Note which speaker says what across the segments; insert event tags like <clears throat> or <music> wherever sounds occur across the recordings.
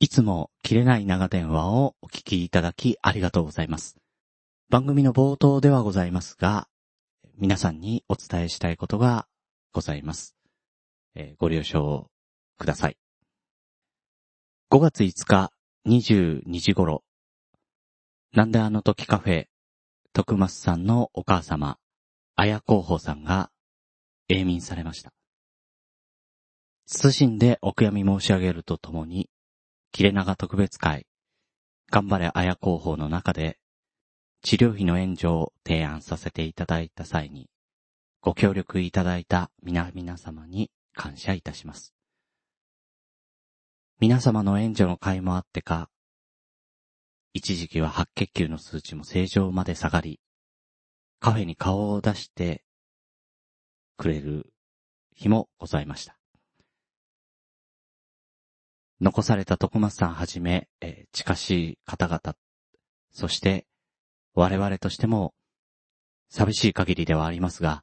Speaker 1: いつも切れない長電話をお聞きいただきありがとうございます。番組の冒頭ではございますが、皆さんにお伝えしたいことがございます。えーご了承ください。5月5日22時頃、なんであの時カフェ、徳松さんのお母様、綾候補さんが永眠されました。謹んでお悔やみ申し上げるとともに、切れ長特別会、頑張れ綾候補の中で、治療費の援助を提案させていただいた際に、ご協力いただいた皆々様に感謝いたします。皆様の援助の会もあってか、一時期は白血球の数値も正常まで下がり、カフェに顔を出してくれる日もございました。残された徳松さんはじめ、えー近しい方々、そして我々としても寂しい限りではありますが、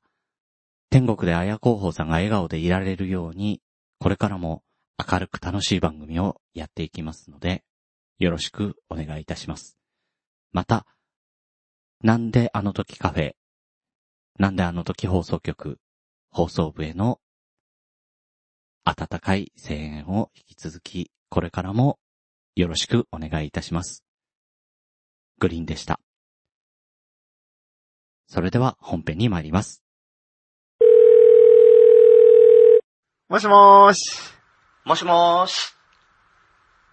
Speaker 1: 天国で綾候補さんが笑顔でいられるように、これからも明るく楽しい番組をやっていきますので、よろしくお願いいたします。また、なんであの時カフェ、なんであの時放送局、放送部への温かい声援を引き続き、これからもよろしくお願いいたします。グリーンでした。それでは本編に参ります。
Speaker 2: もしもーし。
Speaker 1: もしもーし。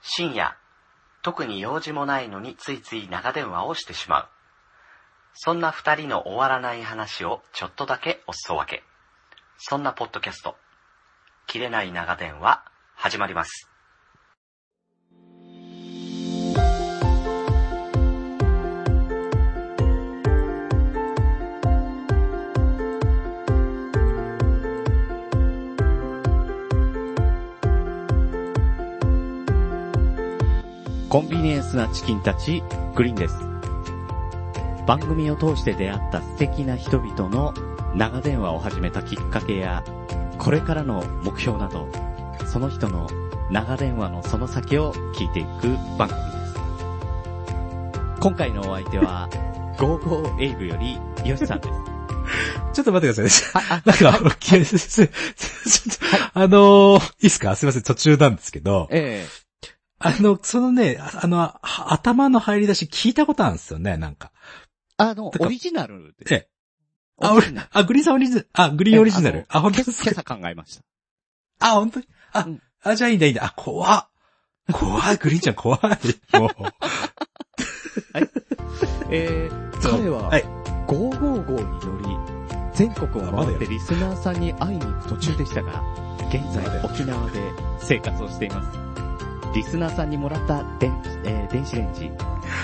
Speaker 1: 深夜、特に用事もないのについつい長電話をしてしまう。そんな二人の終わらない話をちょっとだけお裾分け。そんなポッドキャスト、切れない長電話、始まります。コンビニエンスなチキンたち、グリーンです。番組を通して出会った素敵な人々の長電話を始めたきっかけや、これからの目標など、その人の長電話のその先を聞いていく番組です。今回のお相手は、ゴーゴーエイブより、ヨシさんです。
Speaker 3: ちょっと待ってください
Speaker 1: あ、
Speaker 3: ね。なんか、お気合いです。ちょっと、あのー、いいですかすいません、途中なんですけど、
Speaker 1: ええ
Speaker 3: あの、そのね、ああの、は頭の入り出し聞いたことあるんですよね、なんか。
Speaker 1: あの、
Speaker 3: てか
Speaker 1: オリジナルです。
Speaker 3: ええあ、俺、あ、グリーンさんオリジナル、あ、グリーンオリジナ
Speaker 1: ええ
Speaker 3: ル。
Speaker 1: あの
Speaker 3: あ、本
Speaker 1: 今
Speaker 3: 当です
Speaker 1: 朝
Speaker 3: か。
Speaker 1: 考えました。
Speaker 3: あ、本当にあ、
Speaker 1: うん
Speaker 3: あ、じゃあいいんだ、いいんだ。あ、怖っ。怖い、グリーンちゃん怖い。もう。
Speaker 1: えー、 <laughs> 彼は、
Speaker 3: はい。
Speaker 1: 555に乗り、全国を回ってリスナーさんに会いに行く途中でしたが、現在沖縄で生活をしています。リスナーさんにもらった電気、えー電子レンジ、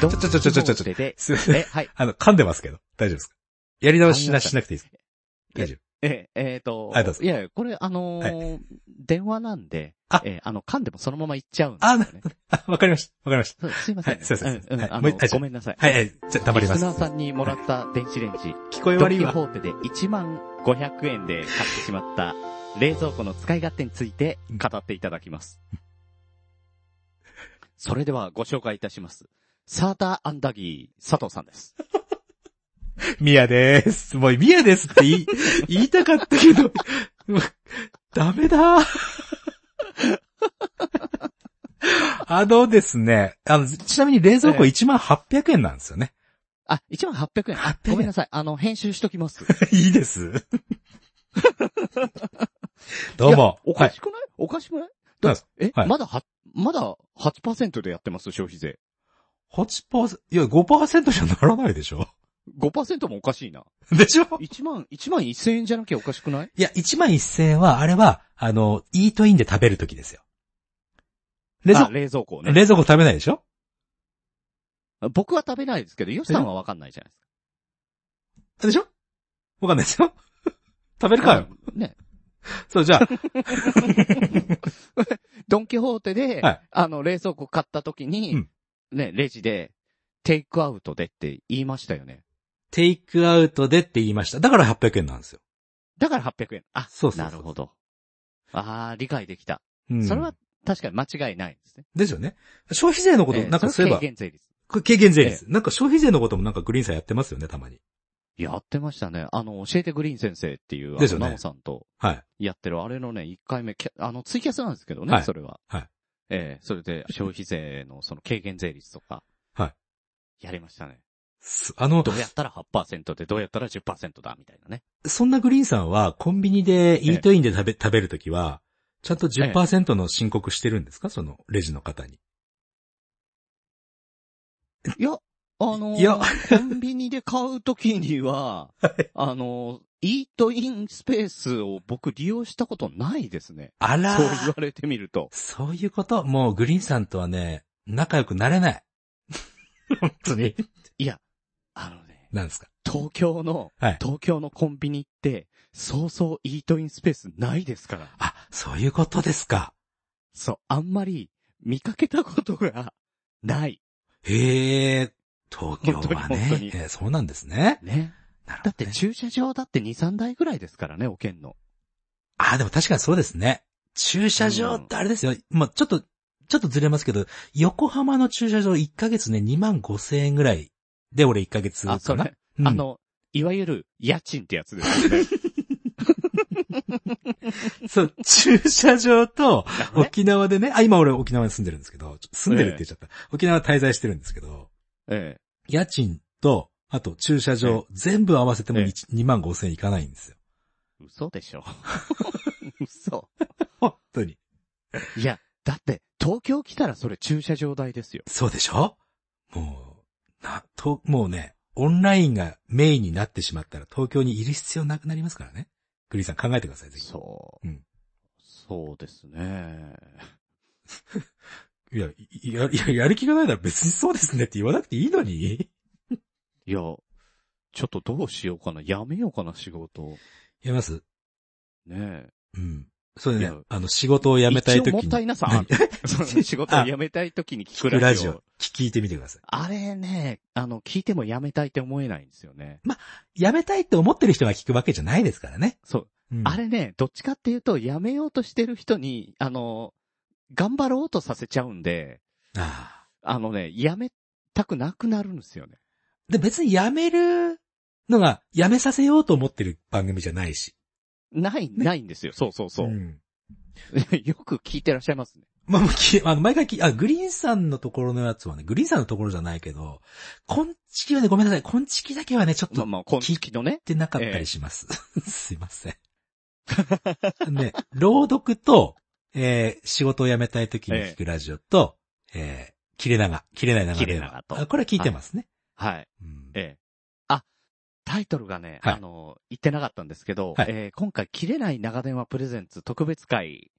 Speaker 1: ドン
Speaker 3: ちょちょちょちょちょち
Speaker 1: キ
Speaker 3: ょ
Speaker 1: ホーテです
Speaker 3: いません。
Speaker 1: え、はい、
Speaker 3: あの、噛んでますけど、大丈夫ですかやり直しな、しなくていいですか
Speaker 1: 噛みま
Speaker 3: 大丈夫。
Speaker 1: えー、えーと、
Speaker 3: はいどうぞ
Speaker 1: いやいや、これあのー電話なんで、
Speaker 3: あ
Speaker 1: えーあの、噛んでもそのまま言っちゃうんですよ
Speaker 3: あ、
Speaker 1: ね
Speaker 3: な。あ、わかりました。わかりました。
Speaker 1: そうすいません、ね
Speaker 3: はいすいません
Speaker 1: うん、う
Speaker 3: はい
Speaker 1: ん、あ
Speaker 3: もう
Speaker 1: の
Speaker 3: 一、回
Speaker 1: ごめんなさい。
Speaker 3: はい、はい、じゃあ黙りま
Speaker 1: リス
Speaker 3: す
Speaker 1: ナ。ーさんにもらった電子レンジ、
Speaker 3: 聞こえ
Speaker 1: ドン
Speaker 3: 悪
Speaker 1: キ
Speaker 3: いわ。
Speaker 1: ホーテで1万500円で買ってしまった冷蔵庫の使い勝手について語っていただきます。それではご紹介いたします。サーターアンダギー佐藤さんです。
Speaker 3: ミヤです。もうミヤですって言 <laughs> い、言いたかったけど、もうダメだ。あのですね、あの、ちなみに冷蔵庫
Speaker 1: え
Speaker 3: 18,800円なんですよね。
Speaker 1: あ、1万800円。あ
Speaker 3: 800円
Speaker 1: ごめんなさい。あの、編集しときます。
Speaker 3: <laughs> いいです。 <laughs> どう
Speaker 1: いや
Speaker 3: も。
Speaker 1: お
Speaker 3: は
Speaker 1: か
Speaker 3: い。
Speaker 1: しくない、おかしくない
Speaker 3: どうです
Speaker 1: え、
Speaker 3: はい
Speaker 1: まだは、まだ8%でやってます、消費税。
Speaker 3: 8%、いや、5%じゃならないでしょ。 <laughs>
Speaker 1: 5%もおかしいな。
Speaker 3: でしょ
Speaker 1: 1万、1万1000円じゃなきゃおかしくない
Speaker 3: いや、1万1000円は、あれは、あの、イートインで食べるときですよ。冷
Speaker 1: あ
Speaker 3: 蔵
Speaker 1: 冷蔵庫を
Speaker 3: 庫、
Speaker 1: ね。
Speaker 3: 冷蔵庫食べないでしょ
Speaker 1: 僕は食べないですけど、ヨシさんはわかんないじゃないですか
Speaker 3: でしょわかんないですよ。 <laughs> 食べるかよ。
Speaker 1: ね。
Speaker 3: そう、じゃあ、
Speaker 1: <laughs> ドンキホーテで、
Speaker 3: はい
Speaker 1: あの、冷蔵庫買った時に、
Speaker 3: うん
Speaker 1: ね、レジで、テイクアウトでって言いましたよね。
Speaker 3: テイクアウトでって言いました。だから800円なんですよ。
Speaker 1: だから800円。あ、
Speaker 3: そうそうそう
Speaker 1: なるほど。ああ、理解できた。
Speaker 3: うん
Speaker 1: それは、確かに間違いないですね。
Speaker 3: ですよね。消費税のこと、
Speaker 1: えー
Speaker 3: なんか
Speaker 1: そ
Speaker 3: そう
Speaker 1: れ
Speaker 3: いえば
Speaker 1: 軽、減税率。
Speaker 3: これ軽減税率。なんか消費税のこともなんかグリーンさんやってますよね、たまに。
Speaker 1: やってましたね。あの、教えてグリーン先生っていう、あ
Speaker 3: ですよ
Speaker 1: の、
Speaker 3: ね
Speaker 1: ナオさんと
Speaker 3: はい。
Speaker 1: やってる、あれのね、1回目、キャあの、ツイキャスなんですけどね、
Speaker 3: はい
Speaker 1: それは。
Speaker 3: はい
Speaker 1: ええそれで、消費税のその軽減税率とか。。
Speaker 3: はい
Speaker 1: やりましたね。
Speaker 3: すあの
Speaker 1: ど、うやったら8%で、どうやったら10%だ、みたいなね。
Speaker 3: そんなグリーンさんはコンビニでイートインで食べ、食べるときは、ちゃんと
Speaker 1: ええ
Speaker 3: 10%の申告してるんですかそのレジの方に。
Speaker 1: いや、あのー
Speaker 3: いや
Speaker 1: コンビニで買うときには、あのーイートインスペースを僕利用したことないですね。
Speaker 3: あら
Speaker 1: そう言われてみると。
Speaker 3: そういうこともうグリーンさんとはね、仲良くな
Speaker 1: <laughs>
Speaker 3: れない。本当に。
Speaker 1: あのね、
Speaker 3: なんですか
Speaker 1: 東京の、
Speaker 3: はい
Speaker 1: 東京のコンビニって、そうそうイートインスペースないですから。
Speaker 3: あ、そういうことですか。
Speaker 1: そう、あんまり見かけたことがない。
Speaker 3: へえ、東京は
Speaker 1: 本当に本当
Speaker 3: ね
Speaker 1: に、
Speaker 3: えーそうなんですね。
Speaker 1: ね。
Speaker 3: なるほ
Speaker 1: だっ
Speaker 3: ど
Speaker 1: て
Speaker 3: ね、
Speaker 1: 駐車場だって2、3台ぐらいですからね、おけんの。
Speaker 3: あ、でも確かにそうですね。駐車場ってあれですよ。まあ、ちょっと、ちょっとずれますけど、横浜の駐車場1ヶ月ね、2万5千円ぐらいで俺1ヶ月かな。
Speaker 1: あ、それ、
Speaker 3: うん
Speaker 1: あの、いわゆる家賃ってやつですよ <laughs> ね。 <laughs>
Speaker 3: そう、駐車場と
Speaker 1: あのね
Speaker 3: 沖縄でね、あ、今俺沖縄に住んでるんですけど、ちょっと住んでるって言っちゃった。沖縄滞在してるんですけど、
Speaker 1: え
Speaker 3: 家賃と、あと駐車場、全部合わせても
Speaker 1: ええ
Speaker 3: 2, 万5千円いかないんですよ。
Speaker 1: え、嘘でしょ。 <laughs> 嘘。
Speaker 3: 本当に。
Speaker 1: いや、だって、東京来たらそれ駐車場代ですよ。
Speaker 3: そうでしょもう、な、と、もうね、オンラインがメインになってしまったら東京にいる必要なくなりますからね。グリーンさん考えてください、ぜひ。
Speaker 1: そう。
Speaker 3: うん
Speaker 1: そうですね。
Speaker 3: いや、いや、いや、やる気がないなら別にそうですねって言わなくていいのに。
Speaker 1: いや、ちょっとどうしようかな。やめようかな、仕事。
Speaker 3: やめます
Speaker 1: ね
Speaker 3: うん。それ
Speaker 1: い
Speaker 3: ね
Speaker 1: や、
Speaker 3: あの、仕事を辞めたい時
Speaker 1: 一
Speaker 3: に。
Speaker 1: 応もったいなさあ
Speaker 3: 何
Speaker 1: る。
Speaker 3: <laughs>
Speaker 1: その仕事を辞めたい時に聞
Speaker 3: 聞
Speaker 1: く
Speaker 3: く
Speaker 1: ラ
Speaker 3: ラ
Speaker 1: ジ
Speaker 3: ジ
Speaker 1: オ。
Speaker 3: オ。聞聞いてみてくださ
Speaker 1: あれね、あの、聞いても辞めたいって思えないんですよね。
Speaker 3: い。辞めたいって思ってる人が聞くわけじゃないですからね。
Speaker 1: そう。
Speaker 3: うん
Speaker 1: あれね、どっちかっていうと、辞めようとしてる人に、あの、頑張ろうとさせちゃうんで、
Speaker 3: ああ
Speaker 1: あのね、辞めたくなくなるんですよね。
Speaker 3: で、別に辞めるのが、辞めさせようと思ってる番組じゃないし。
Speaker 1: ない、ないんですよ。そうそうそう。
Speaker 3: ん
Speaker 1: <laughs> よく聞いてらっしゃいますね。
Speaker 3: まあ、もうき、あの、毎回き、あ、グリーンさんのところのやつはね、グリーンさんのところじゃないけど、こんちきはね、ごめんなさい、こんちきだけはね、ちょっ
Speaker 1: まあ
Speaker 3: と、
Speaker 1: まあ、今期のね。
Speaker 3: ってなかったりします。すいません。ね、朗読と、えー、仕事を辞めたい時に聞くラジオと、えー、切れ長、切れない長
Speaker 1: 切れ
Speaker 3: 電話
Speaker 1: 長。と
Speaker 3: あこれは聞いてますね。
Speaker 1: はい。
Speaker 3: うん
Speaker 1: ええ。あ、タイトルがね、
Speaker 3: はい
Speaker 1: あの、言ってなかったんですけど、
Speaker 3: はい
Speaker 1: えー今回、切れない長電話プレゼンツ特別会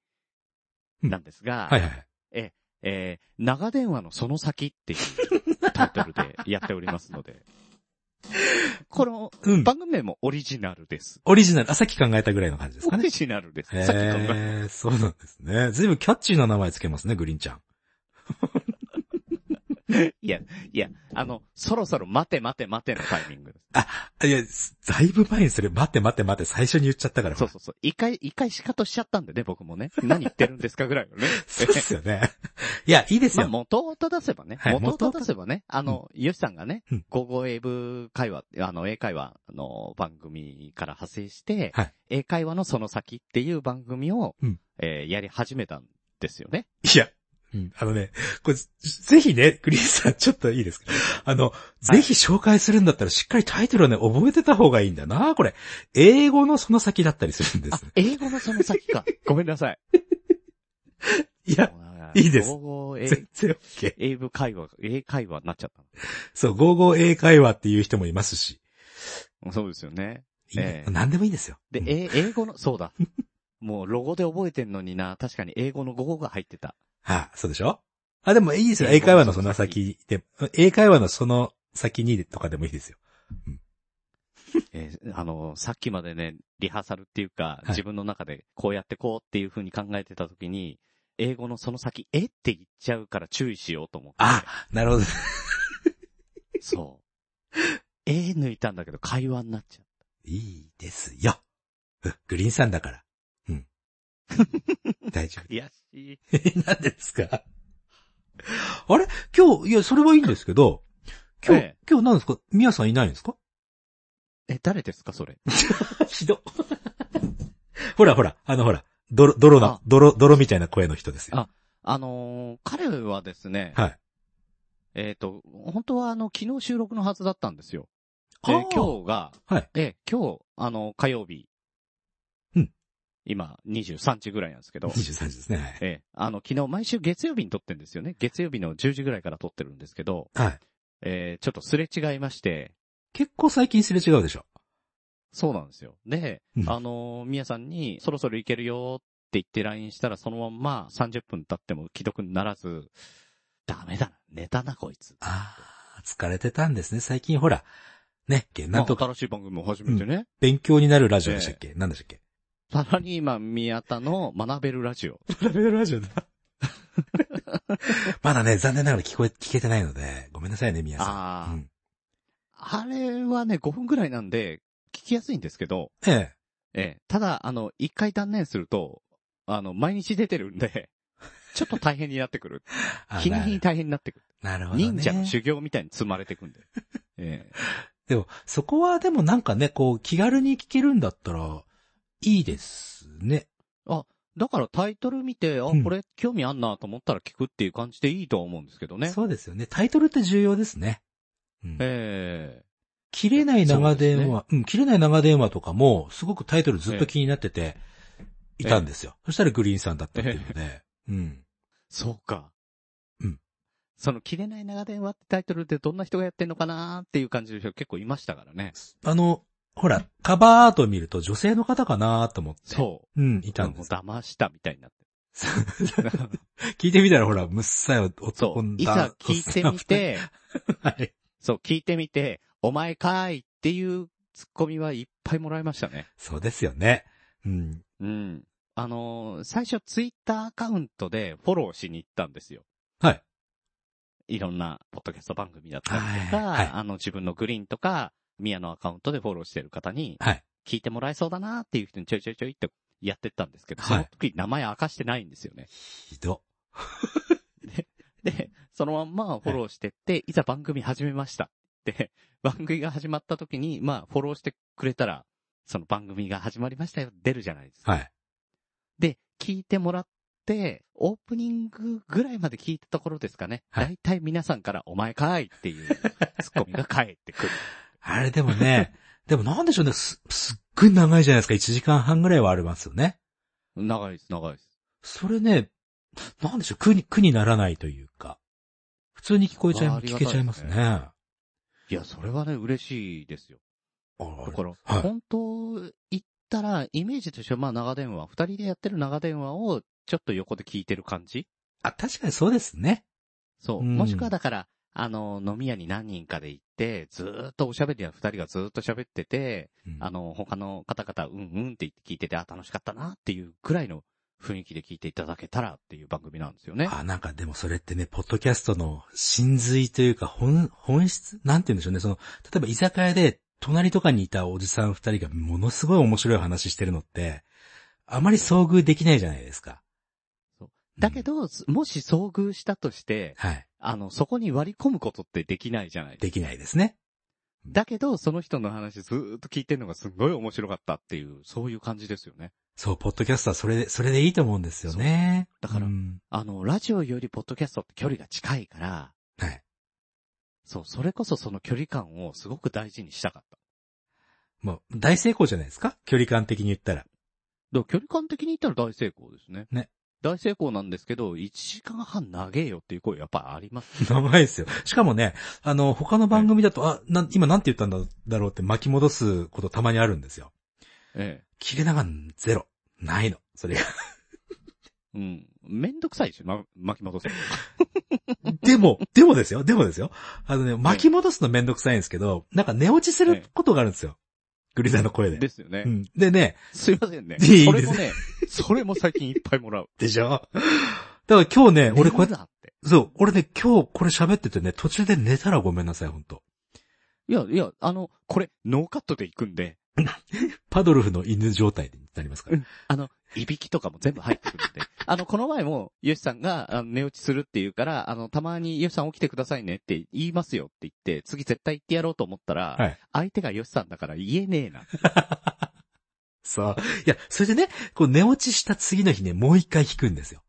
Speaker 1: なんですが、
Speaker 3: はいはいはい。
Speaker 1: えー長電話のその先っていうタイトルでやっておりますの
Speaker 3: <laughs>
Speaker 1: で、この
Speaker 3: うん。
Speaker 1: 番組名もオリジナルです。
Speaker 3: オリジナル、あ、さっき考えたぐらいの感じです
Speaker 1: オ
Speaker 3: かね
Speaker 1: リ。ジナルです。
Speaker 3: へ
Speaker 1: さっき考えた
Speaker 3: ー、そうなんですね。ずいぶんキャッチーな名前つけますね、グリーンちゃん。
Speaker 1: いや、あの、そろそろ待て待て待てのタイミングで
Speaker 3: あいや、すだいぶ前にそれ、待って待って待って、最初に言っちゃったから。
Speaker 1: す。そうそうそう。一回、一回仕方しちゃったんでね、僕もね。 <laughs> 何言ってるんですかぐらいのね。
Speaker 3: そうっすよね。 <laughs> いや、いいです
Speaker 1: まあ、
Speaker 3: よ。
Speaker 1: 元を正せばね、
Speaker 3: はい
Speaker 1: 元を正せばね、あの、ヨシさんがね
Speaker 3: うん、
Speaker 1: 午後英語会話、あの、英会話の番組から派生して、
Speaker 3: はい
Speaker 1: 英会話のその先っていう番組を、
Speaker 3: うん
Speaker 1: えーやり始めたんですよね。
Speaker 3: いや、うん、あのね、これ、ぜぜひね、グリーンさん、ちょっといいですかあの、ぜひ紹介するんだったら、しっかりタイトルはね、覚えてた方がいいんだな、これ。英語のその先だったりするんで
Speaker 1: あ
Speaker 3: す。、
Speaker 1: 英語のその先か。 <laughs> ごめんなさい。
Speaker 3: いや、いいです
Speaker 1: 午後英
Speaker 3: 全然 OK。
Speaker 1: 英語会話、英会話になっちゃっ
Speaker 3: そう、合語英会話っていう人もいますし。
Speaker 1: た。そうですよね。
Speaker 3: いい
Speaker 1: ええ
Speaker 3: 何でもいいですよ。
Speaker 1: で、
Speaker 3: うん
Speaker 1: え英語の、そうだ。もうロゴで覚えてんのにな、確かに英語の語語が入ってた。
Speaker 3: はい、そうでしょあ、でもいいですよ。
Speaker 1: 英
Speaker 3: 英
Speaker 1: 語
Speaker 3: 会
Speaker 1: の
Speaker 3: 話
Speaker 1: そ
Speaker 3: の
Speaker 1: の
Speaker 3: その先で、英会話のその先にとかでもいいですよ。
Speaker 1: えーあの、さっきまでね、リハーサルっていうか、
Speaker 3: い
Speaker 1: 自分の中でこうやってこうっていう風に考えてた時に、英語のその先、えって言っちゃうから注意しようと思って。
Speaker 3: あ、なるほど。
Speaker 1: そう。えー抜いたんだけど会話になっちゃ <laughs>
Speaker 3: いいですよ。うんグリーンさんだから。大丈
Speaker 1: 悔しい。
Speaker 3: 夫。なんでですかあれ今日、いや、それはいいんですけど、今日、
Speaker 1: ええ
Speaker 3: 今日何ですかミヤさんいないんですか
Speaker 1: え、誰ですか、それ。
Speaker 3: ひど。ほらほら、あのほら、泥、泥な
Speaker 1: あ、
Speaker 3: 泥、泥みたいな声の人ですよ。
Speaker 1: あのー彼はですね、
Speaker 3: はい。
Speaker 1: えっ、と、本当はあの、昨日収録のはずだったんですよ。
Speaker 3: あ
Speaker 1: で
Speaker 3: ー、
Speaker 1: 今日が、
Speaker 3: はい。
Speaker 1: え、今日、あの、火曜日。
Speaker 3: うん。
Speaker 1: 今、23時ぐらいなんですけど。
Speaker 3: 23時ですね。
Speaker 1: ええ、あの、昨日毎週月曜日に撮ってるんですよね。月曜日の10時ぐらいから撮ってるんですけど、
Speaker 3: はい。はい。
Speaker 1: えーちょっとすれ違いまして、
Speaker 3: 結構最近すれ違うでしょ。
Speaker 1: そうなんですよ。で
Speaker 3: う、ん
Speaker 1: あのー、みやさんに、そろそろ行けるよって言って LINE したら、そのまんま30分経っても既読にならず、ダメだな、寝たな、こいつ。
Speaker 3: ああ、疲れてたんですね。最近ほら、ね、けなんとか
Speaker 1: まあ新しい番組も始めてね。
Speaker 3: 勉強になるラジオでしたっけ、なんでしたっけ
Speaker 1: サラリーマン宮田の学べるラジオ。
Speaker 3: ラベルラジオだ。 <laughs> まだね、残念ながら聞こえ、聞けてないので、ごめんなさいね、皆さん。
Speaker 1: ああ、
Speaker 3: うん、
Speaker 1: あれはね、5分ぐらいなんで、聞きやすいんですけど、
Speaker 3: ええ。
Speaker 1: ええ、ただ、あの、一回断念すると、あの、毎日出てるん
Speaker 3: <laughs>
Speaker 1: で、ちょっと大変になってくる。
Speaker 3: あ
Speaker 1: 日に日に大変になってくる。
Speaker 3: なるほど、ね。
Speaker 1: 忍者の修行みたいに積まれてくんで。ええ、
Speaker 3: でも、そこはでもなんかね、こう、気軽に聞けるんだったら、いいですね。
Speaker 1: だからタイトル見て、あ、
Speaker 3: うん
Speaker 1: これ興味あんなと思ったら聞くっていう感じでいいとは思うんですけどね。
Speaker 3: そうですよね。タイトルって重要ですね。うん、
Speaker 1: ええ
Speaker 3: 切れない長電
Speaker 1: そう
Speaker 3: 話、うん、切れない長電話とかも、すごくタイトルずっと気になってて、いたんですよ。そしたらグリーンさんだったっていうので、うん。
Speaker 1: そうか。
Speaker 3: うん。
Speaker 1: その、切れない長電話ってタイトルでどんな人がやってんのかなーっていう感じの人結構いましたからね。
Speaker 3: あの、ほら、カバーアートを見ると女性の方かなと思って。。
Speaker 1: そう。
Speaker 3: うん、いうたん
Speaker 1: も
Speaker 3: で
Speaker 1: う
Speaker 3: すよ。
Speaker 1: 騙したみたいになってる。
Speaker 3: <laughs> 聞いてみたらほら、むっさ
Speaker 1: <laughs>
Speaker 3: い
Speaker 1: そ
Speaker 3: 男
Speaker 1: う。
Speaker 3: んだ。
Speaker 1: いざ聞いてみて、
Speaker 3: <laughs> はい。
Speaker 1: そう、聞いてみて、お前かーいっていうツッコミはいっぱいもらいましたね。
Speaker 3: そうですよね。うん。
Speaker 1: うん。あのー最初ツイッターアカウントでフォローしに行ったんですよ。
Speaker 3: はい。
Speaker 1: いろんなポッドキャスト番組だったりとか、
Speaker 3: はいはいはい
Speaker 1: あの自分のグリーンとか、宮のアカウントでフォローしてる方に、
Speaker 3: はい。
Speaker 1: 聞いてもらえそうだなっていう人にちょいちょいちょいってやってったんですけど、
Speaker 3: はい
Speaker 1: その時名前明かしてないんですよね。
Speaker 3: ひど。
Speaker 1: で、そのまんまフォローしてって、いざ番組始めました。で、番組が始まった時に、まあ、フォローしてくれたら、その番組が始まりましたよ、出るじゃないですか。
Speaker 3: はい。
Speaker 1: で、聞いてもらって、オープニングぐらいまで聞いたところですかね。
Speaker 3: はい
Speaker 1: 大体皆さんから、お前かいっていう、ツッコミが返ってくる。
Speaker 3: あれでも
Speaker 1: <laughs>
Speaker 3: ね、でもなんでしょうね、す、すっごい長いじゃないですか。1時間半ぐらいはありますよね。
Speaker 1: 長いです、長いです。
Speaker 3: それね、なんでしょう、苦に、苦にならないというか。普通に聞こえちゃい、
Speaker 1: あーあり
Speaker 3: 聞
Speaker 1: が
Speaker 3: け
Speaker 1: たい
Speaker 3: ちゃいますね。
Speaker 1: ですね
Speaker 3: あ
Speaker 1: いや、それはね、嬉しいですよ。
Speaker 3: あ
Speaker 1: だから、
Speaker 3: はい
Speaker 1: 本当、行ったら、イメージとしては、まあ、長電話、二人でやってる長電話を、ちょっと横で聞いてる感じ
Speaker 3: あ、確かにそうですね。
Speaker 1: そう。
Speaker 3: うん
Speaker 1: もしくはだから、あの、飲み屋に何人かで行って、ずーっとおしゃべりや二人がずーっと喋ってて、
Speaker 3: うん
Speaker 1: あの、他の方々、うんうんって言って聞いてて、あ、楽しかったなっていうくらいの雰囲気で聞いていただけたらっていう番組なんですよね。
Speaker 3: あ、なんかでもそれってね、ポッドキャストの真髄というか、本、本質なんて言うんでしょうね。その、例えば居酒屋で、隣とかにいたおじさん二人がものすごい面白い話してるのって、あまり遭遇できないじゃないですか。
Speaker 1: そうだけど、もし遭遇したとして、
Speaker 3: うん、はい。
Speaker 1: あの、そこに割り込むことってできないじゃない
Speaker 3: できないですね。
Speaker 1: だけど、その人の話ずーっと聞いてるのがすごい面白かったっていう、そういう感じですよね。
Speaker 3: そう、ポッドキャストはそれで、それでいいと思うんですよね。
Speaker 1: そうだから
Speaker 3: うん
Speaker 1: あの、ラジオよりポッドキャストって距離が近いから、
Speaker 3: はい。
Speaker 1: そう、それこそその距離感をすごく大事にしたかった。
Speaker 3: もう、大成功じゃないですか距離感的に言った
Speaker 1: だ
Speaker 3: ら。 <laughs>
Speaker 1: から距離感的に言ったら大成功ですね。
Speaker 3: ね。
Speaker 1: 大成功なんですけど、1時間半長えよっていう声やっぱあります。
Speaker 3: 長いですよ。しかもね、あの、他の番組だと、あ、なん、今なんて言ったんだだろうって巻き戻すことたまにあるんですよ。
Speaker 1: え
Speaker 3: 切れ長ゼロ。ないの。それが。 <laughs>
Speaker 1: え。うん。めんどくさいでしょ、ま、巻き戻 <laughs> せ。
Speaker 3: でも、でもですよ。でもですよ。あのね、巻き戻すのめんどくさいんですけど、なんか寝落ちすることがあるんですよ。グリザーの声で。
Speaker 1: ですよね。
Speaker 3: うん。でね、
Speaker 1: すいませんね。
Speaker 3: いいいい
Speaker 1: そ
Speaker 3: で
Speaker 1: れ
Speaker 3: す
Speaker 1: もね、それも最近いっぱいもら <laughs> う。
Speaker 3: でしょだから今日ね、俺こうやって、
Speaker 1: だって。
Speaker 3: そう、俺ね、今日これ喋っててね、途中で寝たらごめんなさい、ほんと。
Speaker 1: いや、いや、あの、これ、ノーカットでいくんで、
Speaker 3: パドルフの犬状態になりますから。
Speaker 1: あの、いびきとかも全部入ってくる <laughs> んで。あの、この前も、ヨシさんが、あの、寝落ちするって言うから、あの、たまにヨシさん起きてくださいねって言いますよって言って、次絶対言ってやろうと思ったら、
Speaker 3: はい
Speaker 1: 相手がヨシさんだから言えねえな。
Speaker 3: そう。いや、それでね、こう寝落ちした次の日ね、もう一回弾くんですよ。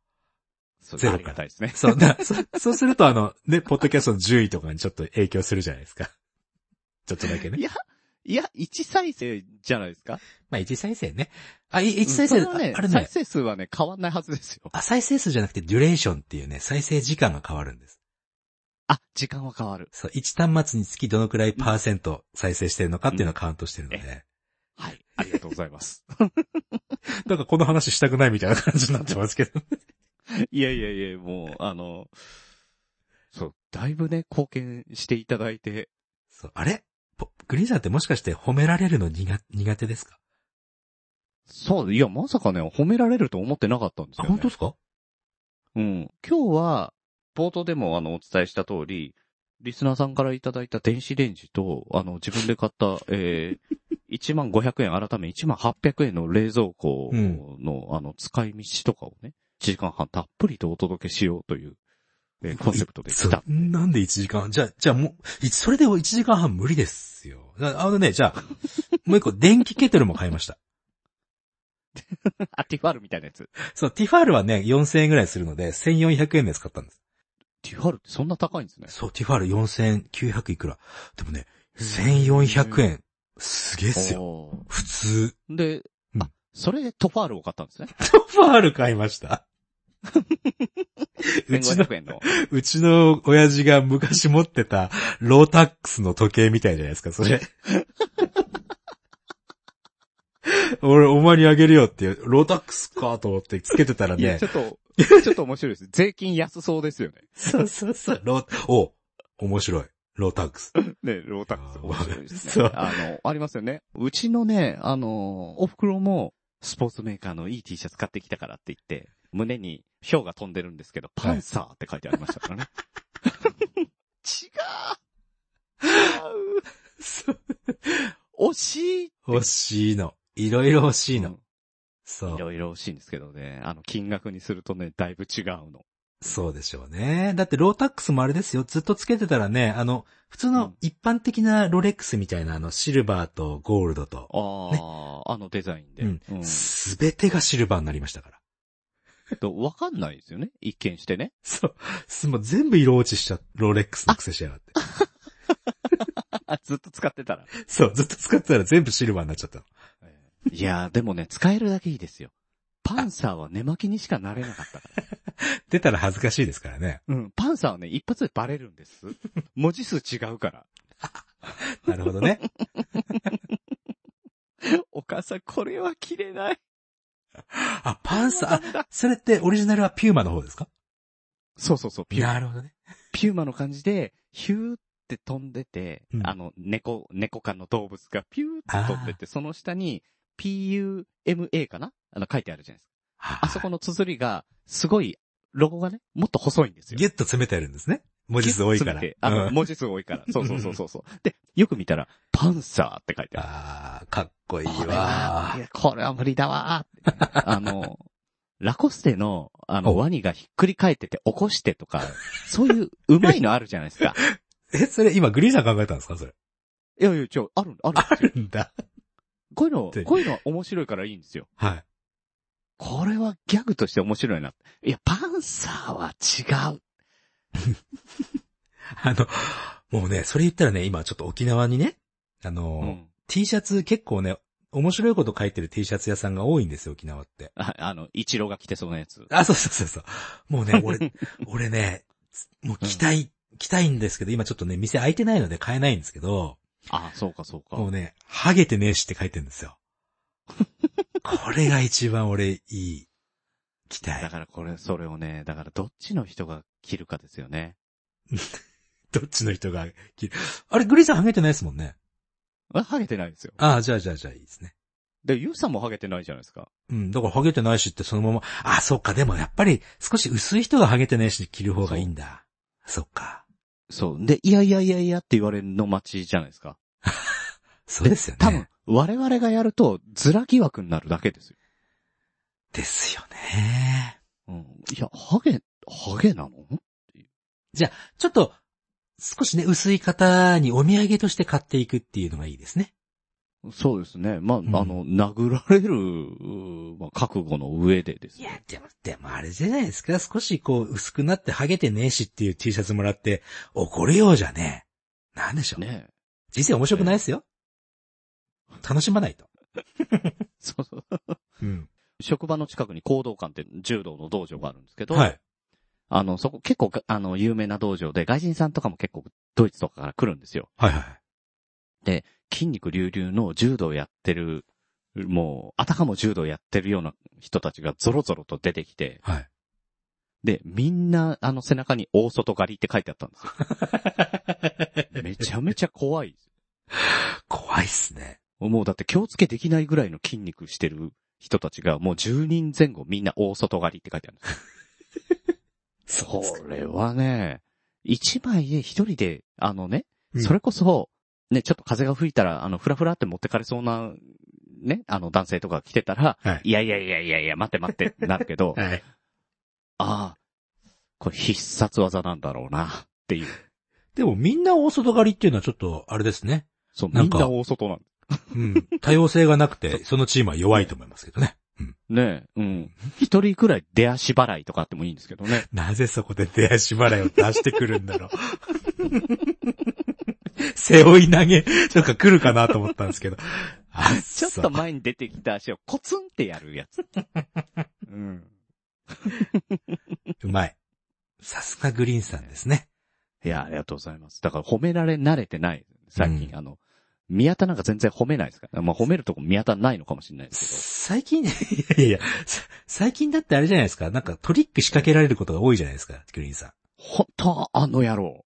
Speaker 1: そ
Speaker 3: ゼ
Speaker 1: れ
Speaker 3: ロ
Speaker 1: あ
Speaker 3: か
Speaker 1: りが
Speaker 3: ら
Speaker 1: たいですね。
Speaker 3: そう、だそそうするとあの、ね、ポッドキャストの順位とかにちょっと影響するじゃないですか。ちょっとだけ
Speaker 1: い
Speaker 3: ね。
Speaker 1: や、いや、1再生じゃないですか
Speaker 3: まあ、1再生ね。あ、い一再生、
Speaker 1: うんそれはね
Speaker 3: ああれ
Speaker 1: 再
Speaker 3: ね、
Speaker 1: 生数はね、変わんないはずですよ。
Speaker 3: あ、再生数じゃなくて、デュレーションっていうね、再生時間が変わるんです。
Speaker 1: あ、時間は変わる。
Speaker 3: そう、1端末につきどのくらいパーセント再生してるのかっていうのをカウントしてるので。
Speaker 1: はい。ありがとうございます。
Speaker 3: なんかこの話したくないみたいな感じになってますけど。
Speaker 1: <laughs> いやいやいや、もう、あの、そう、だいぶね、貢献していただいて、
Speaker 3: そう、あれぽグリーンさんってもしかして褒められるの苦苦手ですか
Speaker 1: そう、いや、まさかね、褒められると思ってなかったんですよ、ね。
Speaker 3: すか
Speaker 1: うん。今日は、冒頭でもあの、お伝えした通り、リスナーさんからいただいた電子レンジと、あの、自分で買った、えー、1万500円、改め1万800円の冷蔵庫の、あの、使い道とかをね、1時間半たっぷりとお届けしようという、えーコンセプトで来た。
Speaker 3: そうなんで1時間じゃあ、じゃあもう、いそれで1時間半無理ですよ。ああのね、じゃあ、もう一個電気ケトルも買いました。
Speaker 1: <laughs> あ、ティファールみたいなやつ。
Speaker 3: そう、ティファールはね、4000円ぐらいするので、1400円で使ったんです。
Speaker 1: ティファールってそんな高いんですね。
Speaker 3: そう、ティファール4900いくら。でもね、1400円。すげえっすよ。
Speaker 1: お
Speaker 3: 普通。
Speaker 1: ーで、
Speaker 3: うん
Speaker 1: あ、それでトファールを買ったんですね。
Speaker 3: ティファール買いま <laughs> した。 <laughs> うちの
Speaker 1: 1500円の。
Speaker 3: うちの親父が昔持ってたロータックスの時計みたいじゃないですか、それ。 <laughs> 俺、お前にあげるよっていう、ロータックスかと思ってつけてたら
Speaker 1: いや、
Speaker 3: ね
Speaker 1: ちょ。っと、 <laughs> ちょっと面白いです。税金安そうですよね。
Speaker 3: そうそうそう。ロー、お面白い。ロータックス。
Speaker 1: ね、ロータックス面白いです
Speaker 3: そ
Speaker 1: ね
Speaker 3: う。
Speaker 1: あの、ありますよね。うちのね、あの、お袋も、スポーツメーカーのいい T シャツ買ってきたからって言って、胸に、ヒョウが飛んでるんですけど、パンサーって書いてありましたから <laughs> ね。違う
Speaker 3: そう
Speaker 1: 惜しい
Speaker 3: 欲しいの。いろいろ欲しいの。
Speaker 1: い
Speaker 3: そう。
Speaker 1: ろいろ惜しいんですけどね、あの、金額にするとね、だいぶ違うの。
Speaker 3: そうでしょうね。だってロータックスもあれですよ。ずっとつけてたらね、あの、普通
Speaker 1: う
Speaker 3: の
Speaker 1: ん
Speaker 3: 一般的なロレックスみたいなあの、シルバーとゴールドと、
Speaker 1: ああ、あのデザインで。
Speaker 3: うん
Speaker 1: うん。
Speaker 3: すべてがシルバーになりましたから。
Speaker 1: と、わかんないですよね。一見してね。 <laughs>
Speaker 3: そう。す、もう全部色落ちしちゃ、ロレックスの癖し
Speaker 1: <laughs>
Speaker 3: やがって。
Speaker 1: ずっと使ってたら。
Speaker 3: そう、ずっと使ってたら全部シルバーになっちゃったの。
Speaker 1: いやー、でもね、使えるだけいいですよ。パンサーは寝巻きにしかなれなかったから。
Speaker 3: 出たら恥ずかしいですからね。
Speaker 1: うん。パンサーはね、一発でバレるん <laughs> です。文字数違うから。
Speaker 3: なるほ
Speaker 1: <laughs>
Speaker 3: どね。
Speaker 1: お母さん、これは着れない。
Speaker 3: あ、パンサー、あ、それってオリジナルはピューマの方ですか
Speaker 1: そうそうそう、ピューマ。
Speaker 3: なるほどね。
Speaker 1: ピューマの感じで、ヒューって飛んでて、
Speaker 3: うん
Speaker 1: あの、猫、猫科の動物がピューって飛んでて、その下に、PUMA かなあの、書いてあるじゃないです
Speaker 3: は
Speaker 1: か。あそこの綴りが、すごい、ロゴがね、もっと細いんですよ。
Speaker 3: ギュッと詰めてあるんですね。文字数多いから。
Speaker 1: ギュッと詰めてあの、
Speaker 3: うん
Speaker 1: 文字数多いから。 <laughs> そうそうそうそうそう。で、よく見たら、パンサーって書いてある。
Speaker 3: あー、かっこいい
Speaker 1: これは
Speaker 3: わ
Speaker 1: い。やこれは無理だわーって。あの、ラコステの、あの、
Speaker 3: お
Speaker 1: ワニがひっくり返ってて起こしてとか、そういううまいのあるじゃないです
Speaker 3: <laughs>
Speaker 1: か。
Speaker 3: え、それ今グリーンさん考えたんですかそれ。
Speaker 1: いやいや、ちょ、あるんだ、あるん
Speaker 3: あ
Speaker 1: ですよ。
Speaker 3: るんだ。
Speaker 1: こういうの
Speaker 3: で、
Speaker 1: こういうのは面白いからいいんですよ。
Speaker 3: はい。
Speaker 1: これはギャグとして面白いな。いや、パンサーは違う。
Speaker 3: あの、もうね、それ言ったらね、今ちょっと沖縄にね、あの、
Speaker 1: うん。
Speaker 3: T シャツ結構ね、面白いこと書いてる T シャツ屋さんが多いんですよ、沖縄って。
Speaker 1: ああの、イチローが着てそうなやつ。
Speaker 3: あ、そうそうそうそう。
Speaker 1: <laughs>
Speaker 3: もうね、俺、俺ね、もう着たい、着たいんですけど、今ちょっとね、店開いてないので買えないんですけど、
Speaker 1: あ、そうかそうか。
Speaker 3: もうね、ハゲてねえしって書いてるんですよ。これが一番俺いい。着た
Speaker 1: だ
Speaker 3: い。
Speaker 1: からこれ、それをね、だからどっちの人が着るかですよね。
Speaker 3: どっちの人が着る。あれ、グリーンさんハゲてないですもんね。
Speaker 1: あハゲてないですよ。
Speaker 3: ああ、じゃあじゃあじゃあいいですね。
Speaker 1: で、ユウさんもハゲてないじゃないですか。
Speaker 3: うん、だからハゲてないしってそのまま、あ、そっか、でもやっぱり少し薄い人がハゲてないし着る方がいいんだ。そっか。
Speaker 1: そう。で、いやいやいやいやって言われるの待ちじゃないですか。
Speaker 3: そうですよね。
Speaker 1: 多分、我々がやると、ズラ疑惑になるだけですよ。
Speaker 3: ですよね。
Speaker 1: うん。いや、ハゲ、ハゲなの
Speaker 3: ちょっと、少しね、薄い方にお土産として買っていくっていうのがいいですね。
Speaker 1: そうですね。まあ、
Speaker 3: ん
Speaker 1: あの、殴られる、うーまあ、覚悟の上でです
Speaker 3: い
Speaker 1: ね。
Speaker 3: や、でも、でもあれじゃないですか。少しこう、薄くなってハゲてねえしっていう T シャツもらって、怒るようじゃねえ。なんでしょう。
Speaker 1: ね
Speaker 3: 人生面白くないですよ。楽しまないと。
Speaker 1: そうそう。
Speaker 3: うん。
Speaker 1: 職場の近くに行動館って柔道の道場があるんですけど、
Speaker 3: はい。
Speaker 1: あの、そこ結構が、あの、有名な道場で、外人さんとかも結構ドイツとかから来るんですよ。
Speaker 3: はいはい。
Speaker 1: 筋肉隆々の柔道やってる、もう、あたかも柔道やってるような人たちがゾロゾロと出てきて、
Speaker 3: はい。
Speaker 1: で、みんな、あの背中に大外刈りって書いてあったんですよ。めちゃめちゃ怖いです。
Speaker 3: 怖いっすね。
Speaker 1: もうだって気をつけできないぐらいの筋肉してる人たちが、もう10人前後みんな大外刈りって書いてあるんですよ。
Speaker 3: <laughs> そ
Speaker 1: これはね、1枚で1人で、あのね、
Speaker 3: うん
Speaker 1: それこそ、ね、ちょっと風が吹いたら、あの、ふらふらって持ってかれそうな、ね、あの男性とか来てたら、
Speaker 3: はい
Speaker 1: いやいやいやいやいや、待って待
Speaker 3: <laughs>
Speaker 1: ってってなるけど、あ
Speaker 3: はい。
Speaker 1: あ、これ必殺技なんだろうな、っていう。
Speaker 3: でもみんな大外刈りっていうのはちょっと、あれですね。
Speaker 1: そう、
Speaker 3: な
Speaker 1: み
Speaker 3: ん
Speaker 1: ん
Speaker 3: か
Speaker 1: な大外なん
Speaker 3: うん。多様性がなくて、 <laughs> そのチームは弱いと思いますけどね。うん。
Speaker 1: ねえ、うん。一人くらい出足払いとかあってもいいんですけどね。
Speaker 3: なぜそこで出足払いを出してくるんだろう。 <laughs> 背負い投げとか来るかなと思ったんです <laughs> けど。あ
Speaker 1: ちょっ
Speaker 3: そう
Speaker 1: と前に出てきた足をコツンってやるや
Speaker 3: <laughs>
Speaker 1: つ。うん。
Speaker 3: うまい。さすがグリーンさんですね。
Speaker 1: いや、ありがとうございます。だから褒められ慣れてない。最近、
Speaker 3: うん
Speaker 1: あの、宮田なんか全然褒めないですから。まあ褒めるとこ宮田ないのかもしれないです
Speaker 3: 最近、 <laughs> いやいやいや、さ最近だってあれじゃないですか。なんかトリック仕掛けられることが多いじゃないですか、グリーンさん。
Speaker 1: けど。本当あの野
Speaker 3: <laughs>
Speaker 1: 郎。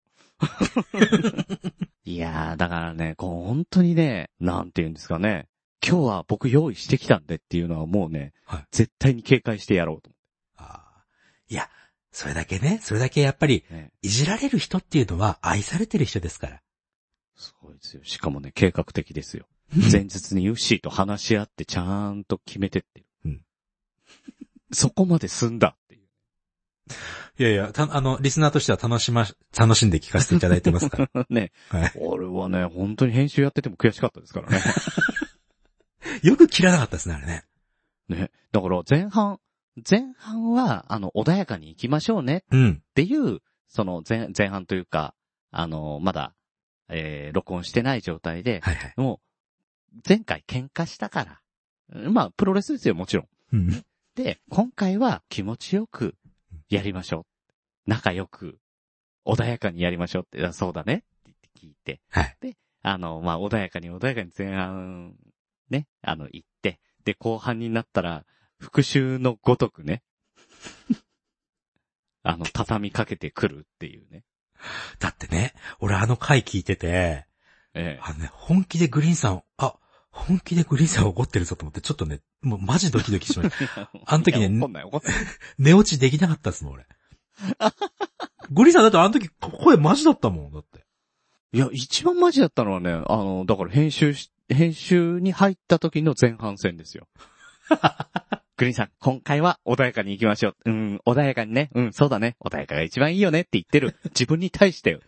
Speaker 1: いやー、だからね、こう本当にね、なんて言うんですかね。今日は僕用意してきたんでっていうのはもうね、
Speaker 3: はい
Speaker 1: 絶対に警戒してやろうと
Speaker 3: あーいや、それだけね、それだけやっぱり、
Speaker 1: 思ってね。
Speaker 3: いじられる人っていうのは愛されてる人ですから。
Speaker 1: すごいですよ。しかもね、計画的ですよ。前日にユッシーと話し合ってちゃんと決めてってる。
Speaker 3: うん
Speaker 1: <laughs> そこまで済んだっていう。
Speaker 3: いやいや、た、あの、リスナーとしては楽しま、楽しんで聞かせていただいてますから。
Speaker 1: <laughs> ね。
Speaker 3: はい
Speaker 1: 俺はね、本当に編集やってても悔しかったですから
Speaker 3: <laughs>
Speaker 1: ね。
Speaker 3: <laughs> よく切らなかったですね、あれね。
Speaker 1: ね。だから前半、前半は、あの、穏やかに行きましょうねっ
Speaker 3: うん。
Speaker 1: ていう、その前、前半というか、あの、まだ、えー、録音してない状態で、
Speaker 3: はいはい。
Speaker 1: もう、前回喧嘩したから。うんまあ、プロレスですよ、もちろん。
Speaker 3: うん。
Speaker 1: で、今回は気持ちよくやりましょう。仲良く、穏やかにやりましょうって、あそうだねって言って聞いて。
Speaker 3: はい
Speaker 1: で、あの、まあ、穏やかに穏やかに前半、ね、あの、行って、で、後半になったら、復讐のごとく
Speaker 3: <laughs>
Speaker 1: ね、あの、畳みかけてくるっていうね。
Speaker 3: だってね、俺あの回聞いてて、
Speaker 1: え
Speaker 3: あのね、本気でグリーンさん、あ、本気でグリーンさん怒ってるぞと思って、ちょっとね、もうマジドキドキしました。 <laughs>
Speaker 1: え。
Speaker 3: あの時ね
Speaker 1: いや怒んない怒んない。
Speaker 3: 寝落ちできなかったっすもん、俺。グリーンさんだってあの時声マジだったもん、だって。
Speaker 1: いや、一番マジだったのはね、あの、だから編集し、編集に入った時の前半戦ですよ。グリーンさん、今回は穏やかに行きましょう。うん、穏やかにね。うん、そうだね。穏やかが一番いいよねって言ってる。自分に対して、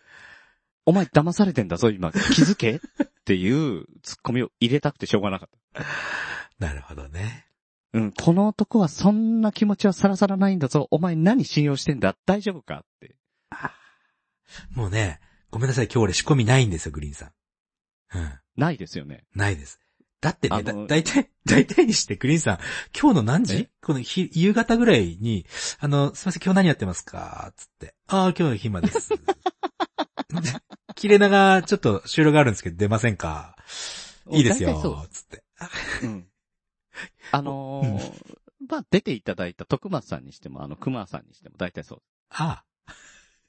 Speaker 1: お前騙されてんだぞ、今。気づけっていうツッコミを入れたくてしょうがなかっ
Speaker 3: なるほどね。
Speaker 1: た。うん、この男はそんな気持ちはさらさらないんだぞ。お前何信用してんだ大丈夫かって。
Speaker 3: もうね、ごめんなさい、今日俺仕込みないんですよ、グリーンさん。うん。
Speaker 1: ないですよね。
Speaker 3: ないです。だってね、
Speaker 1: あ
Speaker 3: だ、
Speaker 1: の
Speaker 3: 大体、大体にして、グリーンさん、今日の何時
Speaker 1: え
Speaker 3: この日、夕方ぐらいに、あの、すいません、今日何やってますかつって、ああ、今日の暇です。切れ長、ちょっと収録があるんですけど、出ませんかいいです
Speaker 1: 大体そう
Speaker 3: よ
Speaker 1: で。
Speaker 3: つって。あ
Speaker 1: うんあのーまあ、出ていただいた徳松さんにしても、あの、熊さんにしても大体そう。
Speaker 3: ああ。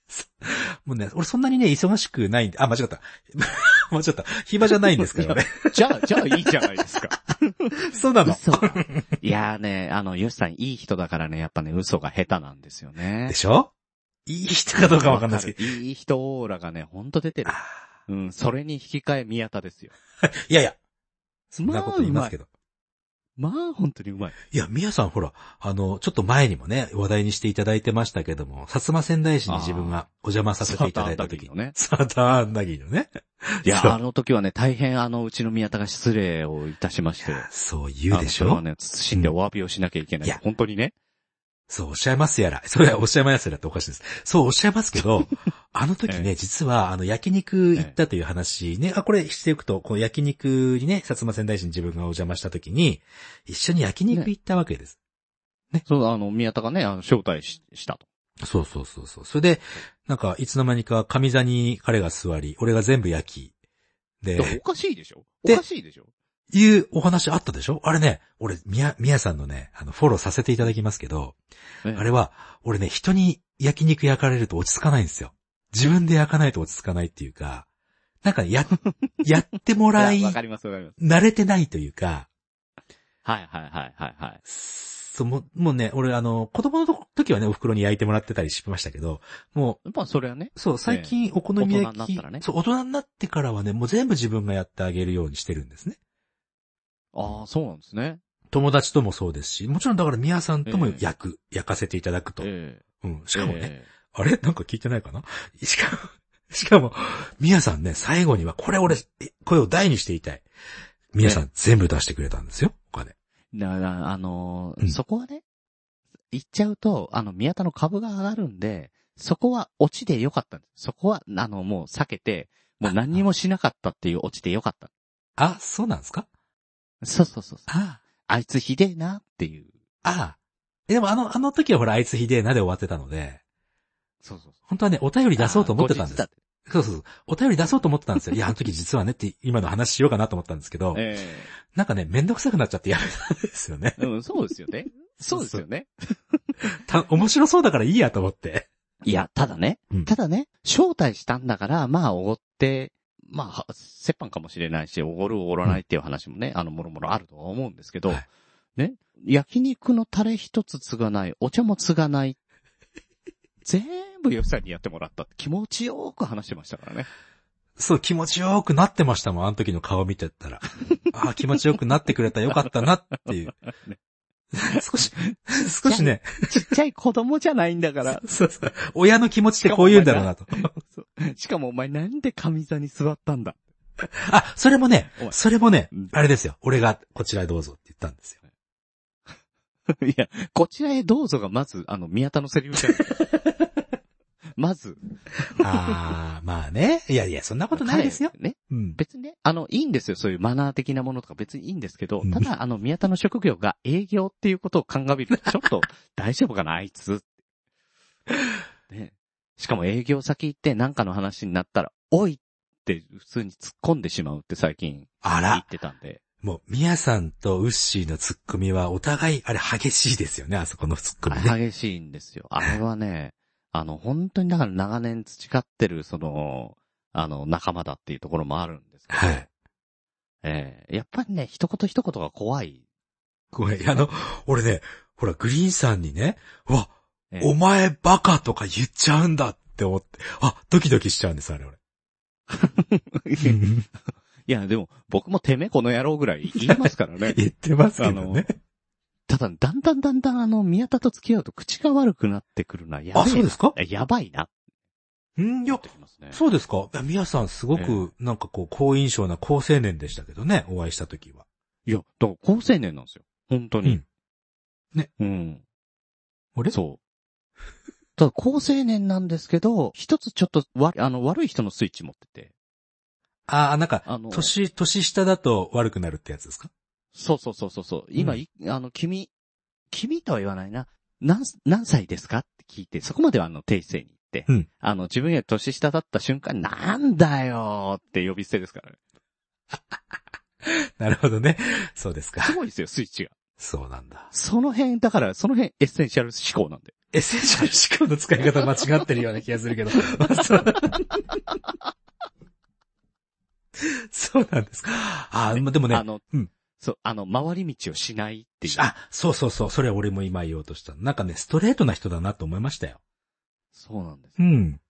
Speaker 3: そ <laughs> もうね、俺そんなにね、忙しくないんで、あ、間違った。 <laughs> 間違った。暇じゃないんですから、ね、
Speaker 1: じゃあ、じゃあいいじゃないですか。
Speaker 3: <laughs> そうなの。
Speaker 1: 嘘が。いやーね、あの、ヨシさんいい人だからね、やっぱね、嘘が下手なんですよね
Speaker 3: で。しょいい人かどうかわかんないですけど。
Speaker 1: わかるいい人オーラがね、ほんと出てる
Speaker 3: あ。
Speaker 1: うん、それに引き換え宮田ですよ。
Speaker 3: ーいやいや。そんなこと言いますけど。
Speaker 1: まあ、本当にうまい。
Speaker 3: いや、みやさんほら、あの、ちょっと前にもね、話題にしていただいてましたけども、薩摩仙台市に自分がお邪魔させていただいた時
Speaker 1: のね。
Speaker 3: サーターアンダギーのね。
Speaker 1: い
Speaker 3: そう
Speaker 1: や、あの時はね、大変あの、うちの宮田が失礼をいたしまして。
Speaker 3: そう言うでし
Speaker 1: あのそれ
Speaker 3: ょ
Speaker 1: はね、慎んでお詫びをしなきゃいけない。
Speaker 3: いや
Speaker 1: 本当にね。
Speaker 3: そうおっしゃいますやら。それはおっしゃいますやらっておかしいです。そうおっしゃいますけ <laughs> ど、あの時ね、
Speaker 1: え
Speaker 3: 実は、あの、焼肉行ったという話ね、あ、これしていくと、この焼肉にね、薩摩仙台市に自分がお邪魔した時に、一緒に焼肉行ったわけです。
Speaker 1: そう、あの、宮田がね、あの招待ししたと。
Speaker 3: そうそうそうそう。それで、なんか、いつの間にか上座に彼が座り、俺が全部焼き。
Speaker 1: でもお
Speaker 3: で、
Speaker 1: かしいでしょお
Speaker 3: で
Speaker 1: かしいでしょ
Speaker 3: いうお話あったでしょあれね、俺、みや、みやさんのね、あの、フォローさせていただきますけど、
Speaker 1: ね
Speaker 3: あれは、俺ね、人に焼肉焼かれると落ち着かないんですよ。自分で焼かないと落ち着かないっていうか、なんか
Speaker 1: <laughs>
Speaker 3: や、やってもらい
Speaker 1: いや、わかりますわかります。
Speaker 3: 慣れてないというか、
Speaker 1: はいはいはいはいはい。
Speaker 3: そう、もうもうね、俺あの、子供の時はね、お袋に焼いてもらってたりしましたけど、も
Speaker 1: まあ、それはね。
Speaker 3: う、そう、最近お好み
Speaker 1: 大人
Speaker 3: 焼き、
Speaker 1: になったらね
Speaker 3: そう、大人になってからはね、もう全部自分がやってあげるようにしてるんですね。
Speaker 1: ああ、そうなんですね。
Speaker 3: 友達ともそうですし、もちろんだから宮さんとも
Speaker 1: ええ
Speaker 3: 焼く、焼かせていただくと。
Speaker 1: ええ
Speaker 3: うん、しかもね、
Speaker 1: え
Speaker 3: あれなんか聞いてないかな <laughs> しかも、しかも、みやさんね、最後には、これ俺、え声を大にして言いたい。みやさん全部出してくれたんですよ、お金。
Speaker 1: えだから、あのー
Speaker 3: うん
Speaker 1: そこはね、言っちゃうと、あの、宮田の株が上がるんで、そこは落ちでよかったんです。そこは、あの、もう避けて、もう何にもしなかったっていう落ちでよかった。
Speaker 3: あ、そうなんですか
Speaker 1: そうそうそうそう。
Speaker 3: あ
Speaker 1: あいつひでえなっていう。
Speaker 3: あ、ああ。え、でもあの、あの時はほら、あいつひでえなで終わってたので、
Speaker 1: そうそう
Speaker 3: 本当はね、お便り出そうと思ってたんで
Speaker 1: あ
Speaker 3: す。そうそうそう。お便り出そうと思ってたんですよ。いや、あの時実はねって、今の話しようかなと思ったんですけど
Speaker 1: 後日だ、ってえ
Speaker 3: なんかね、めんどくさくなっちゃってやめたんですよね
Speaker 1: え。うん、そうですよ
Speaker 3: <laughs>
Speaker 1: ね。そうですよね。
Speaker 3: た、面白そうだからいいやと思って。
Speaker 1: いや、ただね
Speaker 3: うん、
Speaker 1: ただね、招待したんだから、まあ、おごって、まあ、は折半かもしれないし、おごるおごらないっていう話もね、あの、もろもろあるとは思うんですけど
Speaker 3: はい、
Speaker 1: ね、焼肉のタレ一つ継がない、お茶も継がない、全部よさんにやってもらったって気持ちよく話してましたからね。
Speaker 3: そう、気持ちよくなってましたもん、あの時の顔見て
Speaker 1: <laughs>
Speaker 3: たら。ああ、気持ちよくなってくれた、よかったなっていう。少し、少しね、
Speaker 1: <laughs> ちっちゃい子供じゃないんだから、
Speaker 3: そうそう親の気持ちってこう言うんだろうなと。
Speaker 1: <laughs> しかもお前なんで上座に座ったんだ。
Speaker 3: あ、それもね
Speaker 1: お、前
Speaker 3: それもね
Speaker 1: うん、
Speaker 3: あれですよ。俺がこちらへどうぞって言ったんですよ。
Speaker 1: <laughs> いや、こちらへどうぞがまず、あの、宮田のセリフじゃ <laughs> ないまず、
Speaker 3: ああ、まあね。いやいや、そんなことないですよ。
Speaker 1: 彼ね。
Speaker 3: うん。
Speaker 1: 別にね、あの、いいんですよ。そういうマナー的なものとか別にいいんですけど
Speaker 3: うん、
Speaker 1: ただ、あの、宮田の職業が営業っていうことを鑑みる
Speaker 3: <laughs>
Speaker 1: と、ちょっと大丈夫かな、あいつ。ね。しかも営業先行ってなんかの話になったら、おいって普通に突っ込んでしまうって最近言
Speaker 3: あ
Speaker 1: っ
Speaker 3: ら、
Speaker 1: てたんで。
Speaker 3: もう、みやさんとウッシーのツッコミはお互い、あれ激しいですよね、あそこのツッコミね。
Speaker 1: 激しいんですよ。あれはね、あの、本当にだから長年培ってる、その、あの、仲間だっていうところもあるんですけど、
Speaker 3: はい。
Speaker 1: ええやっぱりね、一言一言が怖い。
Speaker 3: ごめん、あの、俺ね、ほら、グリーンさんにね、うわ、
Speaker 1: ええ
Speaker 3: お前バカとか言っちゃうんだって思って、あ、ドキドキしちゃうんです、
Speaker 1: <laughs>
Speaker 3: あれ俺。。
Speaker 1: いや、でも、僕もてめえこの野郎ぐらい <laughs> 言いますからね
Speaker 3: 言ってますけどね。
Speaker 1: ただ、だんだんだんだんあの、宮田と付き合うと口が悪くなってくるのはやばいな。
Speaker 3: すか
Speaker 1: やばいな。
Speaker 3: うん、いや
Speaker 1: って、きますね。
Speaker 3: そうですかいや、みやさんすご
Speaker 1: え
Speaker 3: く、なんかこう、好印象な好青年でしたけどね、お会いした時は。
Speaker 1: いや、だから高青年なんですよ。本当に。
Speaker 3: うんね。
Speaker 1: うん。
Speaker 3: あれ
Speaker 1: そう。ただ、高青年なんですけど、一つちょっとわ、あの、悪い人のスイッチ持ってて。
Speaker 3: ああ、なんか、
Speaker 1: あの、
Speaker 3: 年、年下だと悪くなるってやつですか <laughs>
Speaker 1: そうそうそうそうそう。今、
Speaker 3: うん
Speaker 1: いあの、君、君とは言わないな。何す、何歳ですかって聞いて、そこまではあの、定性に言って。
Speaker 3: うん
Speaker 1: あの、自分より年下だった瞬間、なんだよーって呼び捨てです
Speaker 3: <laughs>
Speaker 1: からね。
Speaker 3: なるほどね。そうですか
Speaker 1: す。ごいですよ、スイッチが。
Speaker 3: そうなんだ。
Speaker 1: その辺、だから、その辺、エッセンシャル思考なんで。
Speaker 3: エッセンシャル思考の使い方間違ってるような気がするけど。まあそうそうなんですか。あー、まあでもね
Speaker 1: あ、の、
Speaker 3: うん
Speaker 1: そう、あの、回り道をしないっていう。
Speaker 3: あ、そうそうそう、それ俺も今言おうとした。なんかね、ストレートな人だなと思いましたよ。
Speaker 1: そうなんです。
Speaker 3: うん。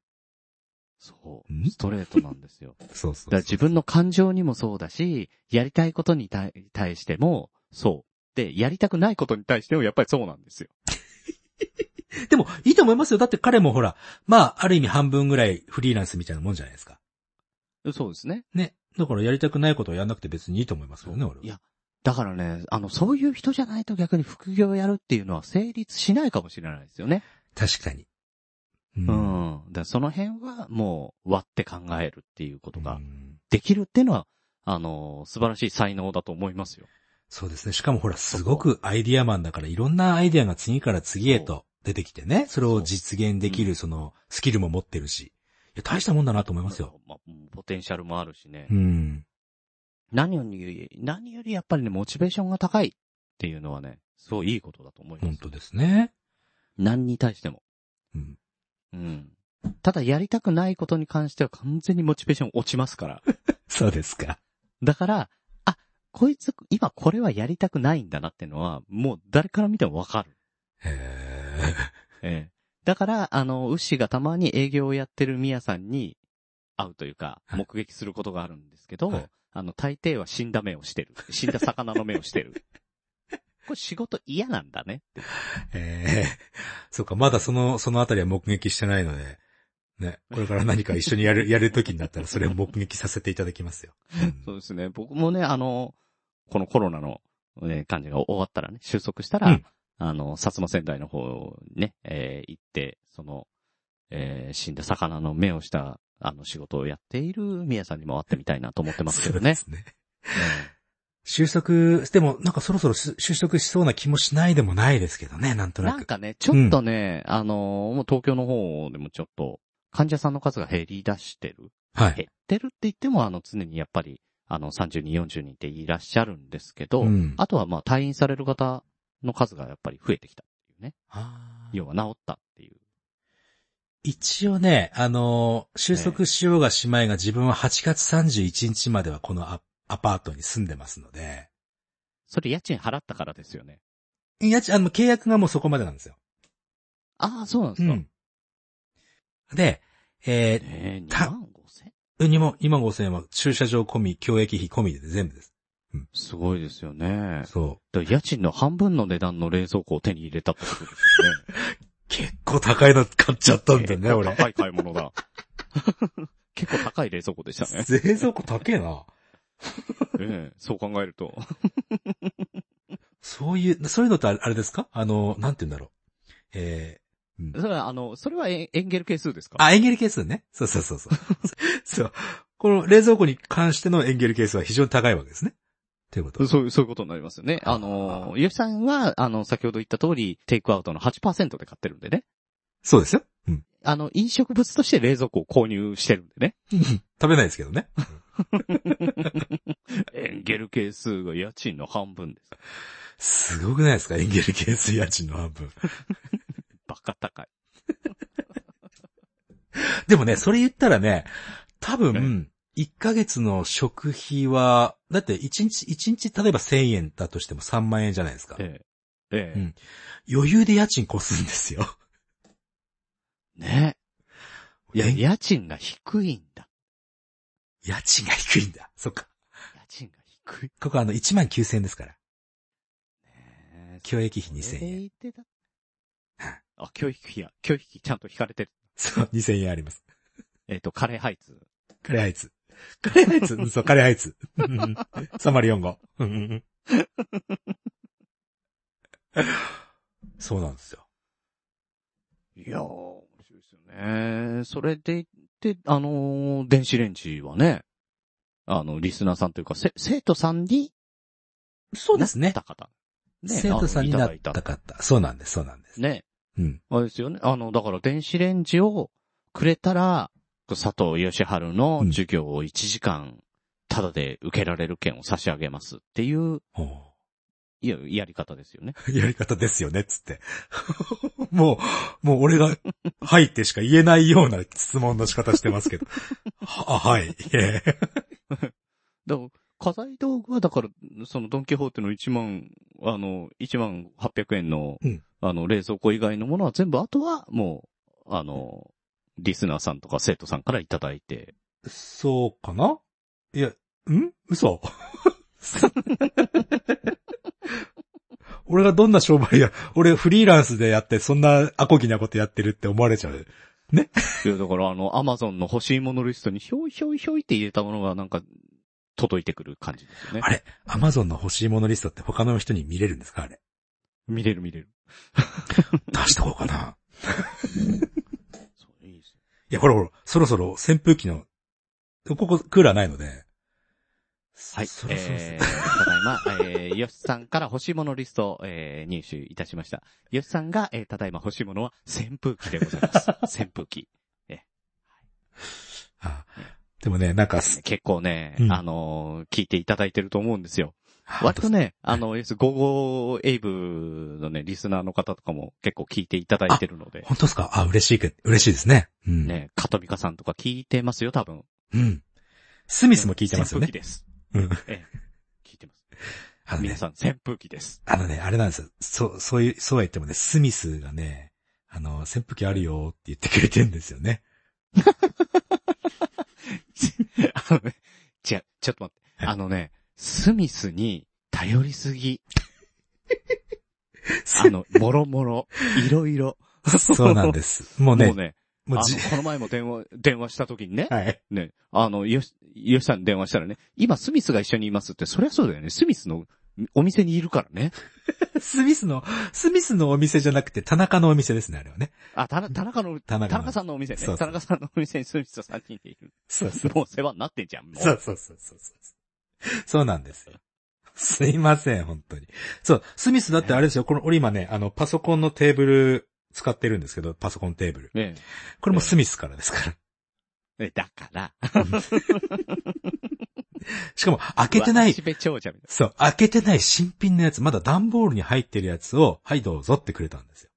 Speaker 1: そ
Speaker 3: ん
Speaker 1: う。ストレートなんです
Speaker 3: <laughs>
Speaker 1: よ。だ
Speaker 3: そうそう
Speaker 1: から自分の感情にもそうだし、やりたいことに対対しても、そう。って、やりたくないことに対してもやっぱりそうなんですよ。
Speaker 3: でも、いいと思いますよ。だって彼もほら、まあ、ある意味半分ぐらいフリーランスみたいなもんじゃないですか。
Speaker 1: そうですね。
Speaker 3: ね。だからやりたくないことをやんなくて別にいいと思いますよね、俺は。
Speaker 1: いや、だからね、あの、そういう人じゃないと逆に副業やるっていうのは成立しないかもしれないですよね。
Speaker 3: 確かに。う
Speaker 1: う。ん。だからその辺はもう割って考えるっていうこと
Speaker 3: う
Speaker 1: が
Speaker 3: ん
Speaker 1: できるっていうのは、あの、素晴らしい才能だと思いますよ。
Speaker 3: そうですね。しかもほら、すごくアイディアマンだから、いろんなアイディアが次から次へと出てきてね、それを実現できる、その、スキルも持ってるし。いや、大したもんだなと思いますよ。
Speaker 1: まあ。ポテンシャルもあるしね。
Speaker 3: うん。
Speaker 1: 何より、何よりやっぱりね、モチベーションが高いっていうのはね、すごいいいことだと思いま
Speaker 3: 本
Speaker 1: す。
Speaker 3: 当ですね。
Speaker 1: 何に対しても。
Speaker 3: うん。
Speaker 1: うん。ただやりたくないことに関しては完全にモチベーション落ちますから。
Speaker 3: そうですか。
Speaker 1: だから、あ、こいつ、今これはやりたくないんだなってのは、もう誰から見てもわかる。
Speaker 3: へ
Speaker 1: ええ。だから、あの、ウッシーがたまに営業をやってるミヤさんに会うというか、
Speaker 3: はい
Speaker 1: 目撃することがあるんですけど、
Speaker 3: はい
Speaker 1: あの、大抵は死んだ目をしてる。死んだ魚の目をして
Speaker 3: <laughs>
Speaker 1: る。これ仕事嫌なんだね。
Speaker 3: え。へえ。そうか、まだその、そのあたりは目撃してないので、ね、これから何か一緒にやる、やる時になったら、それを目撃させていただきますよ。うん
Speaker 1: そうですね。僕もね、あの、このコロナの、ね、感じが終わったらね、収束したら、
Speaker 3: うん
Speaker 1: あの、薩摩仙台の方にね、えー行って、その、えー死んだ魚の目をした、あの、仕事をやっている宮さんにも会ってみたいなと思ってますけどね。
Speaker 3: <laughs> そうですね。収束、でもなんかそろそろし収束しそうな気もしないでもないですけどね、なんとな
Speaker 1: な
Speaker 3: く。
Speaker 1: んかね、ちょっとね、あの、もう東京の方でもちょっと、患者さんの数が減り出してる。
Speaker 3: はい。
Speaker 1: 減ってるって言っても、あの、常にやっぱり、あの、30人、40人っていらっしゃるんですけど、
Speaker 3: うん
Speaker 1: あとはまあ、退院される方の数がやっぱり増えてきたっていうね。
Speaker 3: あー
Speaker 1: 要は治ったっていう。
Speaker 3: 一応ね、あのー収束しようがしまいが自分は8月31日まではこのアアパートに住んでますので、
Speaker 1: それ家賃払ったからですよね。
Speaker 3: いや、あの、契約がもうそこまでなんですよ。
Speaker 1: ああ、そうなんですか。。
Speaker 3: で、えー、
Speaker 1: ええー、2
Speaker 3: た
Speaker 1: 万5千
Speaker 3: 2万、2万5千円は駐車場込み、教育費込みで全部です。
Speaker 1: すごいですよね。
Speaker 3: そう。
Speaker 1: だから家賃の半分の値段の冷蔵庫を手に入れたってことですよね。 <laughs>
Speaker 3: 結構高いの買っちゃったんだよね、俺。
Speaker 1: 高い買い物だ。 <laughs> 結構高い冷蔵庫でしたね。
Speaker 3: 冷蔵庫高えな。
Speaker 1: <laughs> ええそう考えると。
Speaker 3: そういう、そういうのってあれあれですかあの、なんて言うんだろう。えーうん
Speaker 1: <laughs> それは、あの、それはエンエンゲル係数ですか
Speaker 3: あ、エンゲル係数ね。そうそうそ
Speaker 1: <laughs>
Speaker 3: うそう。そう。この冷蔵庫に関してのエンゲル係数は非常に高いわけですね。ということ。
Speaker 1: そう、そういうことになりますよね。あの、ゆうきさんは、あの、先ほど言った通り、テイクアウトの8%で買ってるんでね。
Speaker 3: そうですよ。うん。
Speaker 1: あの、飲食物として冷蔵庫を購入してるんでね。
Speaker 3: 食べないですけどね。
Speaker 1: エンゲル係数が家賃の半分です。
Speaker 3: すごくないですかエンゲル係数家賃の半分。
Speaker 1: バカ高い。
Speaker 3: でもね、それ言ったらね、多
Speaker 1: ね
Speaker 3: 分、1ヶ月の食費は、だって1日、1日例えば1000円だとしても3万円じゃないですか。
Speaker 1: ええ。ええ。
Speaker 3: うん余裕で家賃越すんですよ。
Speaker 1: ねいや、
Speaker 3: エン
Speaker 1: 家賃が低いんだ。
Speaker 3: 家賃が低いんだ。そっか。
Speaker 1: 家賃が低い。
Speaker 3: ここあの、1万9000円ですから。
Speaker 1: ねえ
Speaker 3: 教育費2000円
Speaker 1: それでいてだあ、教育費や、教育費ちゃんと引かれてる。
Speaker 3: そう、2000円あります。
Speaker 1: えっ、と、カレーハイツ。
Speaker 3: カレーハイツ。カレーハイツそう、カレーハイ <laughs> ツ。304号。 <laughs> そうなんですよ。
Speaker 1: いやー、面白いですよね。それで、で、あのー電子レンジはね、あの、リスナーさんというか、せ生徒さんに、
Speaker 3: そ
Speaker 1: なった方。
Speaker 3: 生徒さんになった
Speaker 1: あのいだい
Speaker 3: 方。そうなんです、そうなんです。
Speaker 1: たね。
Speaker 3: うん。
Speaker 1: あれですよね。あの、だから電子レンジをくれたら、佐藤義春の授業を1時間、ただで受けられる券を差し上げますっていう、
Speaker 3: おう
Speaker 1: いや、やり方ですよね。
Speaker 3: やり方ですよね、つって。 <laughs> もう、もう俺が、はいってしか言えないような質問の仕方してますけど。は、はい。いえ
Speaker 1: だから、家財道具はだから、そのドンキホーテの1万、あの、1万800円の、
Speaker 3: うん
Speaker 1: あの、冷蔵庫以外のものは全部、あとはもう、あの、リスナーさんとか生徒さんからいただいて、
Speaker 3: そうかないや、ん嘘 <laughs> 俺がどんな商売や、俺フリーランスでやって、そんなアコギなことやってるって思われちゃう。
Speaker 1: いや、だからあの、アマゾンの欲しいものリストにひょいひょいひょいって入れたものがなんか、届いてくる感じですよね
Speaker 3: あ。れ、アマゾンの欲しいものリストって他の人に見れるんですかあれ。
Speaker 1: 見れる見れる。
Speaker 3: 出しとこうかな。
Speaker 1: そう、いいですよ。
Speaker 3: いや、ほらほら、そろそろ扇風機の、ここクーラーないので。
Speaker 1: はい。
Speaker 3: そろそろ、
Speaker 1: えー、ただいま、えー、ヨシさんから欲しいものリストを、えー、入手いたしました。ヨシさんが、えー、ただいま欲しいものは扇風機でございます。 <laughs> 扇風機。
Speaker 3: あでもね、なんかす、
Speaker 1: 結構ね、
Speaker 3: うん
Speaker 1: あのー聞いていただいてると思うんですよ。
Speaker 3: あ
Speaker 1: 割とね、あの、要するに、ゴーゴーエイブのね、リスナーの方とかも結構聞いていただいてるので、
Speaker 3: 本当ですかあ、嬉しいけ、嬉しいですね。うん。
Speaker 1: ね、カトミカさんとか聞いてますよ、多分。
Speaker 3: うん。スミスも聞いてますよ
Speaker 1: 扇風機。で
Speaker 3: ね
Speaker 1: す。
Speaker 3: うん。
Speaker 1: ええ聞いてます。
Speaker 3: あの
Speaker 1: 皆
Speaker 3: ね、
Speaker 1: さん、扇風機です。 <laughs>
Speaker 3: あのね、あれなんですよ。そう、そういう、そうは言ってもね、スミスがね、あの、扇風機あるよって言ってくれてんですよ
Speaker 1: <laughs>
Speaker 3: ね。
Speaker 1: あのね、違う、ちょっと待って。
Speaker 3: はい
Speaker 1: あのね、スミスに頼りすぎ。あの、もろもろ、いろいろ。
Speaker 3: そうなんです。もう
Speaker 1: も
Speaker 3: ね
Speaker 1: う、ね、
Speaker 3: もう
Speaker 1: あ
Speaker 3: じ
Speaker 1: の、、この前も電話、電話した時にね、
Speaker 3: はい。
Speaker 1: ね、あの、よし、よしさんに電話したらね、今スミスが一緒にいますって、そりゃそうだよね。スミスのお店にいるからね。
Speaker 3: スミスの、スミスのお店じゃなくて、田中のお店ですね、あれはね。
Speaker 1: あ、田中田中の、
Speaker 3: 田
Speaker 1: 田
Speaker 3: 中の
Speaker 1: 中さんのお店ね。
Speaker 3: そうそう
Speaker 1: 田中さんのお店にスミスと3人でいる。
Speaker 3: そうそう。
Speaker 1: もう世話になってんじゃん、もう。
Speaker 3: そうそうそうそうそう。そうなんですよ。すいません、本当に。そう、スミスだってあれですよ、この、俺今ね、あの、パソコンのテーブル使ってるんですけど、パソコンテーブル。
Speaker 1: ね
Speaker 3: これもスミスからですから。
Speaker 1: え、だから。
Speaker 3: しかも、開けてない
Speaker 1: し、べ長者みたい
Speaker 3: そう、開けてない新品のやつ、まだ段ボールに入ってるやつを、はい、どうぞってくれたんですよ。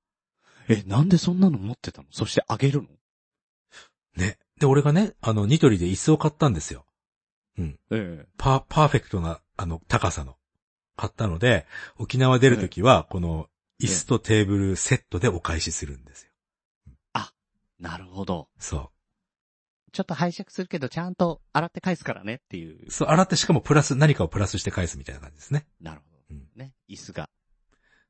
Speaker 1: な。え、なんでそんなの持ってたのそしてあげるの
Speaker 3: ね。で、俺がね、あの、ニトリで椅子を買ったんですよ。
Speaker 1: え
Speaker 3: パー、パーフェクトな、あの、高さの。買ったので、沖縄出るときは、この、椅子とテーブルセットでお返しするんですよ。
Speaker 1: えなるほど。
Speaker 3: そう。
Speaker 1: ちょっと拝借するけど、ちゃんと洗って返すからねっていう。
Speaker 3: そう、洗ってしかもプラス、何かをプラスして返すみたいな感じですね。
Speaker 1: なるほ
Speaker 3: う
Speaker 1: ど
Speaker 3: ん。
Speaker 1: ね。椅子が。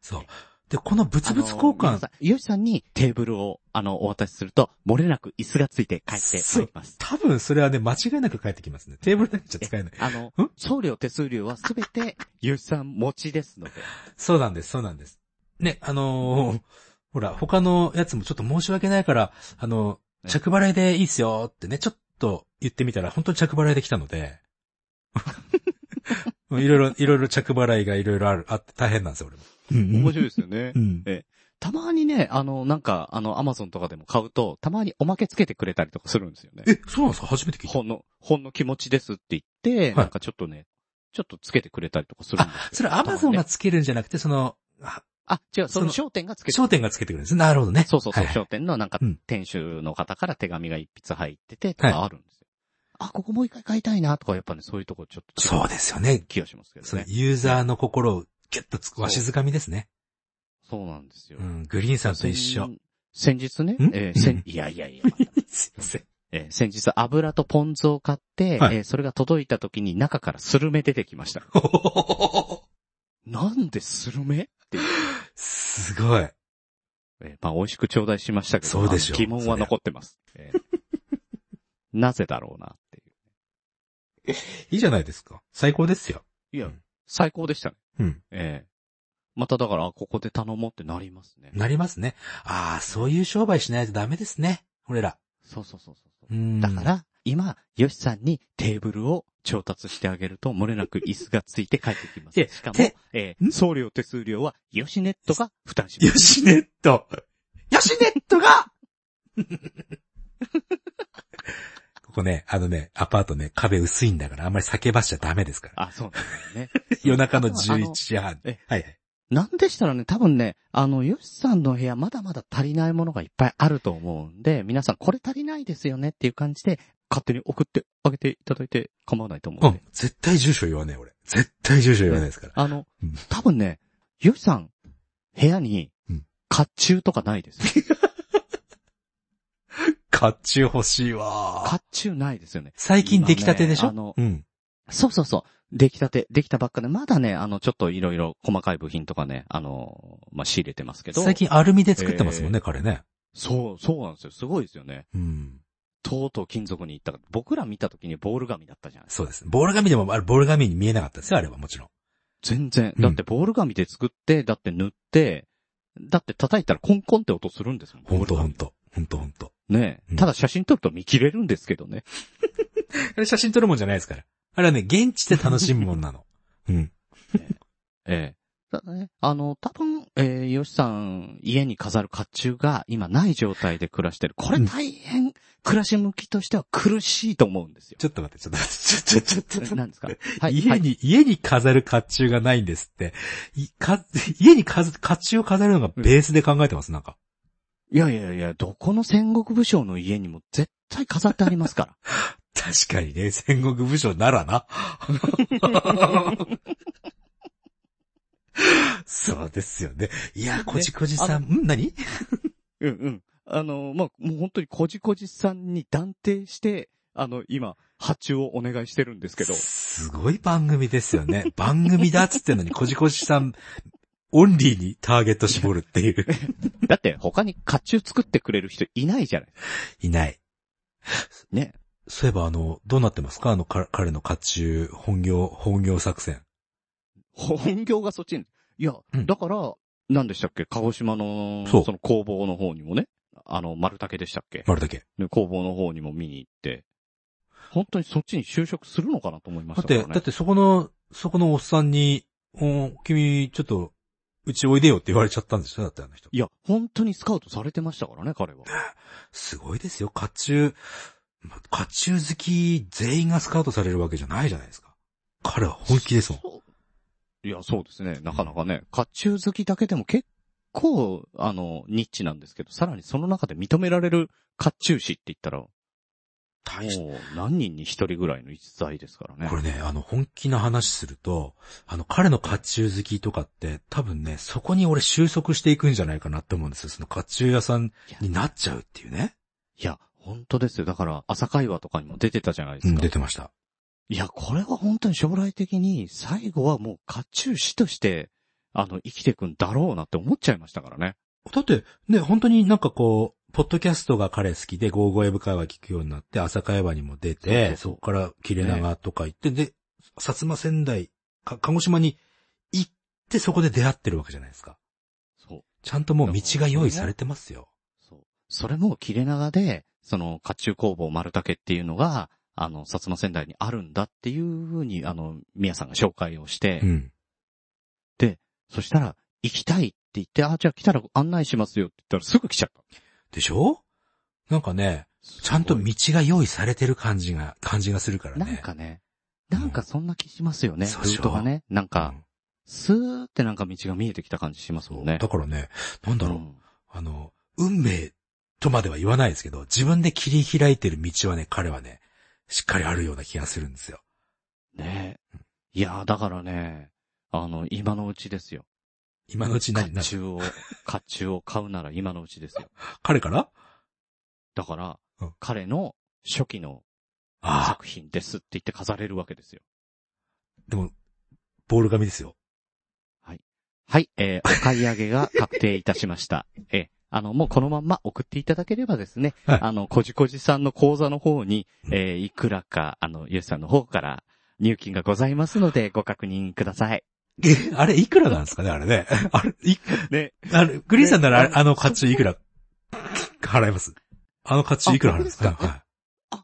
Speaker 3: そう。で、この物々交
Speaker 1: あの皆
Speaker 3: 換
Speaker 1: さ、んヨシさんにテーブルを、あの、お渡しすると、漏れなく椅子がついて帰ってまいります。
Speaker 3: 多分それはね、間違いなく返ってきますね。テーブルだけじゃ使えない。
Speaker 1: あの
Speaker 3: ん、
Speaker 1: 送料手数料はすべて、ヨシさん持ちですので。
Speaker 3: そうなんです、そうなんです。ね、あのーほら、他のやつもちょっと申し訳ないから、あの、
Speaker 1: ね
Speaker 3: 着払いでいいっすよってね、ちょっと言ってみたら、本当に着払いできたの
Speaker 1: <laughs>
Speaker 3: で、もういろいろ、いろいろ着払いがいろいろある、あって大変なんですよ、俺も。
Speaker 1: 面
Speaker 3: い。
Speaker 1: 白いですよね
Speaker 3: う。ん。
Speaker 1: たまにね、あの、なんか、あの、アマゾンとかでも買うと、たまにおまけつけてくれたりとかするんですよね。
Speaker 3: え、そうなんですか初めて聞いた。
Speaker 1: ほんの、ほんの気持ちですって言って、
Speaker 3: い
Speaker 1: なんかちょっとね、ちょっとつけてくれたりとかするんですよ。
Speaker 3: それアマゾン
Speaker 1: たまに
Speaker 3: が
Speaker 1: ね
Speaker 3: つけるんじゃなくて、その、あ
Speaker 1: あ、違う、その
Speaker 3: そ
Speaker 1: 商店がつけて
Speaker 3: 商店がつけてくるんです。なるほどね。
Speaker 1: そうそうそう、
Speaker 3: はい
Speaker 1: 商店のなんか
Speaker 3: うん
Speaker 1: 店主の方から手紙が一筆入っててとかあるんですよ。あ、ここもう一回買いたいなとか、やっぱね、そういうとこちょっと
Speaker 3: そうですよね。
Speaker 1: 気がしますけど
Speaker 3: その
Speaker 1: ね。
Speaker 3: ユーザーの心をギュッとつく、
Speaker 1: そう
Speaker 3: わしづかみですね。
Speaker 1: そうなんですよ。
Speaker 3: うん、グリーンさんと一緒。
Speaker 1: 先日ね
Speaker 3: ん、
Speaker 1: えーせ
Speaker 3: うん
Speaker 1: ん、いやいやいや、また
Speaker 3: すいま <laughs> せん。
Speaker 1: えー先日油とポン酢を買って、
Speaker 3: はい
Speaker 1: えーそれが届いた時に中からスルメ出てきました。なんでスルメっていう、
Speaker 3: すごい。
Speaker 1: えーまあ美味しく頂戴しましたけど、
Speaker 3: そうでしょう
Speaker 1: あの疑問は残ってます。えー <laughs> なぜだろうなっていう。
Speaker 3: いいじゃないですか。最高ですよ。
Speaker 1: いや
Speaker 3: うん、
Speaker 1: 最高でしたね。
Speaker 3: うん。
Speaker 1: ええまただから、あここで頼もうってなりますね。
Speaker 3: なりますね。ああ、そういう商売しないとダメですね。俺ら。
Speaker 1: そうそうそうそうう。
Speaker 3: ん。
Speaker 1: だか。ら、今、ヨシさんにテーブルを調達してあげると、漏れなく椅子がついて帰ってきます。
Speaker 3: で
Speaker 1: しかも
Speaker 3: で、
Speaker 1: え
Speaker 3: ん
Speaker 1: え送料手数料は、ヨシネットが負担しま
Speaker 3: ヨ
Speaker 1: す。
Speaker 3: シネット。ヨシネットが <laughs> ここね、あのね、アパートね、壁薄いんだから、あんまり叫ばしちゃダメですから。
Speaker 1: あ、そうなんですね。
Speaker 3: 夜中の
Speaker 1: あとはあ
Speaker 3: 11時半。はい
Speaker 1: え
Speaker 3: はい。
Speaker 1: なんでしたらね、多分ね、あの、ヨシさんの部屋まだまだ足りないものがいっぱいあると思うんで、皆さんこれ足りないですよねっていう感じで、勝手に送ってあげていただいて構わないと思う
Speaker 3: う
Speaker 1: んで
Speaker 3: ん。。絶対住所言わねえ、俺。絶対住所言わないですから。
Speaker 1: あの
Speaker 3: うん、
Speaker 1: 多分ね、ヨシさん、部屋に
Speaker 3: うん、
Speaker 1: 甲冑とかない
Speaker 3: <laughs>
Speaker 1: ですよ。
Speaker 3: 甲冑欲しいわー
Speaker 1: 甲冑ないですよね。
Speaker 3: 最近出来たてでしょ、
Speaker 1: 今ね
Speaker 3: うん。
Speaker 1: そうそうそう。出来たて、出来たばっかで、まだね、あの、ちょっといろいろ細かい部品とかね、あの、まあ、仕入れてますけど。
Speaker 3: 最近アルミで作ってますもんね、彼ね。
Speaker 1: そう、そうなんですよ。すごいですよね。
Speaker 3: うん。
Speaker 1: とうとう金属に行ったから、僕ら見た時にボール紙だったじゃないですか。
Speaker 3: そうです。ボール紙でも、あれボール紙に見えなかったですよ、あれはもちろん。
Speaker 1: 全然。
Speaker 3: うん
Speaker 1: だってボール紙で作って、だって塗って、だって叩いたらコンコンって音するんですもん。
Speaker 3: ほん
Speaker 1: ボ
Speaker 3: と
Speaker 1: ー
Speaker 3: ほん
Speaker 1: ル
Speaker 3: と。ほんとほんと。
Speaker 1: 紙ね
Speaker 3: う
Speaker 1: え。
Speaker 3: ん
Speaker 1: ただ写真撮ると見切れるんですけどね。
Speaker 3: あれ写真撮るもんじゃないですから。あれはね、現地で楽しむもんなの。 <laughs> うん。
Speaker 1: ええ。ただね、あの、多分、えー、ヨシさん、家に飾る甲冑が今ない状態で暮らしてる。これ大変、暮らし向きとしては苦しいと思うんですよ。
Speaker 3: ちょっと待って、ちょっと待って、ちょ、ちょ、ちょ、ちょ、
Speaker 1: 何ですかはい。は
Speaker 3: 家
Speaker 1: い
Speaker 3: に、家に飾る甲冑がないんですって。いか、家に飾る甲冑を飾るのがベースで考えてます、なんか。
Speaker 1: いやいやいや、どこの戦国武将の家にも絶対飾ってありますから。
Speaker 3: 確かにね、戦国武将なら <laughs> な。そうですよね。いや、こじこじさん、ん何
Speaker 1: うんうん。あの、まあ、もう本当にこじこじさんに断定して、あの、今、発注をお願いしてるんですけど。
Speaker 3: すごい番組ですよね。 <laughs> 番組だっつってんのに、こじこじさん、オンリーにターゲット絞るっ
Speaker 1: <laughs>
Speaker 3: ていう。
Speaker 1: <laughs> だって他に甲冑作ってくれる人いないじゃない
Speaker 3: いない。
Speaker 1: ね。
Speaker 3: そういえば、あの、どうなってますかあの、か彼の甲冑、本業、本業作戦。
Speaker 1: 本業がそっちに。いや、
Speaker 3: うん
Speaker 1: だから、何でしたっけ鹿児島の、
Speaker 3: そう
Speaker 1: その工房の方にもね、あの、丸竹でしたっけ、
Speaker 3: 丸だけ。
Speaker 1: ね工房の方にも見に行って、本当にそっちに就職するのかなと思いま
Speaker 3: だ
Speaker 1: し
Speaker 3: った
Speaker 1: から
Speaker 3: て、
Speaker 1: ね。
Speaker 3: だってそこの、そこのおっさんに、お君、ちょっと、うちおいでよって言われちゃったんですよ、だってあの人。
Speaker 1: いや、本当にスカウトされてましたからね、彼は。
Speaker 3: すごいですよ、甲冑。ま甲冑好き全員がスカウトされるわけじゃないじゃないですか。彼は本気ですもん。
Speaker 1: そういや、そうですね。なかなかね、甲冑好きだけでも結構、あの、ニッチなんですけど、さらにその中で認められる甲冑師って言ったら、も
Speaker 3: 大し
Speaker 1: う何人に一人ぐらいの逸材ですからね
Speaker 3: こ。れね、あの、本気な話すると、あの、彼の甲冑好きとかって、多分ね、そこに俺収束していくんじゃないかなって思うんですよ。その甲冑屋さんになっちゃうっていうね。
Speaker 1: いや、本当ですよ。だから、朝会話とかにも出てたじゃないで
Speaker 3: う
Speaker 1: す
Speaker 3: ん、
Speaker 1: か。
Speaker 3: 出てました。
Speaker 1: いや、これは本当に将来的に、最後はもう甲冑師として、あの、生きていくんだろうなって思っちゃいましたからね。
Speaker 3: だって、ね、本当になんかこう、ポッドキャストが彼好きで、ゴーゴーエブ会話聞くようになって、朝会話にも出
Speaker 1: そ
Speaker 3: て、
Speaker 1: うそうそう
Speaker 3: そこから切れ長とか行って、で、薩摩仙台、か、鹿児島に行って、そこで出会ってるわけじゃないですか。
Speaker 1: そう。
Speaker 3: ちゃんともう道が用意されてますよ。
Speaker 1: そう。それも切れ長で、その、甲冑工房丸竹っていうのが、あの、薩摩仙台にあるんだっていうふうに、あの、宮さんが紹介をして、
Speaker 3: うん。
Speaker 1: そしたら、行きたいって言って、あ、じゃあ来たら案内しますよって言ったらすぐ来ちゃった。
Speaker 3: でしょなんかね、ちゃんと道が用意されてる感じが、感じがするからね。
Speaker 1: なんかね、なんかそんな気しますよね、
Speaker 3: そう
Speaker 1: ル
Speaker 3: でしょ
Speaker 1: ートがね。なん
Speaker 3: う
Speaker 1: か、
Speaker 3: ん、
Speaker 1: スーってなんか道が見えてきた感じします
Speaker 3: そ
Speaker 1: も
Speaker 3: うん
Speaker 1: ね。
Speaker 3: だからね、なんだろう。
Speaker 1: ん
Speaker 3: あの、運命とまでは言わないですけど、自分で切り開いてる道はね、彼はね、しっかりあるような気がするんですよ。
Speaker 1: ねいやー、だからね、あの、今のうちですよ。
Speaker 3: 今のうち
Speaker 1: 甲
Speaker 3: 何、何
Speaker 1: 冑を、甲冑を買うなら今のうちですよ。
Speaker 3: 彼から
Speaker 1: だから、
Speaker 3: うん
Speaker 1: 彼の初期の
Speaker 3: ああ、
Speaker 1: 作品ですって言って飾れるわけですよ。
Speaker 3: でも、ボール紙ですよ。
Speaker 1: はい、
Speaker 3: <laughs>
Speaker 1: えー、お買い上げが確定いたしました。えーあの、もうこのまんま送っていただければですね、
Speaker 3: はい
Speaker 1: あの、こじこじさんの口座の方に、
Speaker 3: うん
Speaker 1: えーいくらか、あの、ゆうさんの方から入金がございますので、ご確認ください。
Speaker 3: え、あれ、いくらなんですかねあれね。あれ、い、
Speaker 1: ね。
Speaker 3: あれ、グリーンさんならあれ
Speaker 1: ね
Speaker 3: あの価値いくら、払いますあの価値いくら払いますか
Speaker 1: あ本当です
Speaker 3: は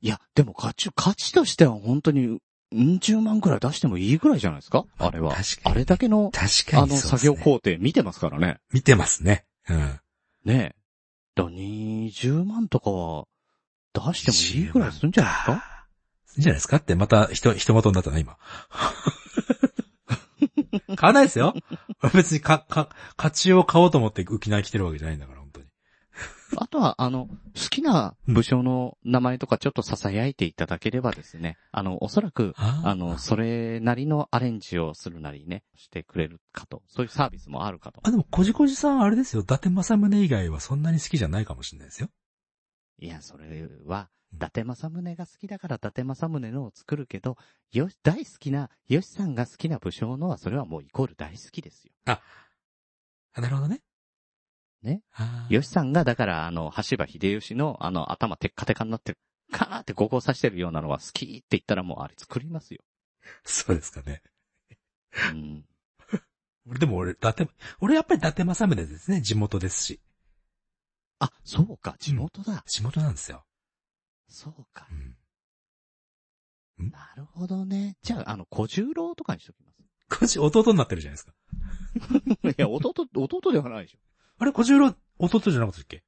Speaker 3: い
Speaker 1: や、でも価値、価値としては本当に、うん、10万くらい出してもいいぐらいじゃないですかあれは。
Speaker 3: 確かにね
Speaker 1: あれだけの
Speaker 3: い。、確か
Speaker 1: あ
Speaker 3: に
Speaker 1: の、
Speaker 3: そうです
Speaker 1: 作業
Speaker 3: ね、
Speaker 1: 工程見てますからね。
Speaker 3: 見てますね。うん。
Speaker 1: ねえ。だ、20万とかは、出してもいいぐらいするんじゃないですか
Speaker 3: いいんじゃないですかって、また、ひと、ひとまとになったな、今。 <laughs> 買わないですよ。俺別にか、か、価値を買おうと思って沖縄来てるわけじゃないんだから、本当に。
Speaker 1: あとは、あの、好きな武将の名前とかちょっと囁いていただければですね、あの、おそらく、
Speaker 3: あ
Speaker 1: あの、それなりのアレンジをするなりね、してくれるかと、そういうサービスもあるかと。
Speaker 3: あ、でも、こじこじさん、あれですよ。伊達政宗以外はそんなに好きじゃないかもしれないですよ。
Speaker 1: いや、それは、伊達政宗が好きだから伊達政宗のを作るけど、よし、大好きな、よしさんが好きな武将のはそれはもうイコール大好きですよ。
Speaker 3: あ、なるほどね。
Speaker 1: ね
Speaker 3: あー
Speaker 1: よしさんがだからあの、橋場秀吉のあの頭テッカテカになってる、カーって五光さしてるようなのは好きって言ったらもうあれ作りますよ。
Speaker 3: そうですかね。
Speaker 1: うん。
Speaker 3: 俺でも俺、伊達、俺やっぱり伊達政宗ですね。地元ですし。
Speaker 1: あ、そうか、地元だ。
Speaker 3: 地元なんですよ。
Speaker 1: そうか
Speaker 3: う。ん。
Speaker 1: なるほどね。じゃあ、あの、小十郎とかにしときます。
Speaker 3: こっち弟になってるじゃないですか。
Speaker 1: い
Speaker 3: <laughs>
Speaker 1: や、弟、弟ではないでしょ。
Speaker 3: あれ、小十郎、弟じゃなかったっけ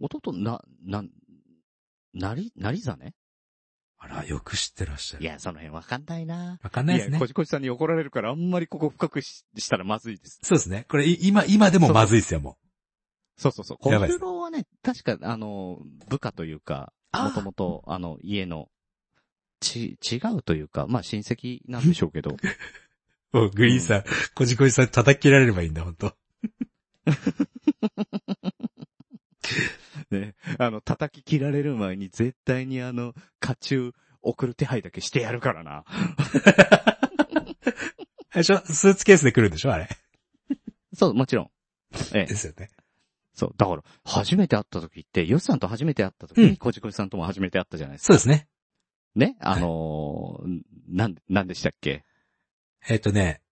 Speaker 1: 弟、な、な、なり、なりざね
Speaker 3: あら、よく知ってらっしゃ
Speaker 1: い
Speaker 3: る。
Speaker 1: や、その辺わかんないな
Speaker 3: わかんないで
Speaker 1: い
Speaker 3: す
Speaker 1: や、
Speaker 3: ね
Speaker 1: こ。じこじさんに怒られるから、あんまりここ深くししたらまずいです。
Speaker 3: そうですね。これ、い今、今でもまずいですよ、もう。
Speaker 1: そうそうそう。小
Speaker 3: やばいで
Speaker 1: 十
Speaker 3: す
Speaker 1: 郎はね、確か、あの、部下というか、
Speaker 3: あー
Speaker 1: もともと、あの、家の、ち、違うというか、まあ、親戚なんでしょうけ
Speaker 3: <laughs>
Speaker 1: ど。
Speaker 3: もうグリーンさん、こじこじさん叩き切られればいいんだ、本当
Speaker 1: ね、あの、叩き切られる前に絶対にあの、家中送る手配だけしてやるからな。
Speaker 3: あれでしょスーツケースで来るんでしょあれ。
Speaker 1: そう、もちろん。え
Speaker 3: で
Speaker 1: え、
Speaker 3: すよね。
Speaker 1: そう。だから、初めて会った時って、ヨシさんと初めて会った時
Speaker 3: うん
Speaker 1: に、こじこじさんとも初めて会ったじゃないですか。
Speaker 3: そうですね。
Speaker 1: ねあのー、なん、なんでしたっけ
Speaker 3: えっ、とね、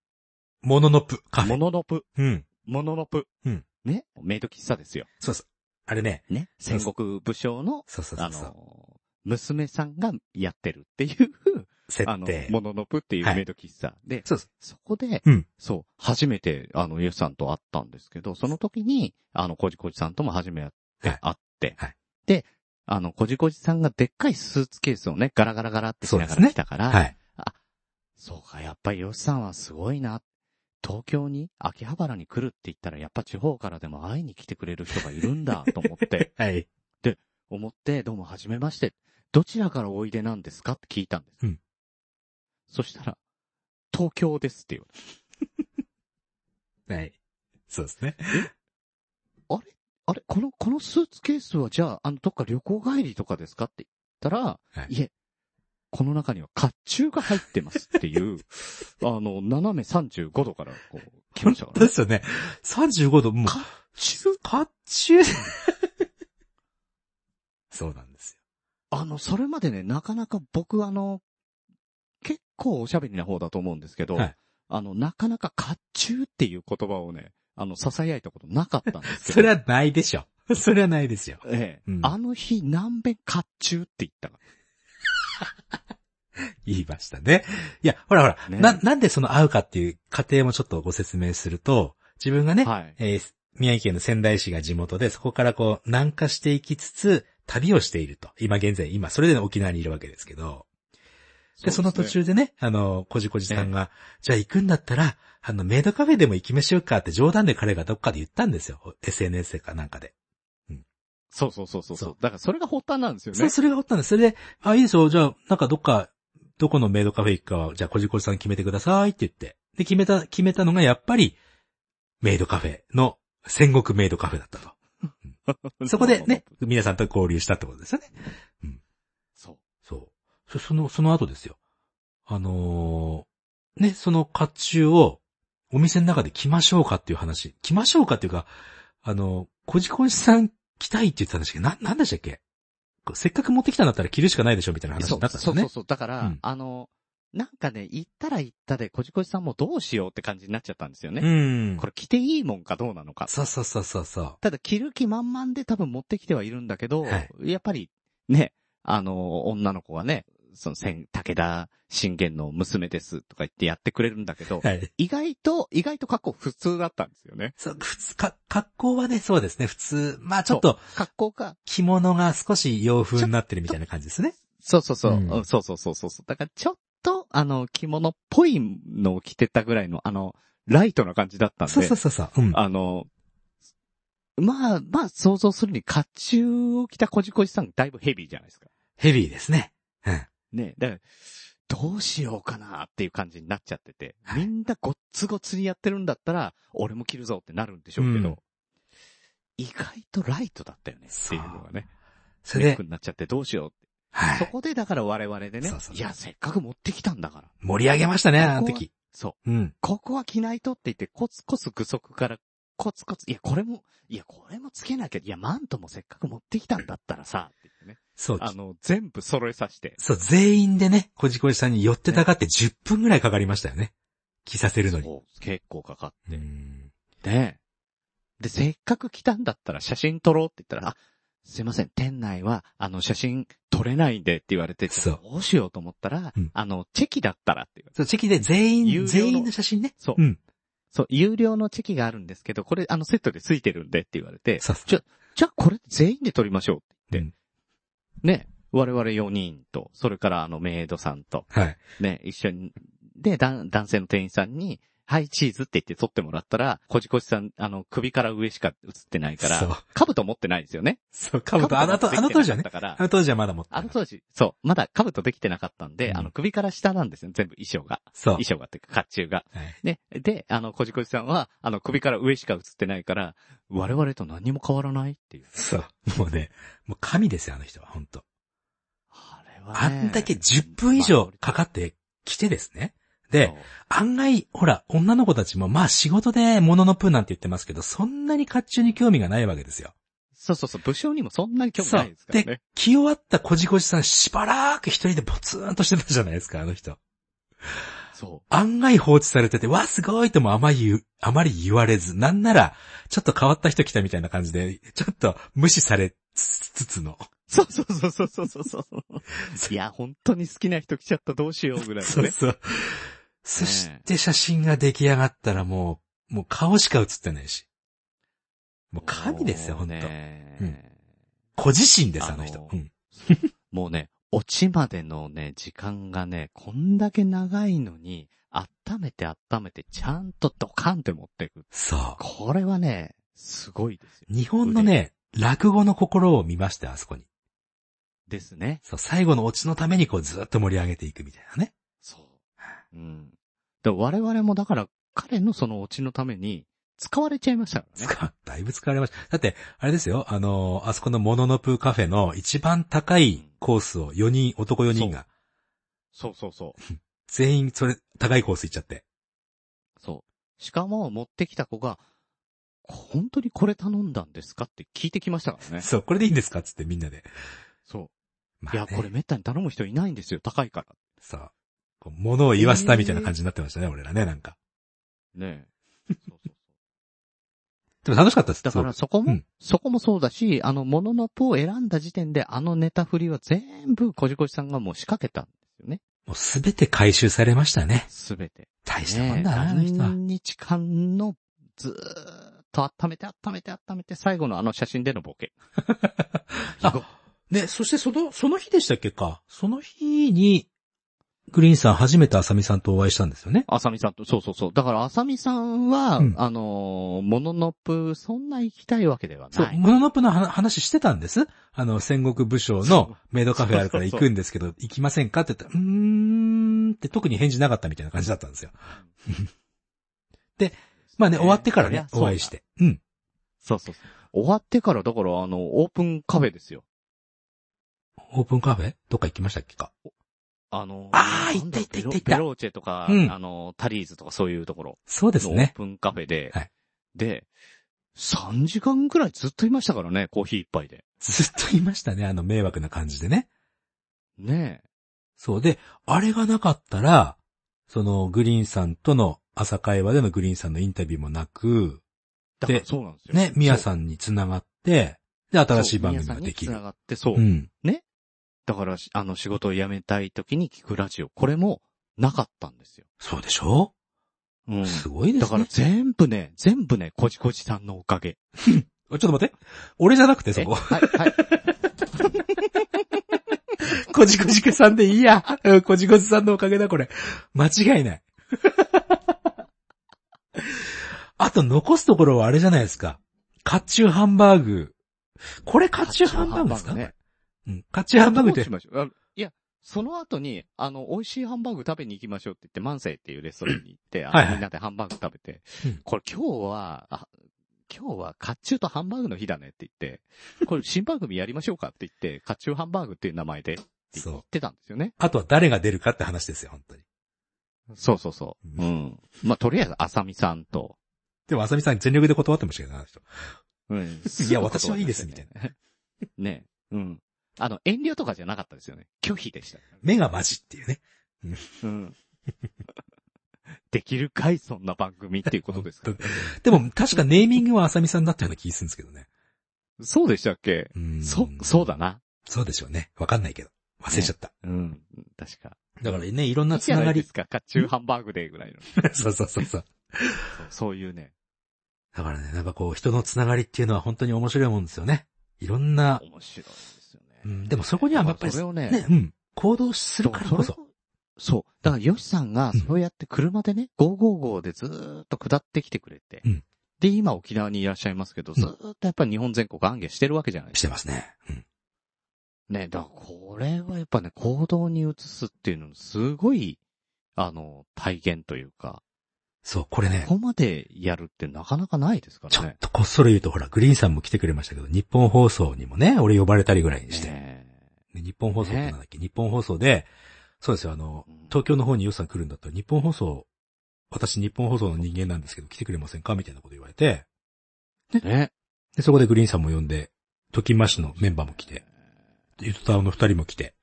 Speaker 3: モノノプカフ
Speaker 1: モ
Speaker 3: ェ。
Speaker 1: ノノプ、
Speaker 3: うん。
Speaker 1: モノノプ。
Speaker 3: うん。
Speaker 1: ねメイド喫茶ですよ。
Speaker 3: そうそう。あれね、
Speaker 1: ね戦国武将の、
Speaker 3: そうそうそ
Speaker 1: あ
Speaker 3: うそう。
Speaker 1: のー、娘さんがやってるっていう、あ
Speaker 3: 設
Speaker 1: の、
Speaker 3: 定。
Speaker 1: モノノプっていう
Speaker 3: はい
Speaker 1: メイド喫茶。で、
Speaker 3: そうそう。
Speaker 1: そこで、
Speaker 3: うん
Speaker 1: そう、初めて、あの、ゆうさんと会ったんですけど、その時に、あの、こじこじさんとも初めて
Speaker 3: はい
Speaker 1: 会って、
Speaker 3: はい
Speaker 1: で、あの、こじこじさんがでっかいスーツケースをね、ガラガラガラってしなが
Speaker 3: そうです
Speaker 1: ら
Speaker 3: ね
Speaker 1: 来たから、
Speaker 3: はい。
Speaker 1: そうか、やっぱりよしさんはすごいな。東京に、秋葉原に来るって言ったら、やっぱ地方からでも会いに来てくれる人がいるんだ、と思って、
Speaker 3: <laughs> はい。
Speaker 1: 思って、どうも初めまして、どちらからおいでなんですかって聞いたんです。
Speaker 3: うん
Speaker 1: そしたら、東京ですって言う。
Speaker 3: はい。そうですね。
Speaker 1: あれこの、このスーツケースはじゃあ、あの、どっか旅行帰りとかですかって言ったら、
Speaker 3: はい
Speaker 1: い、え、この中には甲冑が入ってますって
Speaker 3: <laughs>
Speaker 1: いう、あの、斜め35度からこう、来ましたから、
Speaker 3: で
Speaker 1: ね。
Speaker 3: すよね。35度、もう、
Speaker 1: 甲冑
Speaker 3: かっちゅう。 <laughs> そうなんですよ。
Speaker 1: あの、それまでね、なかなか僕あの、結構おしゃべりな方だと思うんですけど、
Speaker 3: はい
Speaker 1: あの、なかなか甲冑っていう言葉をね、あの、囁いたことなかったんですけど。
Speaker 3: それはないでしょ。 <laughs> それはないですよ。
Speaker 1: ええ、
Speaker 3: うん
Speaker 1: あの日何遍甲冑って言ったか。
Speaker 3: 言いましたね。いや、ほらほら、
Speaker 1: ね
Speaker 3: な、なんでその会うかっていう過程もちょっとご説明すると、自分がね、
Speaker 1: はい。
Speaker 3: えー宮城県の仙台市が地元で、そこからこう、南下していきつつ、旅をしていると。今現在、今、それで沖縄にいるわけですけど。で、その途中でね、あの、こじこじさんが、じゃあ行くんだったら、あの、メイドカフェでも行きましょうかって冗談で彼がどっかで言ったんですよ。SNS かなんかで。
Speaker 1: そうそうそうそうそう
Speaker 3: そう
Speaker 1: だからそれが発端なんですよね。
Speaker 3: そう、それがおったんです。それで、あ、いいですよ。じゃあ、なんかどっか、どこのメイドカフェ行くかは、じゃあ、こじこじさん決めてくださいって言って。で、決めた、決めたのが、やっぱり、メイドカフェの、戦国メイドカフェだった
Speaker 1: <laughs>
Speaker 3: と。そこでね、皆さんと交流したってことですよね。
Speaker 1: そう。
Speaker 3: そう。そその、その後ですよ。あのーね、その甲冑をお店の中で着ましょうかっていう話。着ましょうかっていうか、あのーこじこじさん着たいって言ってたんでしたっけな、なんでしたっけこうせっかく持ってきたんだったら着るしかないでしょみたいな話
Speaker 1: そ
Speaker 3: に
Speaker 1: う
Speaker 3: なったんです
Speaker 1: そ
Speaker 3: よ
Speaker 1: う
Speaker 3: ね。
Speaker 1: そうそう。だから、
Speaker 3: うん
Speaker 1: あの、なんかね、行ったら行ったで、こじこじさんもどうしようって感じになっちゃったんですよね。
Speaker 3: うん。
Speaker 1: これ着ていいもんかどうなのか。
Speaker 3: そうそうそうそうそう。
Speaker 1: ただ着る気満々で多分持ってきてはいるんだけど、
Speaker 3: はい
Speaker 1: やっぱりね、あの、女の子はね、その、千、武田信玄の娘ですとか言ってやってくれるんだけど、
Speaker 3: はい。
Speaker 1: 意外と、意外と過去普通だったんですよね。
Speaker 3: そう、普通、か、格好はね、そうですね、普通。まあちょっと、
Speaker 1: 格好が、
Speaker 3: 着物が少し洋風になってるみたいな感じですね。
Speaker 1: そうそうそう、
Speaker 3: うん
Speaker 1: うんそうそうそうそうそう。だからちょっと、あの、着物っぽいのを着てたぐらいの、あの、ライトな感じだったんで、
Speaker 3: そうそうそうそう。うん。
Speaker 1: あの、まあ、まあ、想像するに、甲冑を着たこじこじさん、だいぶヘビーじゃないですか。
Speaker 3: ヘビーですね。うん。
Speaker 1: ね、だから、どうしようかなっていう感じになっちゃってて、みんなごっつごっつにやってるんだったら、俺も着るぞってなるんでしょうけど、
Speaker 3: うん
Speaker 1: 意外とライトだったよねっていうのがね。
Speaker 3: それ
Speaker 1: ネッ
Speaker 3: で
Speaker 1: ク、になっちゃってどうしようって。
Speaker 3: は
Speaker 1: そ
Speaker 3: い。
Speaker 1: こでだから我々でね
Speaker 3: そうそ、う
Speaker 1: いや、せっかく持ってきたんだから。
Speaker 3: 盛り上げましたね、あの時。
Speaker 1: そう。
Speaker 3: うん。
Speaker 1: ここは着ないとって言って、コツコツ具足から、コツコツ、いや、これも、いや、これもつけなきゃ、いや、マントもせっかく持ってきたんだったらさ、って言ってね。
Speaker 3: そう。
Speaker 1: あの、全部揃えさせて。
Speaker 3: そう、全員でね、こじこじさんに寄ってたかって10分ぐらいかかりましたよね。着させるのに。
Speaker 1: そう結構かかって。
Speaker 3: うん
Speaker 1: ねで、せっかく来たんだったら写真撮ろうって言ったら、あ、すいません、店内は、あの、写真撮れないんでって言われて、
Speaker 3: そう
Speaker 1: どうしようと思ったら、
Speaker 3: うん
Speaker 1: あの、チェキだったらって言われて。
Speaker 3: そう、チェキで全
Speaker 1: 有料
Speaker 3: 員、
Speaker 1: の
Speaker 3: 全員の写真ね。
Speaker 1: そう
Speaker 3: う。ん。
Speaker 1: そう、有料のチェキがあるんですけど、これ、あの、セットで付いてるんでって言われて、
Speaker 3: そうそう
Speaker 1: ちょじゃあこれ全員で撮りましょうって言って、ね、我々4人と、それからあのメイドさんと、
Speaker 3: はい。
Speaker 1: ね、一緒に、で、男男性の店員さんに、はい、チーズって言って撮ってもらったら、こじこじさん、あの、首から上しか映ってないか
Speaker 3: そう
Speaker 1: ら、。兜持ってないですよね。
Speaker 3: そう、かぶと、あの、あ
Speaker 1: 兜持ってきて
Speaker 3: の当時は
Speaker 1: な
Speaker 3: ね
Speaker 1: かっ。たから
Speaker 3: あの当時はまだ持ってな
Speaker 1: あ
Speaker 3: か
Speaker 1: の
Speaker 3: った。
Speaker 1: 当時、そう、まだ兜できてなかったんで、
Speaker 3: うん
Speaker 1: あの、首から下なんですよ、全部衣装が。
Speaker 3: そう。
Speaker 1: 衣装がっていうか、甲冑が。
Speaker 3: はい
Speaker 1: ね。で、あの、こじこじさんは、あの、首から上しか映ってないから、我々と何も変わらないっていう。
Speaker 3: そう。もうね、もう神ですよ、あの人は、本当
Speaker 1: あれ
Speaker 3: あ
Speaker 1: は、ね。
Speaker 3: んだけ10分以上かかってきてですね。で、案外、ほら、女の子たちも、まあ仕事でモノノプーなんて言ってますけど、そんなに甲冑に興味がないわけですよ。
Speaker 1: そうそうそう、武将にもそんなに興味ないですから
Speaker 3: そうで
Speaker 1: ね。、
Speaker 3: 着終わったこじこじさんしばらく一人でポツンとしてたじゃないですか、あの人。
Speaker 1: そう。
Speaker 3: 案外放置されてて、わ、すごいともあまり言う、あまり言われず、なんなら、ちょっと変わった人来たみたいな感じで、ちょっと無視されつつの。
Speaker 1: そうそうそうそうそうそうそう。いや、本当に好きな人来ちゃったどうしようぐらい
Speaker 3: そ
Speaker 1: の
Speaker 3: う
Speaker 1: ね。
Speaker 3: そう。そして写真が出来上がったらもう、もう顔しか写ってないし。もう神ですよ、
Speaker 1: もう
Speaker 3: 本当
Speaker 1: ね
Speaker 3: ご自身です、あの
Speaker 1: あ
Speaker 3: 人
Speaker 1: の。
Speaker 3: うん
Speaker 1: <laughs> もうね、落ちまでのね、時間がね、こんだけ長いのに、温めて温めて、ちゃんとドカンって持っていく。
Speaker 3: そ
Speaker 1: これはね、すごいですよ。
Speaker 3: う。日本のね、落語の心を見ました、あそこに。
Speaker 1: ですね。
Speaker 3: そう、最後のオチのためにこうずっと盛り上げていくみたいなね。
Speaker 1: そう。うん。で我々もだから、彼のそのオチのために、使われちゃいましたからね。
Speaker 3: 使だいぶ使われました。だって、あれですよ、あのーあそこのモノノプーカフェの一番高いコースを4人、男4人が、
Speaker 1: そうそうそう。
Speaker 3: 全員それ、高いコース行っちゃって。
Speaker 1: そう。しかも持ってきた子が、本当にこれ頼んだんですかって聞いてきましたからね。
Speaker 3: そう、これでいいんですかつってみんなで。
Speaker 1: そ
Speaker 3: ま
Speaker 1: う。いや、
Speaker 3: ね
Speaker 1: これめったに頼む人いないんですよ。高いから。
Speaker 3: さ、こう物を言わせたみたいな感じになってましたね、俺らね、なんか。 <laughs>
Speaker 1: ねえ。そうそう
Speaker 3: でも楽しかったです。
Speaker 1: だから
Speaker 3: す
Speaker 1: そこも、
Speaker 3: うん
Speaker 1: そこもそうだし、あの、もののぷを選んだ時点で、あのネタ振りは全部、こじこじさんがもう仕掛けたんですよね。
Speaker 3: ごいもうすべて回収されましたね。
Speaker 1: すべて。
Speaker 3: 大したも
Speaker 1: ね
Speaker 3: んだな、あの人は。
Speaker 1: 何日間の、ずーっと温めて温めて温めて、最後のあの写真でのボ
Speaker 3: <laughs>
Speaker 1: ケ。
Speaker 3: あね、そしてその、その日でしたっけか。その日に、グリーンさん初めて浅見さんとお会いしたんですよね。
Speaker 1: あさみさんと、そうそうそう。だから、あさみさんは、
Speaker 3: うん
Speaker 1: あのー、モノノプ、そんな行きたいわけでは
Speaker 3: そう
Speaker 1: な、い。
Speaker 3: モノノプの話話してたんです。あの、戦国武将のメイドカフェあるから行くんですけど、行きませんかって言ったら、うーんって特に返事なかったみたいな感じだったんですよ。まあね、終わってからね、
Speaker 1: そりゃそう
Speaker 3: お
Speaker 1: だ
Speaker 3: 会いして。うん。
Speaker 1: そうそうそう。終わってから、だから、あの、オープンカフェですよ。
Speaker 3: オープンカフェどっか行きましたっけか。
Speaker 1: あの、
Speaker 3: あー
Speaker 1: なんだ
Speaker 3: 行った行っ
Speaker 1: ベロベ
Speaker 3: た行った
Speaker 1: ローチェとか、
Speaker 3: うん
Speaker 1: あの、タリーズとかそういうところ
Speaker 3: そうです
Speaker 1: のオー
Speaker 3: ね。
Speaker 1: プンカフェで、
Speaker 3: はい
Speaker 1: で、3時間ぐらいずっといましたからね、コーヒー一杯で。
Speaker 3: ずっといましたね、あの迷惑な感じでね。
Speaker 1: ねえ。
Speaker 3: そう。で、あれがなかったら、その、グリーンさんとの朝会話でのグリーンさんのインタビューもなく、
Speaker 1: だから
Speaker 3: で
Speaker 1: そうなんですよ。
Speaker 3: ね、ミヤ
Speaker 1: ん、
Speaker 3: さんに繋がって、で、新しい番組ができ
Speaker 1: つ
Speaker 3: る
Speaker 1: な。がって、そう。
Speaker 3: うん。
Speaker 1: だから、しあの、仕事を辞めたい時に聞くラジオ。これも、なかったんですよ。
Speaker 3: そうでしょ
Speaker 1: うん。
Speaker 3: すごいですね。
Speaker 1: だから全部ね、全部ね、こじこじさんのおかげ。
Speaker 3: ちょっと待って。俺じゃなくて、そ
Speaker 1: え
Speaker 3: こ。
Speaker 1: はい、
Speaker 3: <laughs>
Speaker 1: はい。
Speaker 3: こじこじけさんでいいや。うんこじこじさんのおかげだ、これ。間違いない。 <laughs> あと、残すところはあれじゃないですか。甲冑ハンバーグ。これ甲冑ハンバーグですか
Speaker 1: ね。
Speaker 3: うん。甲冑ハンバーグっ
Speaker 1: どう
Speaker 3: て
Speaker 1: し、ましょうあのいや、その後に、あの、美味しいハンバーグ食べに行きましょうって言って、万世っていうレストランに行って、あの
Speaker 3: はいはい
Speaker 1: みんなでハンバーグ食べて、
Speaker 3: うん
Speaker 1: これ今日は、あ今日は甲冑とハンバーグの日だねって言って、これ新番組やりましょうかって言って、甲冑ハンバーグっていう名前でって言
Speaker 3: そう
Speaker 1: ってたんですよね。
Speaker 3: あとは誰が出るかって話ですよ、本当に。
Speaker 1: そうそうそう。
Speaker 3: う
Speaker 1: うん。まあ、とりあえず、あさみさんと。
Speaker 3: でも、あさみさん全力で断ってましたけどな、あの人。
Speaker 1: うん。
Speaker 3: いや私はいいですみたい
Speaker 1: な。 <laughs> ね。うん。あの、遠慮とかじゃなかったですよね。拒否でした。
Speaker 3: 目がマジっていうね。
Speaker 1: うん。 <laughs> できるかいそんな番組っていうことですか、
Speaker 3: でも、確かネーミングはあさみさんだったような気するんですけどね。
Speaker 1: そうでしたっけ
Speaker 3: うん
Speaker 1: そ、そうだ。な。
Speaker 3: そうでしょうね。わかんないけど。忘れちゃった。
Speaker 1: うん。確か。
Speaker 3: だからね、いろんない
Speaker 1: いじ
Speaker 3: つ
Speaker 1: ゃ
Speaker 3: な
Speaker 1: な
Speaker 3: が
Speaker 1: いで
Speaker 3: り。
Speaker 1: すか。甲冑ハンバーグデーぐらいの。そう
Speaker 3: <laughs> そうそうそうそう。
Speaker 1: そういうね。
Speaker 3: だからね、なんかこう、人のつながりっていうのは本当に面白いもんですよね。いろんな、
Speaker 1: 面白いですよね。
Speaker 3: うんでもそこにはやっぱ
Speaker 1: だから
Speaker 3: り
Speaker 1: それをね、
Speaker 3: ね、うん、行動す
Speaker 1: そ
Speaker 3: る
Speaker 1: う
Speaker 3: からこそ
Speaker 1: れ。をそう。だから、ヨシさんが、そうやって車でね、555でずーっと下ってきてくれて、
Speaker 3: うん
Speaker 1: で、今沖縄にいらっしゃいますけど、ずーっとやっぱり日本全国暗下してるわけじゃないで
Speaker 3: し
Speaker 1: す
Speaker 3: て
Speaker 1: か。
Speaker 3: ますね。うん。
Speaker 1: ね、だからこれはやっぱね、行動に移すっていうの、すごい、あの、体現というか、
Speaker 3: そう、これね、
Speaker 1: ここまでやるってなかなかないですか
Speaker 3: ち
Speaker 1: ら
Speaker 3: ょ
Speaker 1: ね
Speaker 3: っ。とこっそり言うと、ほら、グリーンさんも来てくれましたけど、日本放送にもね、俺呼ばれたりぐらいにして。
Speaker 1: ね
Speaker 3: ね日本放送ってなんだっけ、日本放送で、そうですよ、あの
Speaker 1: うん、
Speaker 3: 東京の方に予算来るんだったら、日本放送、私日本放送の人間なんですけど、来てくれませんかみたいなこと言われて、
Speaker 1: ね。
Speaker 3: で、そこでグリーンさんも呼んで、ときましのメンバーも来て、ゆとたわの二人も来て、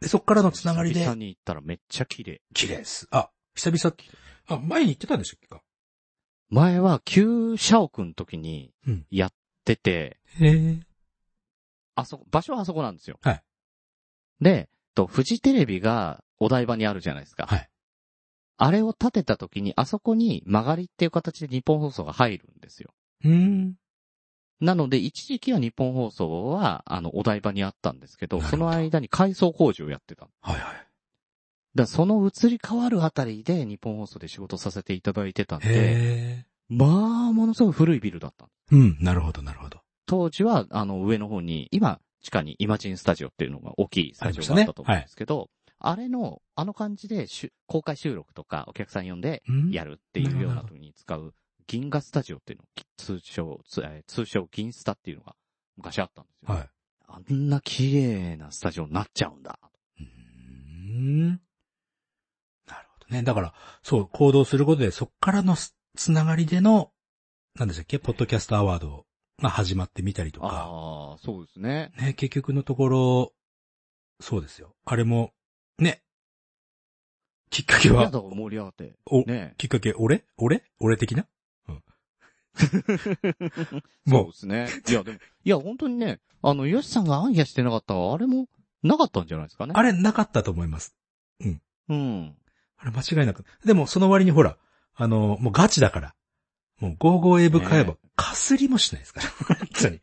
Speaker 3: で、そっからのつながりで
Speaker 1: 久、々に行ったらめっちゃ綺麗。
Speaker 3: 綺麗です。あ、久々、あ、前に行ってたんでしょっけか。
Speaker 1: 前は、旧社屋の時に
Speaker 3: うん、
Speaker 1: やってて、
Speaker 3: へえ。
Speaker 1: あそこ、場所はあそこなんですよ。
Speaker 3: はい。
Speaker 1: で、と、フジテレビがお台場にあるじゃないですか。
Speaker 3: はい。
Speaker 1: あれを建てた時に、あそこに曲がりっていう形で日本放送が入るんですよ。
Speaker 3: うーん。
Speaker 1: なので、一時期は日本放送は、あの、お台場にあったんですけど、
Speaker 3: なるほ
Speaker 1: そ
Speaker 3: ど
Speaker 1: の間に改装工事をやってた。だか
Speaker 3: はいはい。
Speaker 1: らその移り変わるあたりで日本放送で仕事させていただいてたんで、
Speaker 3: へえ。
Speaker 1: まあ、ものすごい古いビルだった。
Speaker 3: うん、なるほど、なるほど。
Speaker 1: 当時は、あの、上の方に、今、地下にイマジンスタジオっていうのが大きいスタジオがあったと思うんですけど、あれの、あの感じでしゅ公開収録とかお客さん呼んで
Speaker 3: うん
Speaker 1: やるっていうような
Speaker 3: なるほど
Speaker 1: 時に使う銀河スタジオっていうの、き通称、つえー通称銀スタっていうのが昔あったんですよ。
Speaker 3: はい。
Speaker 1: あんな綺麗なスタジオになっちゃうんだ。
Speaker 3: うーんなるほどね。だから、そう、行動することで、そっからのすつながりでの、なんでしたっけ、ポッドキャストアワードが始まってみたりとか、
Speaker 1: ああ、そうですね。
Speaker 3: ね、結局のところ、そうですよ。あれも、ね、きっかけ
Speaker 1: いや
Speaker 3: は
Speaker 1: だ、から盛り上がって。
Speaker 3: お、
Speaker 1: ね
Speaker 3: きっかけ、俺俺俺的な
Speaker 1: <laughs> そ
Speaker 3: も
Speaker 1: うですね。いや、でも、いや、本当にね、あの、ヨシさんが暗夜してなかったら、あれも、なかったんじゃないですかね。
Speaker 3: あれなかったと思います。
Speaker 1: うん。
Speaker 3: あれ間違いなく。でも、その割にほら、あの、もうガチだから、もう 55A 部買えば、
Speaker 1: ね
Speaker 3: かすりもしないですから、本当に。
Speaker 1: い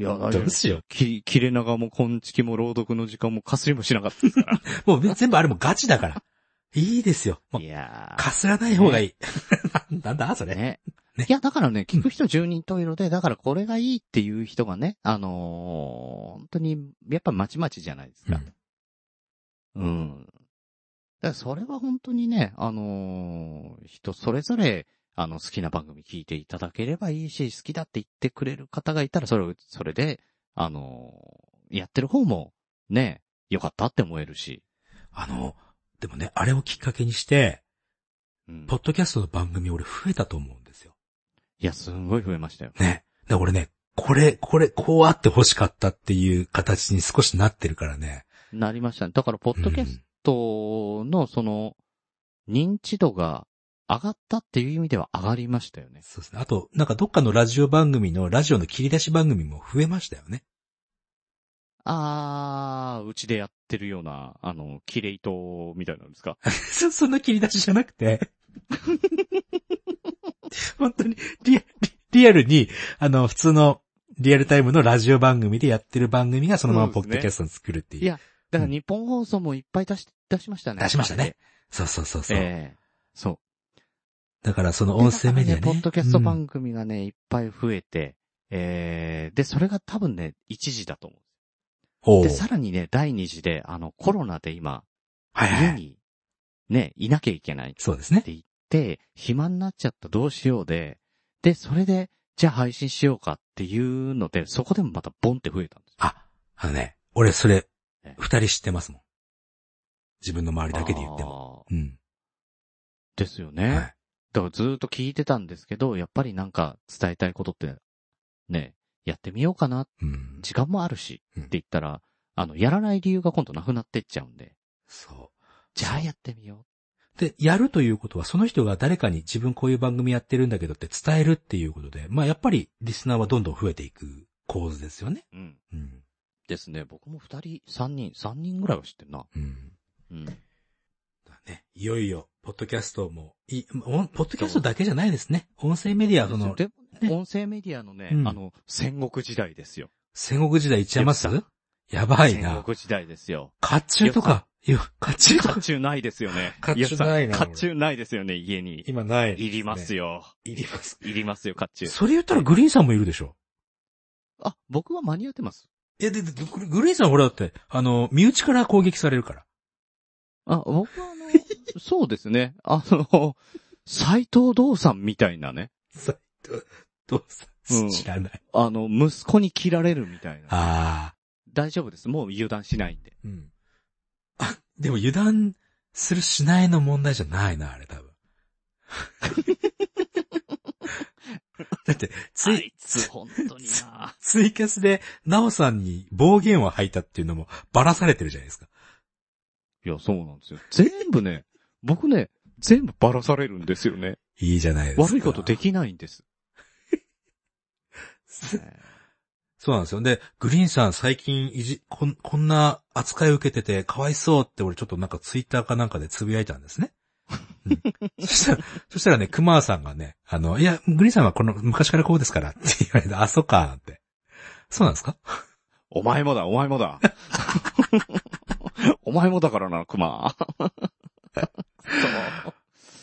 Speaker 1: や、大丈
Speaker 3: ど
Speaker 1: 夫
Speaker 3: う。しよう。
Speaker 1: き、切れ長も、こんちきも、朗読の時間も、かすりもしなかったですか
Speaker 3: もう全部あれもガチだから。い <laughs> いですよ。も
Speaker 1: ら。
Speaker 3: う
Speaker 1: いや
Speaker 3: かすらない方がいい。 <laughs> なんだそ
Speaker 1: ー。
Speaker 3: れ。
Speaker 1: ね。
Speaker 3: ね
Speaker 1: いや、だからね、聞く人10人といので、だからこれがいいっていう人がね、あのー本当に、やっぱまちまちじゃないですか。うん。だからそれは本当にね、あのー人それぞれ、あの、好きな番組聞いていただければいいし、好きだって言ってくれる方がいたら、それを、それで、あのーやってる方も、ね、よかったって思えるし。
Speaker 3: あの、でもね、あれをきっかけにして、
Speaker 1: うん
Speaker 3: ポッドキャストの番組俺増えたと思うんですよ。
Speaker 1: いや、すんごい増えましたよ。
Speaker 3: ね。だから俺ね、これ、これ、こうあって欲しかったっていう形に少しなってるからね。
Speaker 1: なりましたね。だから、ポッドキャストの、その、認知度が上がったっていう意味では上がりましたよね
Speaker 3: うん。そうですね。あと、なんかどっかのラジオ番組の、ラジオの切り出し番組も増えましたよね。
Speaker 1: あー、うちでやってるような、あの、キレイトみたいなんですか
Speaker 3: そ、 <laughs> そんな切り出しじゃなくて。 <laughs> 本当にリア、リリアルに、あの、普通のリアルタイムのラジオ番組でやってる番組がそのまま
Speaker 1: そ
Speaker 3: ポ
Speaker 1: うです
Speaker 3: ッ
Speaker 1: ね
Speaker 3: ドキャストに作るっていう。
Speaker 1: いやだから日本放送もいっぱい出し、出しましたね。
Speaker 3: 出しましたね。そうそうそうそう、
Speaker 1: ええそう。
Speaker 3: だからその音声メディア
Speaker 1: でだ
Speaker 3: ね。
Speaker 1: からポッドキャスト
Speaker 3: うん
Speaker 1: 番組がね、いっぱい増えて、ええで、それが多分ね、一時だと思
Speaker 3: お
Speaker 1: う。
Speaker 3: う
Speaker 1: で、さらにね、第二次で、あの、コロナで今、
Speaker 3: はいは
Speaker 1: 家
Speaker 3: い。
Speaker 1: に、ね、いなきゃいけない。
Speaker 3: そうですね。
Speaker 1: で、暇になっちゃった、どうしようで、で、それで、じゃあ配信しようかっていうので、そこでもまたボンって増えたんです。
Speaker 3: あ、あのね、俺それ
Speaker 1: え、
Speaker 3: 二人知ってますもん。自分の周りだけで言っても。
Speaker 1: も。
Speaker 3: うん。
Speaker 1: ですよ
Speaker 3: は
Speaker 1: ね。
Speaker 3: い。
Speaker 1: だからずーっと聞いてたんですけど、やっぱりなんか伝えたいことって、ね、やってみようかな、
Speaker 3: うん。
Speaker 1: 時間もあるし、
Speaker 3: うん
Speaker 1: って言ったら、あの、やらない理由が今度なくなってっちゃうんで、
Speaker 3: そう。
Speaker 1: じゃあやってみよ
Speaker 3: で、やるということは、その人が誰かに自分こういう番組やってるんだけどって伝えるっていうことで、まあやっぱりリスナーはどんどん増えていく構図ですよね。
Speaker 1: う。うん。
Speaker 3: うん。
Speaker 1: ですね。僕も二人、三人、三人ぐらいは知ってんな。
Speaker 3: うん。
Speaker 1: うん。
Speaker 3: だね。いよいよ、ポッドキャストも、い、おんポッドキャストだけじゃないですね。音声メディア、その、
Speaker 1: でも
Speaker 3: ね
Speaker 1: 音声メディアのね、
Speaker 3: うん
Speaker 1: あの、戦国時代ですよ。
Speaker 3: 戦国時代行っちゃいます
Speaker 1: 出た
Speaker 3: やばいな
Speaker 1: 戦。国時代ですよ。
Speaker 3: 甲冑とか、いや、甲冑と
Speaker 1: 甲
Speaker 3: か。
Speaker 1: 冑ないですよね。
Speaker 3: 甲冑
Speaker 1: いやさ
Speaker 3: ないな
Speaker 1: 甲冑ないですよね、家に。
Speaker 3: 今ない
Speaker 1: いります
Speaker 3: よ。
Speaker 1: よ。
Speaker 3: いります。
Speaker 1: いりますよ、甲冑。
Speaker 3: それ言ったらグリーンさんもいるでしょ。
Speaker 1: あ、僕は間に合ってます。
Speaker 3: いや、で、でグリグリーンさんほらだって、あの、身内から攻撃されるから。
Speaker 1: あ、僕はあ
Speaker 3: <laughs>
Speaker 1: の、そうですね。あの、斎藤道さんみたいなね。
Speaker 3: さ、ど、どうさ、
Speaker 1: うん
Speaker 3: 知らない。
Speaker 1: あの、息子に切られるみたいな。
Speaker 3: ああ。
Speaker 1: 大丈夫です。もう油断しないんで。
Speaker 3: うん。あ、でも油断するしないの問題じゃないな、あれ
Speaker 1: <laughs>
Speaker 3: 多分。だって、つ
Speaker 1: あ
Speaker 3: い、
Speaker 1: いつ、本当にな。
Speaker 3: ツイキャスで、ナオさんに暴言を吐いたっていうのもばらされてるじゃないですか。
Speaker 1: いや、そうなんですよ。全部ね、僕ね、全部バラされるんですよね。
Speaker 3: いいじゃないですか。
Speaker 1: 悪いこと
Speaker 3: <laughs>
Speaker 1: できないんです。
Speaker 3: そうなんですよ。で、グリーンさん最近いじ、こん、こんな扱いを受けてて、かわいそうって俺ちょっとなんかツイッターかなんかでつぶやいたんですね。
Speaker 1: <laughs>
Speaker 3: うん、そしたら、そしたらね、クマーさんがね、あの、いや、グリーンさんはこの昔からこうですからって言われて、あ、そっかって。そうなんですか
Speaker 1: お前もだ、お前も
Speaker 3: <laughs>
Speaker 1: だ。お前もだからな、熊。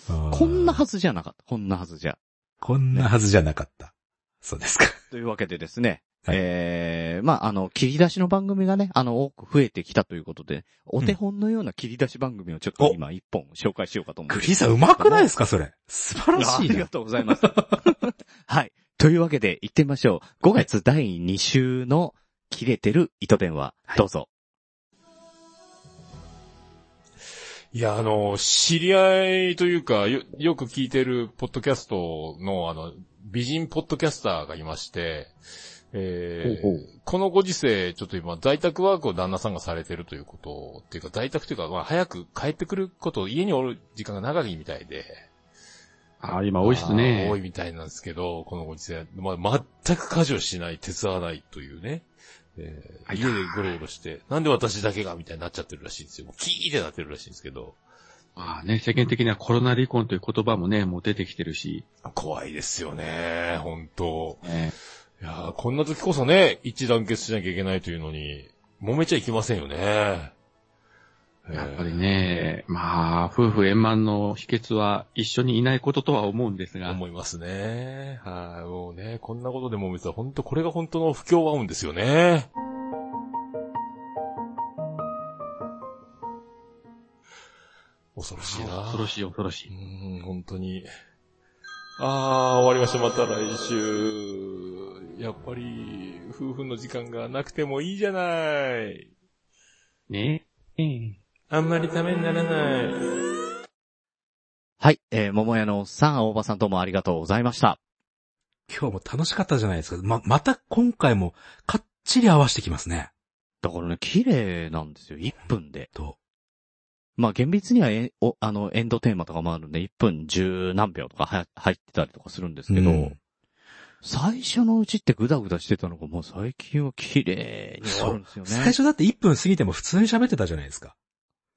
Speaker 1: そうこんな
Speaker 3: あー
Speaker 1: はずじゃなかった。こんなはずじゃ。
Speaker 3: こんなはずじゃなかった。そうですか。
Speaker 1: というわけでですね。
Speaker 3: はい
Speaker 1: えー、まあ、あの、切り出しの番組がね、あの、多く増えてきたということで、お手本のような切り出し番組をちょっと
Speaker 3: お
Speaker 1: 今一本紹介しようかと思い
Speaker 3: グ
Speaker 1: ます。
Speaker 3: リーンさん上手くないですかそれ。素晴ら
Speaker 1: あ
Speaker 3: しい
Speaker 1: ありが
Speaker 3: な。
Speaker 1: とうござい
Speaker 3: <laughs>
Speaker 1: ます。はい。というわけで、行ってみましょう。5月第2週の切れてる糸電話、どうぞ。
Speaker 4: いや、あの、知り合いというか、よ、よく聞いてるポッドキャストの、あの、美人ポッドキャスターがいまして、えー
Speaker 1: ほうほう
Speaker 4: このご時世、ちょっと今、在宅ワークを旦那さんがされてるということ、っていうか、在宅というか、まあ、早く帰ってくること、家におる時間が長いみたいで、
Speaker 5: ああ、今多いっすね
Speaker 4: 多。いみたいなんですけど、このご時世、まあ、全く家事をしない、手伝わないというね。えー家でゴロゴロして、なんで私だけがみたいになっちゃってるらしいんですよ。もうキーってなってるらしいんですけど、
Speaker 5: まあね、世間的にはコロナ離婚という言葉もね、もう出てきてるし。
Speaker 4: 怖いですよね、本当
Speaker 5: ね
Speaker 4: いやーこんな時こそね、一致団結しなきゃいけないというのに、揉めちゃいけませんよね。
Speaker 5: やっぱりね、まあ、夫婦円満の秘訣は一緒にいないこととは思うんです
Speaker 4: えー。
Speaker 5: が、
Speaker 4: 思いますね。はい、もうね、こんなことで揉めてたら、本当これが本当の不協和音ですよね。恐ろしいな。
Speaker 5: 恐ろしい恐ろし
Speaker 4: う
Speaker 5: い。
Speaker 4: ーん、本当に。ああ、終わりました。また来週。やっぱり、夫婦の時間がなくてもいいじゃない。
Speaker 5: ねええ。
Speaker 4: あんまりためにならない。
Speaker 1: はい。えー、桃屋のおっさん、大場さんどうもありがとうございました。
Speaker 3: 今日も楽しかったじゃないですか。ま、また今回もかっちり合わせてきますね。
Speaker 1: だからね、綺麗なんですよ。1分で。
Speaker 3: と。
Speaker 1: まあ厳密にはえんお、あの、エンドテーマとかもあるんで、1分10何秒とかは入ってたりとかするんですけど、
Speaker 3: うん
Speaker 1: 最初のうちってグダグダしてたのがもう最近は綺麗に終わるんですよね。
Speaker 3: 最初だって1分過ぎても普通に喋ってたじゃないですか。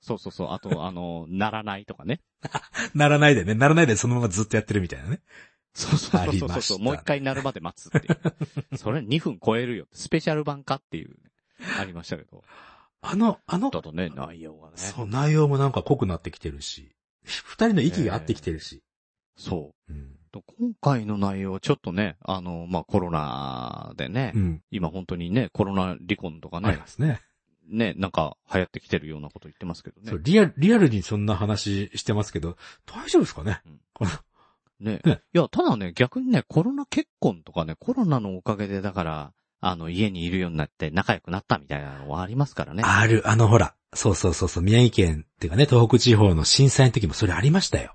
Speaker 1: そうそうそう。あと、あの、ならないとかね。
Speaker 3: ならないでね、ならないでそのままずっとやってるみたいなね。
Speaker 1: そうそう
Speaker 3: あ
Speaker 1: そう
Speaker 3: り
Speaker 1: そう
Speaker 3: ま
Speaker 1: そ
Speaker 3: し
Speaker 1: う。
Speaker 3: た
Speaker 1: もう一回なるまで待つっていう。それ2分超えるよ。スペシャル版かっていう、ありましたけど。
Speaker 3: あの、あの、
Speaker 1: だとね、内容がね。
Speaker 3: そう、内容もなんか濃くなってきてるし、二人の息が合ってきてるし。
Speaker 1: そう。
Speaker 3: うん。
Speaker 1: と今回の内容はちょっとね、あの、まあ、コロナでね、
Speaker 3: うん。
Speaker 1: 今本当にね、コロナ離婚とかね、
Speaker 3: ありますね。
Speaker 1: ね、なんか流行ってきてるようなこと言ってますけど
Speaker 3: そう、
Speaker 1: ね。
Speaker 3: リアル、リアルにそんな話してますけど、大丈夫ですかね
Speaker 1: うん
Speaker 3: この
Speaker 1: ね。
Speaker 3: ね
Speaker 1: いや、ただね、逆にね、コロナ結婚とかね、コロナのおかげで、だから、あの、家にいるようになって仲良くなったみたいなのはありますからね。
Speaker 3: ある、あのほら、そうそうそうそう、宮城県っていうかね、東北地方の震災の時もそれありましたよ。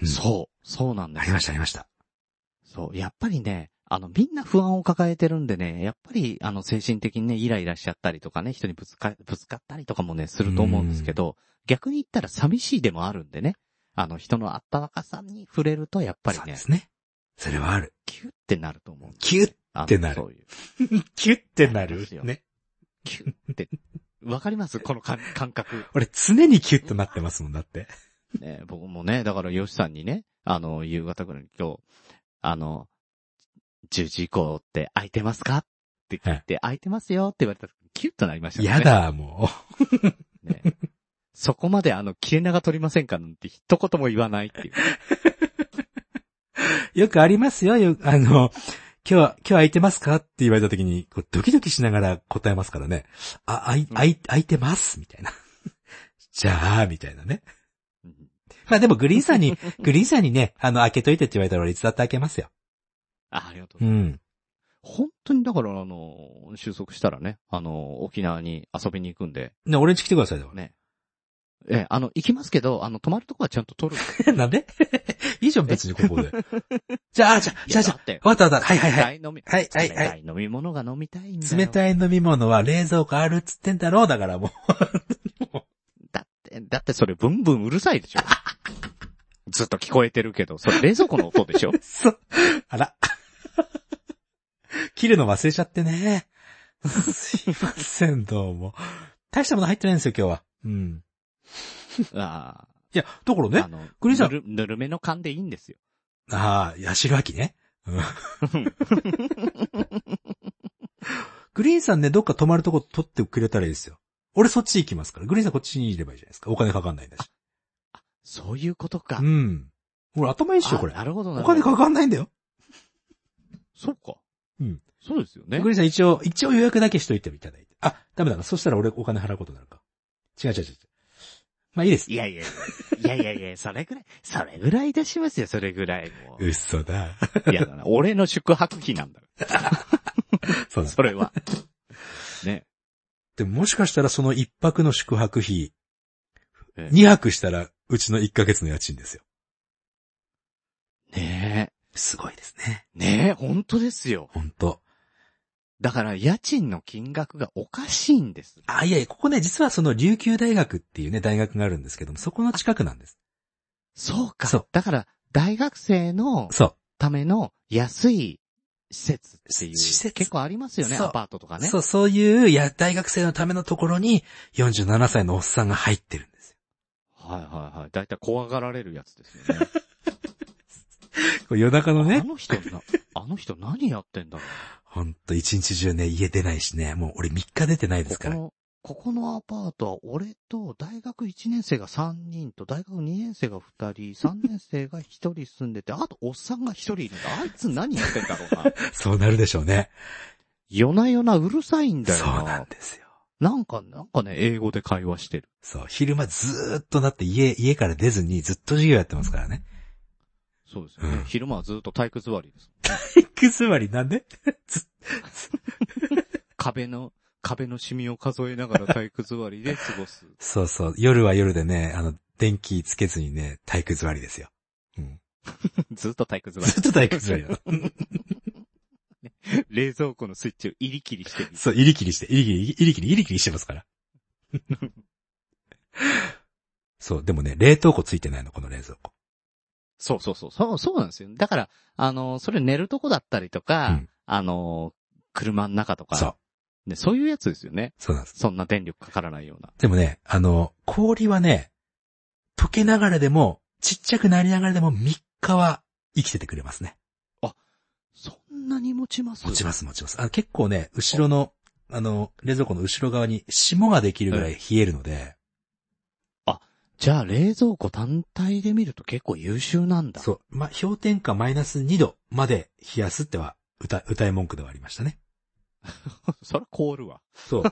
Speaker 3: うん
Speaker 1: そう、そうなんです
Speaker 3: ありました、ありました。
Speaker 1: そう、やっぱりね、あの、みんな不安を抱えてるんでね、やっぱり、あの、精神的にね、イライラしちゃったりとかね、人にぶつか、ぶつかったりとかもね、すると思うんですけど、逆に言ったら寂しいでもあるんでね、あの、人の温かさに触れると、やっぱり
Speaker 3: そう
Speaker 1: ね
Speaker 3: で、すね。それはある。
Speaker 1: キュッてなると思うんです
Speaker 3: キュッ、
Speaker 1: あの
Speaker 3: てなる
Speaker 1: そういう。
Speaker 3: キュッてな
Speaker 1: なり
Speaker 3: る
Speaker 1: ます。よ
Speaker 3: ね。
Speaker 1: キュッて。わかりますこの感感覚。
Speaker 3: 俺常にキュッとなってますもんだって。
Speaker 1: ね、僕もね、だから、ヨシさんにね、あの、夕方ぐらいに今日、あの、10時以降って空いてますかって聞いて、空いてますよって言われた時、キュッとなりましたね。
Speaker 3: やだ、も
Speaker 1: ね。そこまであの、切れ長取りませんかなんて一言も言わないっていう。
Speaker 3: う。よくありますよ、よあの、今日は、今日空いてますかって言われた時に、こうドキドキしながら答えますからね。あ、あい、あい、空いてますみたいな。 <laughs> じゃあ、みたいなね。
Speaker 1: うん
Speaker 3: まあでもグリーンさん <laughs> に、グリーンさんにね、あの、開けといてって言われたら俺いつだって開けますよ。
Speaker 1: あありがとうございます。
Speaker 3: うん。
Speaker 1: 本当にだから、あの、収束したらね、あの、沖縄に遊びに行くんで、
Speaker 3: ね、俺んち来てくださいよ。
Speaker 1: ね。ええ、あの、行きますけど、あの、泊まるとこはちゃんと取るんで。
Speaker 3: <laughs> なんでいいじゃん、別にここで。じゃあ、じゃあ、 <laughs> じゃあ、じゃ
Speaker 1: だって
Speaker 3: あ。、わかったわかった。はいはいはい。
Speaker 1: い。飲み、
Speaker 3: はいはいは
Speaker 1: 冷たい飲み物が飲みたいんだよ。
Speaker 3: 冷たい飲み物は冷蔵庫あるっつってんだろう、だからも
Speaker 1: だって、だってそれブンブンうるさい
Speaker 3: <laughs>
Speaker 1: でしょ。ずっと聞こえてるけど、それ冷蔵庫の音でしょ
Speaker 3: <laughs> う。そう。あら。切るの忘れちゃってね。すいません、どうも。大したもの入ってないんですよ、今日は。うん。
Speaker 1: あ
Speaker 3: いや、ところ
Speaker 1: あ、あ
Speaker 3: ね。
Speaker 1: の、
Speaker 3: クリスさん
Speaker 1: ぬるぬるめの缶でいいんですよ。
Speaker 3: ああ、八代きね。うん <laughs> グリーンさんね、どっか泊まるとこ取ってくれたらいいですよ。俺そっち行きますから。グリーンさんこっちにいればいいじゃないですか。お金かかんないんだし。
Speaker 1: そういうことか。
Speaker 3: うん。俺頭いいっしょ、これ
Speaker 1: あ。なるほどなる
Speaker 3: お
Speaker 1: ほど。
Speaker 3: 金かかんないんだよ。
Speaker 1: そうか。
Speaker 3: うん。
Speaker 1: そうですよね。
Speaker 3: グリーンさん一応、一応予約だけしといていただいて。あ、ダメだな。そしたら俺お金払うことになるか。違う違う違う違う。まあいいです
Speaker 1: い。やいやいや、いやいやいや、それぐらい、それぐらいいたしますよ、それぐらいもう。
Speaker 3: 嘘だ。
Speaker 1: いやだな、俺の宿泊費なんだよ
Speaker 3: そうだ。
Speaker 1: それ
Speaker 3: <laughs>
Speaker 1: は。ね。
Speaker 3: でももしかしたらその一泊の宿泊費、
Speaker 1: ええ
Speaker 3: 二泊したらうちの一ヶ月の家賃ですよ。
Speaker 1: ね
Speaker 3: すごいですね。
Speaker 1: え。ねえ、本当ですよ。
Speaker 3: ほんと。
Speaker 1: だから、家賃の金額がおかしいんです。
Speaker 3: あ、いやいや、ここね、実はその琉球大学っていうね、大学があるんですけども、そこの近くなんです。
Speaker 1: そうか。
Speaker 3: そう
Speaker 1: だから、大学生の
Speaker 3: そ
Speaker 1: ための安い施設っていう。
Speaker 3: 施設
Speaker 1: 結構ありますよね、
Speaker 3: そう
Speaker 1: アパートとか
Speaker 3: う。
Speaker 1: ね。
Speaker 3: そう、そういう、いや、大学生のためのところに、47歳のおっさんが入ってるんですよ。
Speaker 1: はいはいはい。だいたい怖がられるやつですよね。
Speaker 3: これ夜中の
Speaker 1: あ
Speaker 3: ね、
Speaker 1: の人な、あの人何やってんだろ。
Speaker 3: ほんと一日中ね、家出ないしね、もう俺3日出てないうで
Speaker 1: こ
Speaker 3: す
Speaker 1: こ
Speaker 3: から。
Speaker 1: の、ここのアパートは俺と大学1年生が3人と大学2年生が2人、3年生が1人住んでて、あとおっさんが1人いるんだ。あいつ何やってんだろうな。
Speaker 3: <laughs> そうなるでしょうね。
Speaker 1: 夜な夜なうるさいんだ
Speaker 3: そ
Speaker 1: よ
Speaker 3: うなん
Speaker 1: な。
Speaker 3: ですよ。
Speaker 1: なんか、なんかね、英語で会話してる。
Speaker 3: そう、昼間ずーっとだって家、家から出ずにずっと授業やってますからね。
Speaker 1: そうですよね。
Speaker 3: うん
Speaker 1: 昼間はずっと体育座りです。
Speaker 3: テック座りなんで
Speaker 1: 壁の、壁のシミを数えながら体育座りで過ごす。
Speaker 3: そうそう、夜は夜でね、あの、電気つけずにね、体育座りですよ。うん。
Speaker 1: <laughs> ずっと体育座り
Speaker 3: <laughs> ず。っと体育座りだ。
Speaker 1: 冷蔵庫のスイッチを入り切りしてる。
Speaker 3: そう、入り切りして、入り切り、入り切り、入り切りしてます <laughs> から。そう、でもね、冷凍庫ついてないの、この冷蔵庫。
Speaker 1: そうそうそう。そう、そうなんですよ。だから、あの、それ寝るとこだったりとか、
Speaker 3: うん
Speaker 1: あの、車の中とか、
Speaker 3: そう、
Speaker 1: ね、そういうやつですよね。
Speaker 3: そうなんです。
Speaker 1: そんな電力かからないような。
Speaker 3: でもね、あの、氷はね、溶けながらでも、ちっちゃくなりながらでも3日は生きててくれますね。
Speaker 1: そんなに持ちます
Speaker 3: 持ちます、持ちます。あ結構ね、後ろの、あの、冷蔵庫の後ろ側に霜ができるぐらい冷えるので、
Speaker 1: じゃあ、冷蔵庫単体で見ると結構優秀なんだ。
Speaker 3: そう、まあ、氷点下マイナス2度まで冷やすっては、歌、歌い文句ではありましたね。
Speaker 1: <laughs> そら凍るわ。 <laughs>
Speaker 3: そう。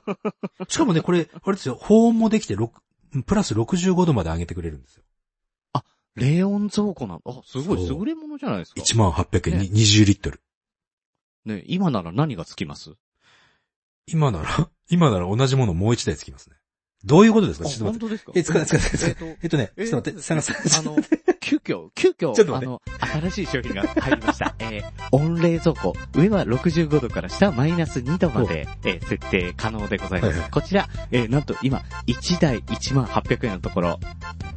Speaker 3: しかもね、これ、あれですよ、保温もできて、6プラス65度まで上げてくれるんですよ。
Speaker 1: 冷温蔵庫なんだ。あ、すごい、
Speaker 3: そう
Speaker 1: 優れものじゃないですか。
Speaker 3: 1万800円、に20リットル。
Speaker 1: ね、今なら何がつきます
Speaker 3: 今なら、 <laughs> 今なら同じものもう一台つきますね。どういうことです
Speaker 1: あ
Speaker 3: かちょっと
Speaker 1: 本
Speaker 3: 待って。
Speaker 1: 当ですか
Speaker 3: えつかないつかないつかな
Speaker 1: えっと
Speaker 3: えっとね、
Speaker 1: え
Speaker 3: ちょっと待って、さがさ
Speaker 1: あの、急遽、急遽、
Speaker 3: ちょっと
Speaker 1: あ
Speaker 3: 待っ
Speaker 1: の、新しい商品が入りました。えー、温冷蔵庫。上は65度から下はマイナス2度まで、えー設定可能でございます。
Speaker 3: はいはい
Speaker 1: こちら、えーなんと今、1台1万800円のところ、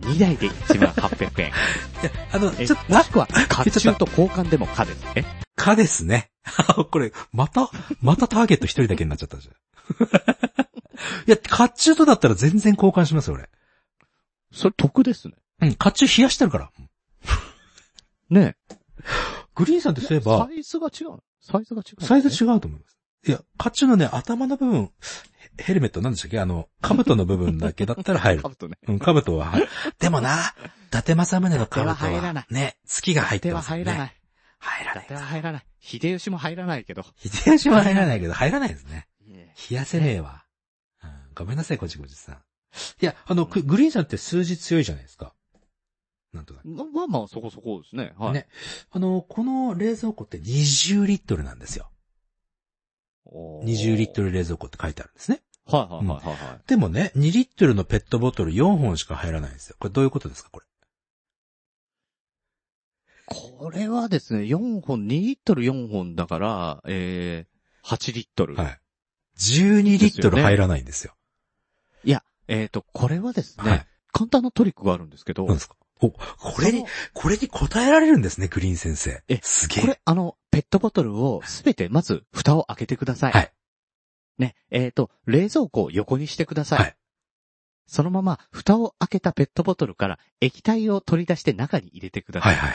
Speaker 1: 2台で1万800円。
Speaker 3: <laughs> あの、
Speaker 1: え
Speaker 3: ちょっと、
Speaker 1: もしくは、
Speaker 3: え
Speaker 1: 発
Speaker 3: ち
Speaker 1: 注
Speaker 3: ょっ
Speaker 1: と交換でも可ですね。
Speaker 3: かですね。 <laughs> これ、また、またターゲット一人だけになっちゃったじゃん。 <laughs> いや、甲冑とだったら全然交換しますよ、俺。
Speaker 1: それ得ですね。
Speaker 3: うん、甲冑冷やしてあるから。
Speaker 1: ね
Speaker 3: グリーンさんってそういえば
Speaker 1: サ、イズが違うのサイズが違うのね、
Speaker 3: サイズ違うと思います。いや、甲冑のね、頭の部分、ヘヘルメットなんでしたっけあの、兜の部分だけだったら <laughs> 入る
Speaker 1: か。ぶとね。
Speaker 3: うん、兜は入る。でもな、伊達政宗の兜は、
Speaker 1: 伊達は入らない
Speaker 3: ね、月が入って
Speaker 1: 手は
Speaker 3: ますよね。
Speaker 1: 入らない。
Speaker 3: 入らない。
Speaker 1: 手は入らない。秀吉も入らないけど。
Speaker 3: 秀吉は入らないけど、入らないですね。冷やせねえわ。うんごめんなさい、こじこじさん。いや、あの、くグリーンさんって数字強いじゃないですか。なんとか。
Speaker 1: ままあまあ、そこそこですね。はい。
Speaker 3: ね。あの、この冷蔵庫って20リットルなんですよ。
Speaker 1: おー
Speaker 3: 20リットル冷蔵庫って書いてあるんですね。
Speaker 1: はいはいはいはいはい。
Speaker 3: でもね、2リットルのペットボトル4本しか入らないんですよ。これどういうことですか、これ。
Speaker 1: これはですね、4本、2リットル4本だから、えー、8リットル。
Speaker 3: はい。12リットル入らないんですよ。
Speaker 1: えっ、と、これはですね、
Speaker 3: はい。
Speaker 1: 簡単なトリックがあるんですけど、
Speaker 3: なんですかお、これに
Speaker 1: そ、
Speaker 3: これに答えられるんですね、グリーン先生。
Speaker 1: え
Speaker 3: すげ
Speaker 1: こ
Speaker 3: え。
Speaker 1: れ、あの、ペットボトルをすべて、まず、蓋を開けてください。
Speaker 3: はい。
Speaker 1: ね、えっ、と、冷蔵庫を横にしてください。
Speaker 3: はい
Speaker 1: そのまま、蓋を開けたペットボトルから液体を取り出して中に入れてくださ。
Speaker 3: はいいはい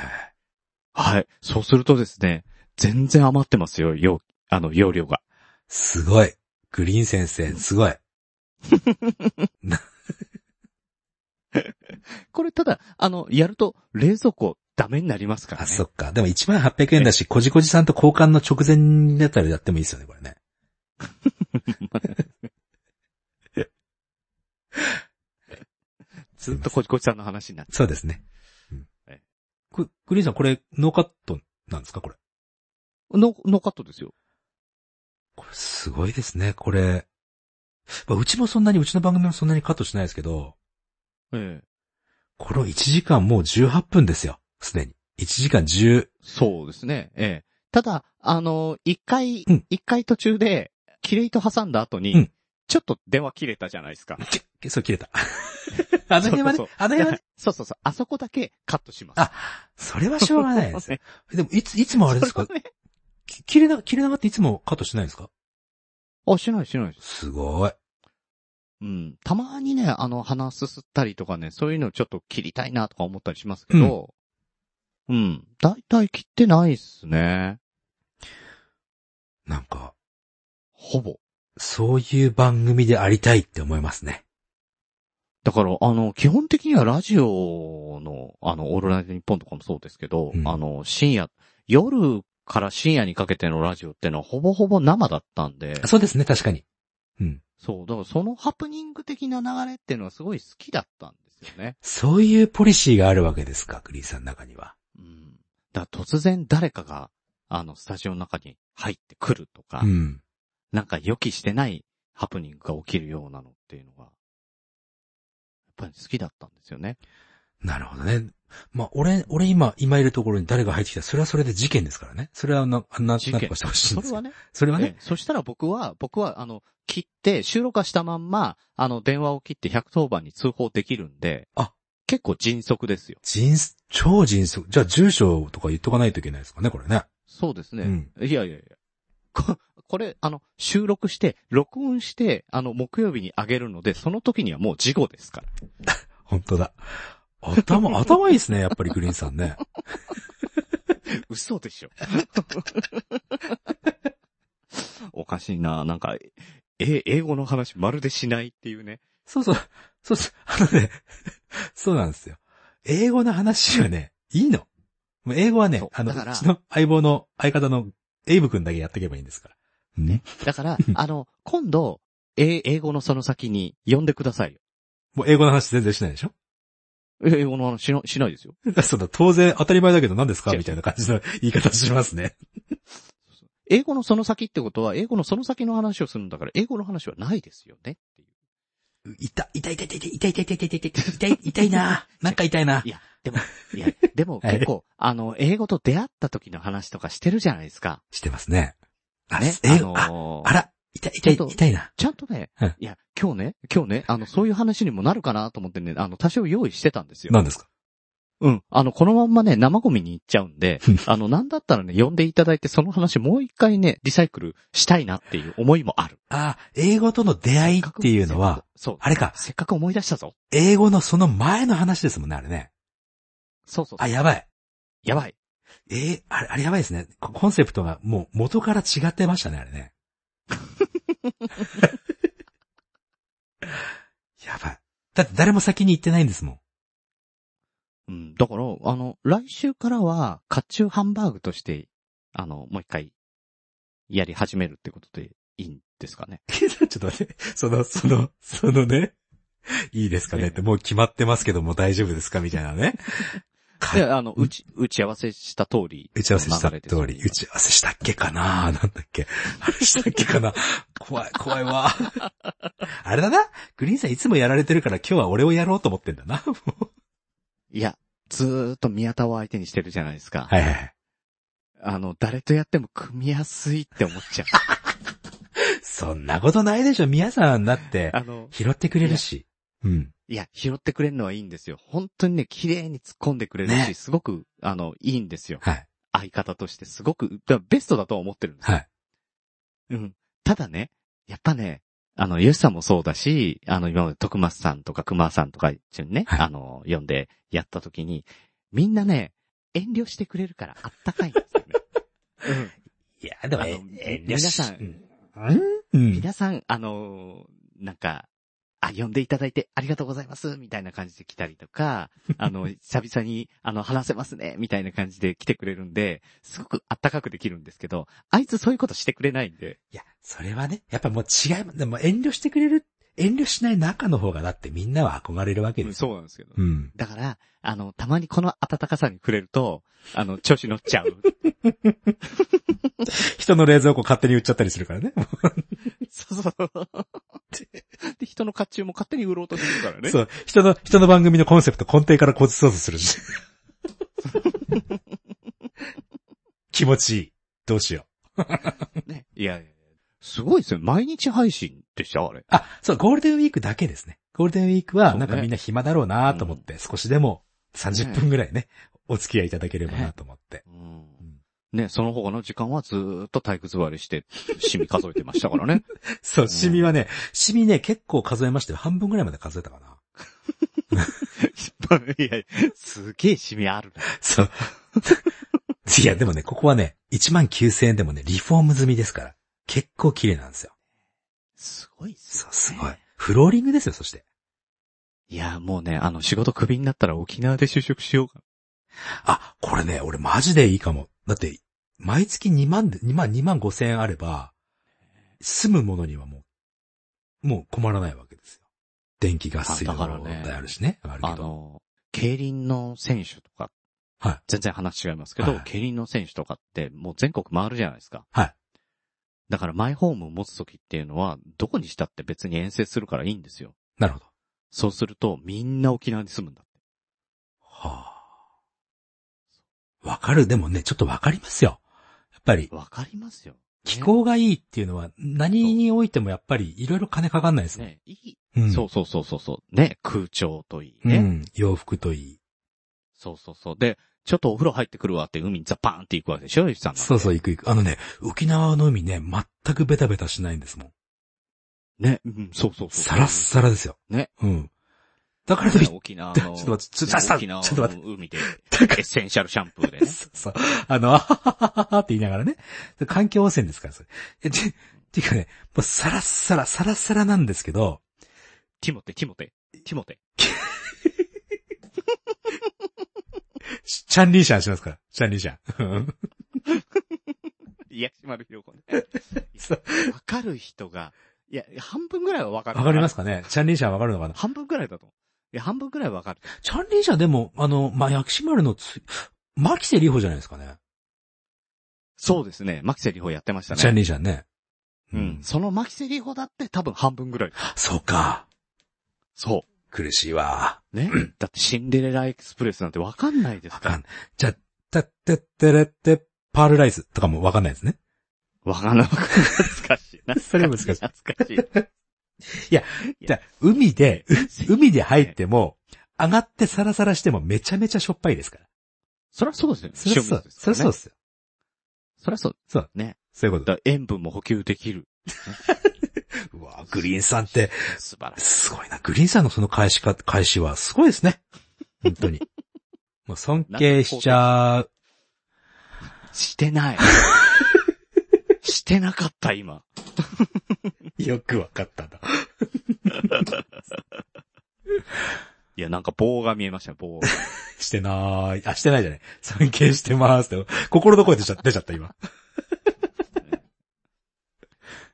Speaker 3: はい。
Speaker 1: はい。そうするとですね、全然余ってますよ、容、あの、容量が。
Speaker 3: すごい。グリーン先生、すごい。
Speaker 1: これただ、あの、やると冷蔵庫ダメになりますから
Speaker 3: あ、
Speaker 1: ね。
Speaker 3: そっか。でも1800円だし、こじこじさんと交換の直前だったらやってもいいですよね、こ <laughs> れね。
Speaker 1: ずっとこちこちさんの話になって。
Speaker 3: そうですね。うん
Speaker 1: はい
Speaker 3: ググリーンさん、これ、ノーカットなんですか、これ。
Speaker 1: ノノーカットですよ。
Speaker 3: これすごいですね、これ。まあうちもそんなに、うちの番組もそんなにカットしないですけど、
Speaker 1: ええ。
Speaker 3: この1時間もう18分ですよ、すでに。1時間10、
Speaker 1: そうですね。ええ。ただ、あの、一回
Speaker 3: うん、
Speaker 1: 一、回途中で、キレイと挟んだ後に、
Speaker 3: うん
Speaker 1: ちょっと電話切れたじゃないですか。
Speaker 3: ちょ <laughs> そう切れた。 <laughs> あの辺はね
Speaker 1: そうそうそう、
Speaker 3: あの辺はね、
Speaker 1: <laughs> そうそうそう。あそこだけカットします。
Speaker 3: あ、それはしょう
Speaker 1: <laughs>
Speaker 3: がないですよ。でも、いつ、いつもあれですか
Speaker 1: それはね
Speaker 3: き切れな、切れながっていつもカットしてないんですか
Speaker 1: あ、しないしないです。
Speaker 3: すごい。
Speaker 1: うん。たまにね、あの、鼻すすったりとかね、そういうのちょっと切りたいなとか思ったりしますけど、うん。だいたい切ってないっすね。
Speaker 3: なんか、
Speaker 1: ほぼ。
Speaker 3: そういう番組でありたいって思いますね。
Speaker 1: だから、あの、基本的にはラジオの、あの、オールナイトニッポンとかもそうですけど、
Speaker 3: うん
Speaker 1: あの、深夜、夜から深夜にかけてのラジオってのはほぼほぼ生だったんで、
Speaker 3: そうですね、確かに。うん。
Speaker 1: そう、だからそのハプニング的な流れっていうのはすごい好きだったんですよね。
Speaker 3: そういうポリシーがあるわけですか、グリーンさんの中には。
Speaker 1: うん。だから突然誰かが、あの、スタジオの中に入ってくるとか、
Speaker 3: うん。
Speaker 1: なんか予期してないハプニングが起きるようなのっていうのが、やっぱり好きだったんですよね。
Speaker 3: なるほどね。まあ、俺、俺今、今いるところに誰が入ってきたら、それはそれで事件ですからね。それはな、な、なんと
Speaker 1: 事
Speaker 3: か
Speaker 1: 件
Speaker 3: してほしい
Speaker 1: そ
Speaker 3: んです
Speaker 1: れ
Speaker 3: よ
Speaker 1: はね、
Speaker 3: それはね
Speaker 1: ええ。そしたら僕は、僕は、あの、切って、収録はしたまんま、あの、電話を切って110番に通報できるんで、
Speaker 3: あ
Speaker 1: 結構迅速ですよ。
Speaker 3: 人、超迅速。じゃあ、住所とか言っとかないといけないですかね、これね。
Speaker 1: そうです
Speaker 3: う
Speaker 1: ね。
Speaker 3: ん。
Speaker 1: いやいやいや。ここれ、あの、収録して、録音して、あの、木曜日に上げるので、その時にはもう事後ですから。
Speaker 3: 本当だ。頭、頭いいですね、やっぱりグリーンさんね。
Speaker 1: 嘘でしょ。 <laughs> おかしいななんか、え、英語の話まるでしないっていうね。
Speaker 3: そうそう。そうそう。あのね、 <laughs> そうなんですよ。英語の話はね、いいの。もう英語はね
Speaker 1: そう、
Speaker 3: あの、う
Speaker 1: だから
Speaker 3: ちの相棒の相方のエイブ君だけやっていけばいいんですから。ね。
Speaker 1: だから、 <laughs> あの、今度、え、英語のその先に呼んでくださいよ。
Speaker 3: もう英語の話全然しないでしょ
Speaker 1: 英語の話しなしないですよ。
Speaker 3: そうだ、当然当たり前だけど何ですか
Speaker 1: 違う
Speaker 3: みたいな感じの言い方しますね。
Speaker 1: 英語のその先ってことは、英語のその先の話をするんだから、英語の話はないですよねっていう。。
Speaker 3: 痛、痛い痛い痛い痛い痛い痛い痛い痛い痛い痛いな。なんか痛いない
Speaker 1: や、でも、いや、でも
Speaker 3: はい
Speaker 1: 結構、あの、英語と出会った時の話とかしてるじゃないですか。
Speaker 3: してますね。あ、
Speaker 1: ね
Speaker 3: す。え
Speaker 1: あ
Speaker 3: ーあ、
Speaker 1: のー
Speaker 3: あら、痛い痛い
Speaker 1: ちょっと
Speaker 3: 痛いな。
Speaker 1: ちゃんとね
Speaker 3: はい、
Speaker 1: いや、今日ね、今日ね、あの、そういう話にもなるかなと思ってね、あの、多少用意してたんですよ。
Speaker 3: 何ですか
Speaker 1: うん。あの、このまんまね、生ゴミに行っちゃうんで、あの、なんだったらね、呼んでいただいて、その話もう一回ね、リサイクルしたいなっていう思いもある。
Speaker 3: あ、英語との出会いっていうのは、、
Speaker 1: そう。
Speaker 3: あれか、
Speaker 1: せっかく思い出したぞ。
Speaker 3: 英語のその前の話ですもんね、あれね。
Speaker 1: そうそうそ
Speaker 3: あ、
Speaker 1: う。
Speaker 3: やばい。
Speaker 1: やばい。
Speaker 3: えーあれ、あれやばいですね。ココンセプトがもう元から違ってましたね、あれ
Speaker 1: <laughs>
Speaker 3: ね。やばい。だって誰も先に行ってないんですも
Speaker 1: う
Speaker 3: ん。 <laughs>
Speaker 1: ん。だから、あの、来週からは、甲冑ハンバーグとして、あの、もう一回、やり始めるってことでいいんですかね。
Speaker 3: ちょっと待って、その、その、そのね、いいですかねって、もう決まってますけども大丈夫ですかみたいなね。か
Speaker 1: で、あの、打ち、打ち合わせした通り。
Speaker 3: 打ち合わせし
Speaker 1: の
Speaker 3: た
Speaker 1: 流れ
Speaker 3: 通
Speaker 1: ですよね
Speaker 3: り、打ち合わせしたっけかななん <laughs> だっけあれしたっけ <laughs> かな怖い、怖いわ。あれだなグリーンさんいつもやられてるから今日は俺をやろうと思ってんだな。もう
Speaker 1: いや、ずーっと宮田を相手にしてるじゃないですか。
Speaker 3: はいはいはい。
Speaker 1: あの、誰とやっても組みやすいって思っ
Speaker 3: <laughs>
Speaker 1: ちゃう。
Speaker 3: そんなことないでしょ。皆さんだって、
Speaker 1: あの、
Speaker 3: 拾ってくれるし。うん。
Speaker 1: いや、拾ってくれるのはいいんですよ。本当にね、綺麗に突っ込んでくれるし、
Speaker 3: ね
Speaker 1: すごく、あの、いいんですよ。
Speaker 3: はい。
Speaker 1: 相方としてすごく、だからベストだとは思ってるんですよ。
Speaker 3: はい。
Speaker 1: うん。ただね、やっぱね、あの、ヨシさんもそうだし、あの、今まで徳松さんとか熊さんとか一緒にね、
Speaker 3: はい
Speaker 1: あの、呼んでやった時に、みんなね、遠慮してくれるからあったかいんですよ
Speaker 3: <laughs>
Speaker 1: ね。うん。
Speaker 3: いや、でも、
Speaker 1: あの
Speaker 3: ええ
Speaker 1: 皆さん
Speaker 3: うん。うん。
Speaker 1: 皆さん、あのーなんか、あ、呼んでいただいてありがとうございます、みたいな感じで来たりと <laughs> か、あの、久々に、あの、話せますね、みたいな感じで来てくれるんで、すごくあったかくできるんですけど、あいつそういうことしてくれないんで、
Speaker 3: いや、それはね、やっぱもう違い、でも遠慮してくれる、遠慮しない中の方がだってみんなは憧れるわけですよ。
Speaker 1: そうなんですけど。
Speaker 3: うん。
Speaker 1: だから、あの、たまにこの暖かさに触れると、あの、調子乗っちゃ <laughs> う。
Speaker 3: 人の冷蔵庫勝手に売っちゃったりするからね。
Speaker 1: そうそう。で、人の甲冑も勝手に売ろうとするからね。
Speaker 3: そう。人の、人の番組のコンセプト根底からこじそうとするんで。
Speaker 1: <laughs>
Speaker 3: 気持ちいい。どうしよう。
Speaker 1: ね。いやいやいやすごいですよ。毎日配信でしたあれ。
Speaker 3: あ、そう、ゴールデンウィークだけですね。ゴールデンウィークは、
Speaker 1: そう
Speaker 3: な
Speaker 1: ね
Speaker 3: んかみんな暇だろうなと思って、少しでも30分ぐらいね、お付き合いいただければなと思って。
Speaker 1: うんね、その他の時間はずーっと体育座りして、シミ数えてましたからね。
Speaker 3: そう、シミはね、シミね、結構数えましたよ。半分ぐらいまで数えたかな。
Speaker 1: <laughs> いや、すげえシミあるな。 <laughs>
Speaker 3: そう。いや、でもね、ここはね、1万9000円でもね、リフォーム済みですから。結構綺麗なんですよ。
Speaker 1: すごいっすよ
Speaker 3: そう、
Speaker 1: ね
Speaker 3: すごい。。フローリングですよ、そして。
Speaker 1: いや、もうね、あの、仕事クビになったら沖縄で就職しようか
Speaker 3: あ、これね、俺マジでいいかも。だって、毎月2万で、2万、2万5千円あれば、住むものにはもう、もう困らないわけですよ。電気、ガス、水道
Speaker 1: あだからね
Speaker 3: 問題あるしね。あるけ
Speaker 1: な。あ
Speaker 3: ど。
Speaker 1: の、競輪の選手とか、
Speaker 3: はい
Speaker 1: 全然話違いますけど、
Speaker 3: はい
Speaker 1: 競輪の選手とかって、もう全国回るじゃないですか。
Speaker 3: はい。
Speaker 1: だから、マイホームを持つときっていうのは、どこにしたって別に遠征するからいいんですよ。
Speaker 3: なるほど。
Speaker 1: そうすると、みんな沖縄に住むんだって。
Speaker 3: はあ。わかる。でもね、ちょっとわかりますよ。やっぱり、
Speaker 1: わかりますよ。
Speaker 3: 気候がいいっていうのは、何においてもやっぱり、いろいろ金かかんないですね。
Speaker 1: ね、いい、
Speaker 3: うん。
Speaker 1: そうそうそうそうそう。ね、空調といいうね。
Speaker 3: ん。洋服といい。
Speaker 1: そうそうそう。で、ちょっとお風呂入ってくるわって海にザパーンって行くわけでしょ、ゆきさんなんて
Speaker 3: そうそう、行く行く。あのね、沖縄の海ね、全くベタベタしないんですもん。
Speaker 1: ね、うん、そうそうそう。
Speaker 3: サラッサラですよ。
Speaker 1: ね。
Speaker 3: うん。だからといって、
Speaker 1: 沖縄
Speaker 3: ちょ
Speaker 1: の、
Speaker 3: っと待って、ちょっと待って、
Speaker 1: 沖
Speaker 3: ちょ
Speaker 1: 縄
Speaker 3: っと待っ
Speaker 1: の海で、
Speaker 3: て、だか
Speaker 1: エッセンシャルシャンプーで <laughs>
Speaker 3: ら、
Speaker 1: ね。
Speaker 3: そうそう、あの、あははははって言いながらね、環境汚染ですから、それ。え、て、ていうかね、もうサラッサラ、サラッサラなんですけど、
Speaker 1: ティモテ、ティモテ、ティモテ。
Speaker 3: チャンリーシャンしますから、チャンリーシ
Speaker 1: <laughs>
Speaker 3: ャン。
Speaker 1: いや、島るひろこね。
Speaker 3: そう
Speaker 1: わかる人が、いや、半分ぐらいはわかる。
Speaker 3: わかりますすかねチャンリーシャンわかるのかな
Speaker 1: 半分ぐらいだと思や、半分くらいわかる。
Speaker 3: チャンリーじゃでも、あの、まあ、薬師丸のつ、牧瀬里穂じゃないですかね。
Speaker 1: そうですね。牧瀬里穂やってましたね。
Speaker 3: チャンリーじゃね。
Speaker 1: うん。。その牧瀬里穂だって多分半分ぐらい。
Speaker 3: そうか。
Speaker 1: そ
Speaker 3: 苦しいわ。
Speaker 1: う。 <clears throat> ね。だってシンデレラエクスプレスなんてわかんないです
Speaker 3: わ
Speaker 1: か
Speaker 3: からん。じゃ、たってってれって、パールライスとかもわかんないですね。
Speaker 1: わかんない。懐かしい。 <laughs> 懐かしい。
Speaker 3: それ難しい
Speaker 1: 懐かしい。
Speaker 3: じゃあ、海で、う海で入っても、上がってサラサラしてもめちゃめちゃしょっぱいですから。
Speaker 1: そりゃそうですよね。
Speaker 3: そりゃそ
Speaker 1: 塩水
Speaker 3: う、
Speaker 1: です
Speaker 3: そ
Speaker 1: か
Speaker 3: り
Speaker 1: らね
Speaker 3: ゃそうですよ。
Speaker 1: そりゃそう。
Speaker 3: そう。
Speaker 1: ね。
Speaker 3: そういうこと
Speaker 1: だから塩分も補給できる。
Speaker 3: うわグリーンさんって、
Speaker 1: 素晴らしい。
Speaker 3: すごいな。グリーンさんのその返しか、返しはすごいですね。本当
Speaker 1: <laughs>
Speaker 3: に。もう尊敬しちゃう。
Speaker 1: して <laughs> ない。してなかった、今。
Speaker 3: よくわかったな。
Speaker 1: いや、なんか棒が見えましたね、棒。 <laughs>
Speaker 3: してなーい。あ、してないじゃない。尊敬してまーすって。心の声出ちゃ出ちゃった、今。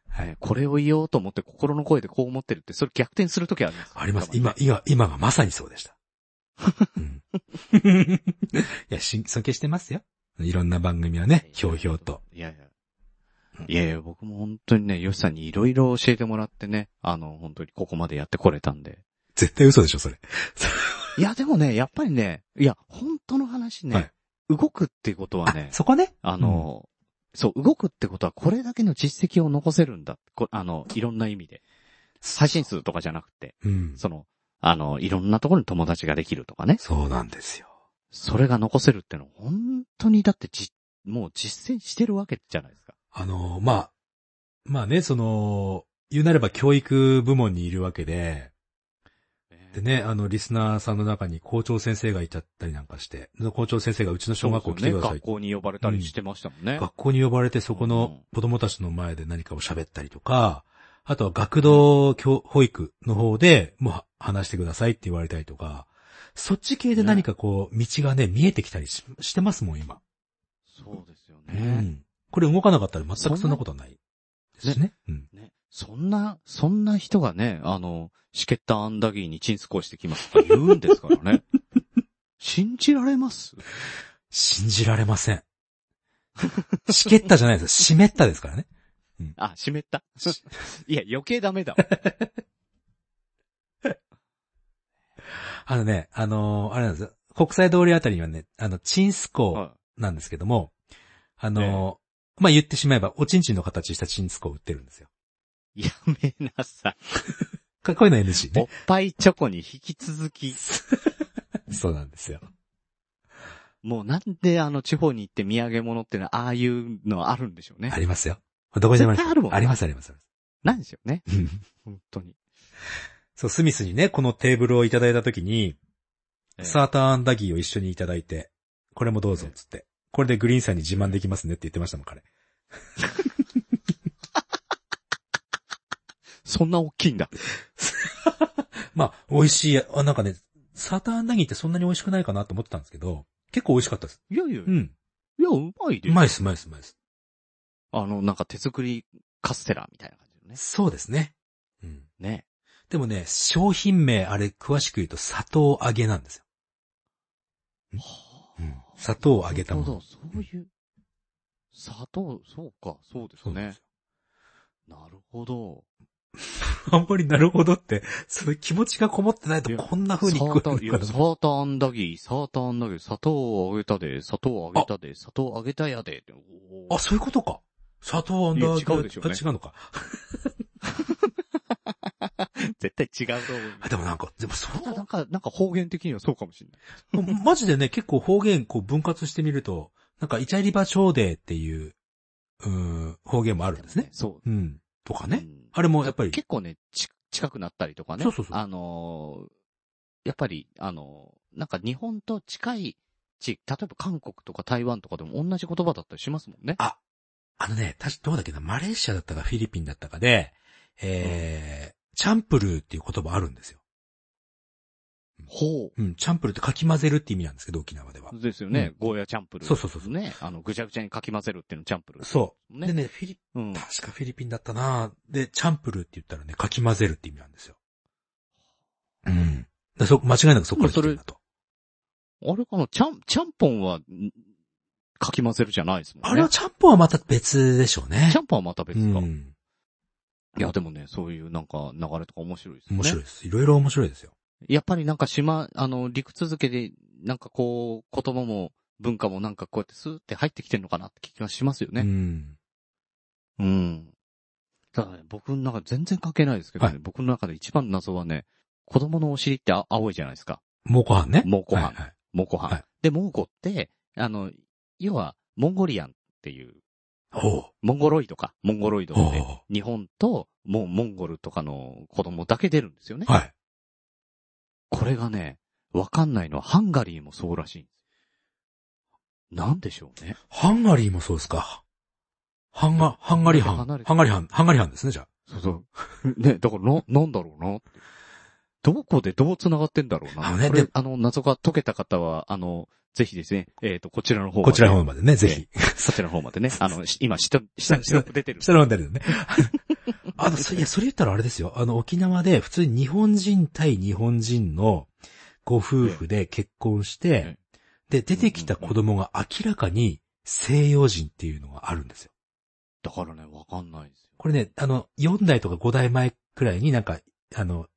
Speaker 3: はい。
Speaker 1: これを言おうと思って心の声でこう思ってるって、それ逆転するときあります。
Speaker 3: あります。
Speaker 1: 多分ね
Speaker 3: 今、。今、今がまさにそうでした。
Speaker 1: <laughs>
Speaker 3: うん、いや、し尊敬してますよ。いろんな番組
Speaker 1: <laughs>
Speaker 3: はね、ひょうひょうと。。
Speaker 1: いやいや。いやいや、僕も本当にね、ヨシさんにいろいろ教えてもらってね、あの、本当にここまでやってこれたんで。
Speaker 3: 絶対嘘でしょ、それ。
Speaker 1: いや、でもね、やっぱりね、いや、本当の話ね、
Speaker 3: はい
Speaker 1: 動くっていうことはね
Speaker 3: あ、そこね。
Speaker 1: あの、そう、動くってことはこれだけの実績を残せるんだ。こあの、いろんな意味で。配信数とかじゃなくて、
Speaker 3: うん。
Speaker 1: その、あの、いろんなところに友達ができるとかね。
Speaker 3: そうなんですよ。
Speaker 1: それが残せるってのは、本当にだってじ、もう実践してるわけじゃないですか。
Speaker 3: あの、まあ、まあね、その、言うなれば教育部門にいるわけで、でね、あの、リスナーさんの中に校長先生がいちゃったりなんかして、校長先生がうちの小学校来てくだ
Speaker 1: そう
Speaker 3: さ
Speaker 1: ですよね
Speaker 3: い。
Speaker 1: 学校に呼ばれたりしてましたもんね。
Speaker 3: 学校に呼ばれてそこの子供たちの前で何かを喋ったりとか、あとは学童教保育の方でもうは話してくださいって言われたりとか、そっち系で何かこう、道がね、見えてきたりししてますもん、今。
Speaker 1: そうですよ
Speaker 3: う
Speaker 1: ね。
Speaker 3: ん。これ動かなかったら全くそんなことはない。ですしね。うん。
Speaker 1: ね。そんな、そんな人がね、あの、しけったアンダギーにチンスコしてきますと言うんですから
Speaker 3: <laughs>
Speaker 1: ね。信じられます
Speaker 3: 信じられません。しけったじゃないですよ。
Speaker 1: <laughs>
Speaker 3: 湿ったですからね。
Speaker 1: あ、湿った。 <laughs> いや、余計ダメだわ。
Speaker 3: あのね、あのーあれなんですよ。国際通りあたりにはね、あの、チンスコー、
Speaker 1: はい
Speaker 3: なんですけども、あの、まあ、言ってしまえば、おちんちんの形したチンスコを売ってるんですよ。
Speaker 1: やめなさい。
Speaker 3: かこういうの NG
Speaker 1: お
Speaker 3: ね
Speaker 1: っ。ぱいチョコに引き続き、
Speaker 3: そうなんですよ。
Speaker 1: もうなんであの地方に行って土産物ってのは、ああいうのあるんでしょうね
Speaker 3: あ。りますよ。どこにでもあり
Speaker 1: 絶対あるもん
Speaker 3: ます。
Speaker 1: な
Speaker 3: あります、あります。あり
Speaker 1: ないんですよね。
Speaker 3: ます
Speaker 1: 本当に。
Speaker 3: そう、スミスにね、このテーブルをいただいたときに、
Speaker 1: ええ
Speaker 3: サーターアンダギーを一緒にいただいて、これもどうぞ、つって。これでグリーンさんに自慢できますねって言ってましたもん、彼。
Speaker 1: そんな大きいんだ。
Speaker 3: まあ、美味しい、あ、なんかね、サーターアンダギーってそんなに美味しくないかなと思ってたんですけど、結構美味しかったです。
Speaker 1: いやいや、
Speaker 3: う
Speaker 1: い
Speaker 3: ん。
Speaker 1: や、うまいで
Speaker 3: う
Speaker 1: す
Speaker 3: まいです、うまいです、うまいです。
Speaker 1: あの、なんか手作りカステラみたいな感じのね。
Speaker 3: そうですね。うん。
Speaker 1: ね。
Speaker 3: でもね、商品名、あれ、詳しく言うと、砂糖揚げなんですよ。うん砂糖を揚げたも
Speaker 1: なる
Speaker 3: の
Speaker 1: ほど、。そういう。砂糖、そうか、そうです
Speaker 3: なんで
Speaker 1: ね
Speaker 3: す。
Speaker 1: なるほど。
Speaker 3: <laughs> よ。あんまりなるほどって、その気持ちがこもってない
Speaker 1: い
Speaker 3: と
Speaker 1: や
Speaker 3: こんな
Speaker 1: サ
Speaker 3: 風に聞
Speaker 1: ー
Speaker 3: こ
Speaker 1: ター、
Speaker 3: え
Speaker 1: い
Speaker 3: るの
Speaker 1: や、
Speaker 3: か
Speaker 1: サ
Speaker 3: な。
Speaker 1: ーターアンダギー、サーターアンダギー、砂糖をあげたで、砂糖をあげたで、砂糖をあげたやで。おー
Speaker 3: あ、そういうことか。砂糖アンダー
Speaker 1: いや違うでしょうね
Speaker 3: あ違うのか。
Speaker 1: 絶対違うと思う
Speaker 3: あでもなんか、でもそ
Speaker 1: ただなん
Speaker 3: う、
Speaker 1: か、なんか方言的にはそうかもしれない。
Speaker 3: マジでね、結構方言こう分割してみると、なんか、イチャリバチョーデーっていう、うーん、方言もあるんですね。
Speaker 1: そ
Speaker 3: うん。とか
Speaker 1: う。う
Speaker 3: ね。
Speaker 1: ん
Speaker 3: あれもやっぱり、
Speaker 1: 結構ね、ち、近くなったりとかね。
Speaker 3: そうそうそう
Speaker 1: あのーやっぱり、あのーなんか日本と近い地、例えば韓国とか台湾とかでも同じ言葉だったりしますもんね。
Speaker 3: あのね、確かどうだっけな、マレーシアだったかフィリピンだったかで、えー、チャンプルーっていう言葉あるんですよ。
Speaker 1: ほ
Speaker 3: うん、チャンプルーってかき混ぜるって意味なんですけど、沖縄では。
Speaker 1: う。ですよね。ゴーヤチャンプルー。
Speaker 3: そうそうそうそう
Speaker 1: ね。あの、ぐちゃぐちゃにかき混ぜるっていうのチャンプルー。
Speaker 3: そう。
Speaker 1: ね
Speaker 3: でね、フィリ、
Speaker 1: う。うん。
Speaker 3: 確かフィリピンだったなで、チャンプルーって言ったらね、かき混ぜるって意味なんですよ。うん。だそ、間違いなくそこから来てるんだと。
Speaker 1: あれかなちゃん、ちゃんぽんは、んかき混ぜるじゃないですもんね。
Speaker 3: あれはちゃんぽんはまた別でしょうね。
Speaker 1: ちゃんぽんはまた別か。
Speaker 3: う
Speaker 1: い
Speaker 3: ん。
Speaker 1: や、でもね、そういうなんか流れとか面白いですね。
Speaker 3: 面白いです。いろいろ面白いですよ。
Speaker 1: やっぱりなんか島、あの、陸続けで、なんかこう、言葉も文化もなんかこうやってスーって入ってきてるのかなって気がしますよ
Speaker 3: う
Speaker 1: ね。
Speaker 3: ん。
Speaker 1: うん。ただね、僕の中全然関係ないですけどね、
Speaker 3: はい
Speaker 1: 僕の中で一番謎はね、子供のお尻ってあ青いじゃないですか。
Speaker 3: 猛虎飯ね。
Speaker 1: 猛虎飯
Speaker 3: はいはい
Speaker 1: 蒙古藩。
Speaker 3: はい
Speaker 1: で、蒙古って、あの、要は、モンゴリアンっていう、
Speaker 3: ほ
Speaker 1: モンゴロイドか、モンゴロイド
Speaker 3: う。ほう
Speaker 1: って、日本と、もうモンゴルとかの子供だけ出るんですよね。
Speaker 3: はい。
Speaker 1: これがね、わかんないのはハンガリーもそうらしい。なんでしょうね。
Speaker 3: ハンガリーもそうですか。ハンガ、ハンガリー藩。ハン
Speaker 1: 離れて
Speaker 3: ガリー藩、ハンガリー藩ですね、じゃあ。
Speaker 1: そうそう。 <laughs> ね、だからな、なんだろうなって。どこでどう繋がってんだろうな。
Speaker 3: あのね
Speaker 1: これ
Speaker 3: で
Speaker 1: あの、謎が解けた方は、あの、ぜひですね、えっ、と、こちらの方まで
Speaker 3: こちらの方までね、ぜひ。
Speaker 1: こちらの方ま
Speaker 3: <laughs>
Speaker 1: でね、あの、し今、下、下、下出てる。
Speaker 3: 下の方までね。 <laughs> あの、そいや、それ言ったらあれですよ。あの、沖縄で普通に日本人対日本人のご夫婦で結婚して
Speaker 1: え、
Speaker 3: で、出てきた子供が明らかに西洋人っていうのがあるんですよ。
Speaker 1: だからね、わかんないですよ。
Speaker 3: これね、あの、4代とか5代前くらいになんか、あの、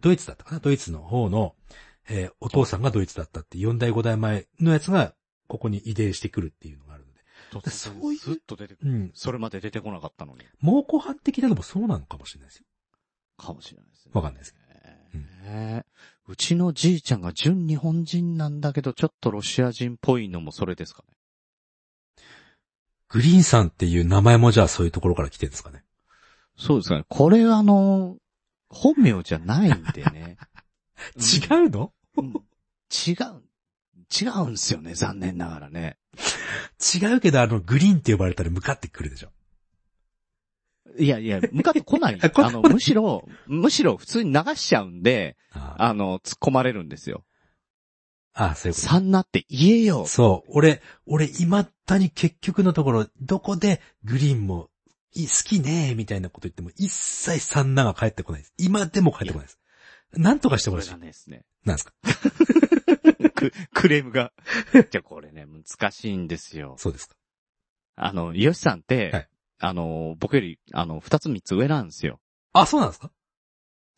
Speaker 3: ドイツだったかなドイツの方の、えーお父さんがドイツだったって、4代5代前のやつが、ここに遺伝してくるっていうのがあるので。
Speaker 1: 突然
Speaker 3: そういう
Speaker 1: スッと出てくる。
Speaker 3: うん。
Speaker 1: それまで出てこなかったのに。
Speaker 3: 猛虎派的なのもそうなのかもしれないですよ。
Speaker 1: かもしれないですね。
Speaker 3: わかんないですけど
Speaker 1: ねえうちのじいちゃんが純日本人なんだけど、ちょっとロシア人っぽいのもそれですかね。
Speaker 3: グリーンさんっていう名前もじゃあそういうところから来てるんですかね。
Speaker 1: そうですかね。これはあの、本名じゃないんでね。
Speaker 3: <laughs> 違うの
Speaker 1: うん違う、違うんですよね、残念ながらね。
Speaker 3: 違うけど、あの、グリーンって呼ばれたら向かってくるでしょ。
Speaker 1: いやいや、向かってこ
Speaker 3: <laughs>
Speaker 1: ない。
Speaker 3: あ来ない
Speaker 1: あの、むしろ、むしろ普通に流しちゃうんで、
Speaker 3: あ
Speaker 1: あの、突っ込まれるんですよ。
Speaker 3: あそういうこと。
Speaker 1: さんなって言えよ。
Speaker 3: そう。俺、俺、未だに結局のところ、どこでグリーンも、い好きねえ、みたいなこと言っても、一切サンナが帰ってこないです。今でも帰ってこないです。なんとかして
Speaker 1: こ
Speaker 3: ほ
Speaker 1: れ
Speaker 3: しい
Speaker 1: が。ねですね。
Speaker 3: なんですか
Speaker 1: ククレームが。じゃあこれね、難しいんですよ。
Speaker 3: そうですか。
Speaker 1: あの、ヨシさんって、
Speaker 3: はい
Speaker 1: あの、僕より、あの、二つ三つ上なんですよ。
Speaker 3: あ、そうなんですか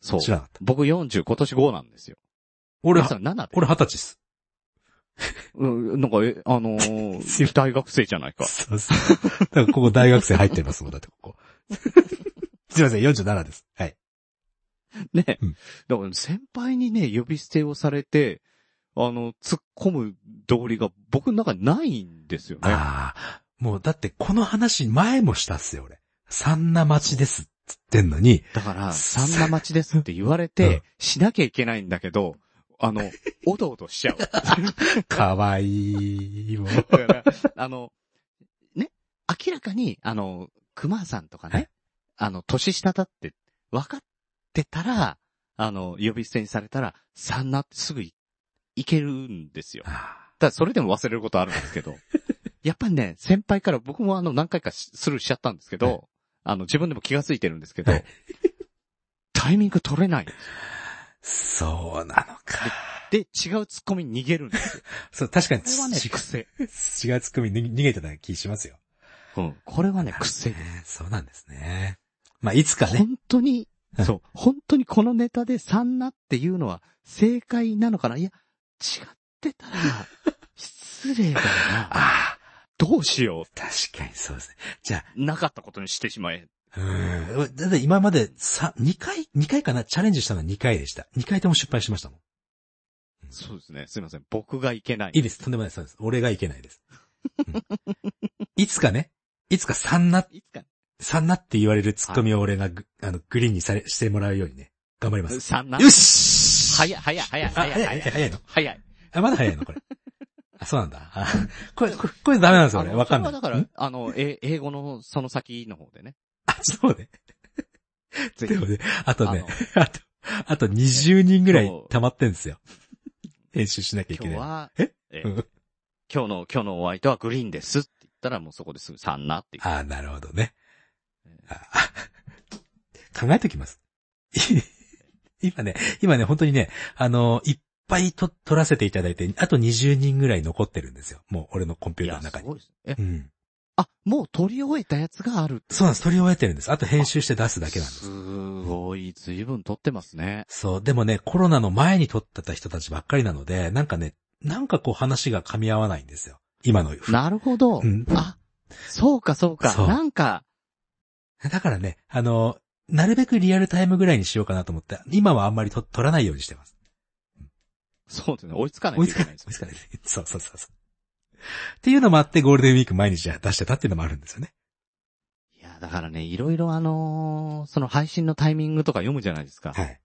Speaker 1: そう。
Speaker 3: 知らなかった。
Speaker 1: 僕40、今年5なんですよ。
Speaker 3: 俺
Speaker 1: ヨシ
Speaker 3: は
Speaker 1: さ、ん7で。
Speaker 3: 俺二十歳っす。
Speaker 1: うん、なんか、え、あの
Speaker 3: <laughs>
Speaker 1: ー大学生じゃないか。
Speaker 3: そうそう。だからここ大学生入ってますもん、だってここ。 <laughs> すいません、47です。はい。
Speaker 1: ね。
Speaker 3: うん
Speaker 1: だから先輩にね、呼び捨てをされて、あの、突っ込む道理が僕の中にないんですよね。
Speaker 3: ああ、もうだってこの話前もしたっすよ、俺。サンナ待ちですっつってんの <laughs> に、
Speaker 1: だから、そんな町ですって言われて、
Speaker 3: うん
Speaker 1: しなきゃいけないんだけど、あ
Speaker 3: <laughs>
Speaker 1: の、おどおどしちゃう。
Speaker 3: かわいい、もう。
Speaker 1: だから、 <laughs> あの、ね、明らかに、あの、熊さんとかね、
Speaker 3: はい
Speaker 1: あの、年下だって分かってたら、あの、呼び捨てにされたら、さんなってすぐいいけるんですよ。
Speaker 3: あ
Speaker 1: ただ、それでも忘れることあるんです
Speaker 3: <laughs>
Speaker 1: けど、やっぱりね、先輩から僕もあの、何回かしスルーしちゃったんですけど、
Speaker 3: はい
Speaker 1: あの、自分でも気がついてるんですけど
Speaker 3: はい、
Speaker 1: タイミング取れない。
Speaker 3: ーそうなのか。
Speaker 1: で、違うツッコミに逃げるんですよ。
Speaker 3: そう、確かに、
Speaker 1: これはね、
Speaker 3: <laughs> 違
Speaker 1: 癖。
Speaker 3: う違うツッコミに逃げてた気しますよ。
Speaker 1: うん。これはね、癖です。
Speaker 3: ねそうなんですね。まあ、いつかね。
Speaker 1: 本当に、
Speaker 3: うん
Speaker 1: そう、本当にこのネタで三なっていうのは正解なのかないや、違ってたら、失礼だよ <laughs> な。
Speaker 3: ああ、
Speaker 1: どうしよ
Speaker 3: 確かにそうですね。じゃ
Speaker 1: う。なかったことにしてしまえ。
Speaker 3: あ、うん。だって今までさ、2回、二回かなチャレンジしたのは2回でした。2回とも失敗しましたもん。
Speaker 1: そうですね。すいません。僕がいけない。
Speaker 3: いいです。とんでもないです。そうです。俺がいけないです。うんいつかね、いつか3な、
Speaker 1: いつか、
Speaker 3: 3なって言われるツッコミを俺がぐ、あの、グリーンにされ、してもらうようにね、頑張ります。
Speaker 1: 三な。
Speaker 3: よし
Speaker 1: 早い、早い、早い、
Speaker 3: あ早
Speaker 1: 早
Speaker 3: い
Speaker 1: い、
Speaker 3: 早い
Speaker 1: 早い。
Speaker 3: 早いの
Speaker 1: 早い。
Speaker 3: あ、まだ早いのこれ。あ、そうなんだ。あこれ、これ、これダメなんですよ、
Speaker 1: あ
Speaker 3: 俺。
Speaker 1: の
Speaker 3: わかんな
Speaker 1: そ
Speaker 3: い。
Speaker 1: れはだ
Speaker 3: ん
Speaker 1: から、あの、え英語のその先の方でね。
Speaker 3: あ、そうね。
Speaker 1: <laughs> ぜひ
Speaker 3: でも。ね、あとね、
Speaker 1: あ
Speaker 3: あと、あと20人ぐらい
Speaker 1: 今日
Speaker 3: 溜まってんですよ。編集しなきゃいけ
Speaker 1: 今日
Speaker 3: ない。
Speaker 1: は、
Speaker 3: え
Speaker 1: え
Speaker 3: うん
Speaker 1: 今日の、今日のお相手はグリーンですって言ったらもうそこですぐ三なって言う
Speaker 3: あなるほどね。あ考えときます。 <laughs> 今ね、今ね、本当にね、あの、いっぱいと、撮らせていただいて、あと20人ぐらい残ってるんですよ。もう、俺のコンピューターの中
Speaker 1: す
Speaker 3: に。
Speaker 1: ごいですね。え
Speaker 3: うん。
Speaker 1: あ、もう撮り終えたやつがある。
Speaker 3: そうなんです。撮り終えてるんです。あと編集して出すだけなんです。
Speaker 1: すごい、随分撮ってますね。
Speaker 3: そう。でもね、コロナの前に撮ってた人たちばっかりなので、なんかね、なんかこう話が噛み合わないんですよ。今の。
Speaker 1: なるほど。
Speaker 3: うん
Speaker 1: あ、そうかそうか。
Speaker 3: そう
Speaker 1: なんか、
Speaker 3: だからね、あの、なるべくリアルタイムぐらいにしようかなと思って、今はあんまりと撮らないようにしてます。
Speaker 1: そうですね、追いつかないと
Speaker 3: 追い
Speaker 1: い
Speaker 3: つ
Speaker 1: け
Speaker 3: か
Speaker 1: な
Speaker 3: ない
Speaker 1: で
Speaker 3: い、
Speaker 1: す
Speaker 3: 追いつかない。そうそうそうそう。っていうのもあって、ゴールデンウィーク毎日出してたっていうのもあるんですよね。
Speaker 1: いや、だからね、いろいろあのーその配信のタイミングとか読むじゃないですか。
Speaker 3: はい。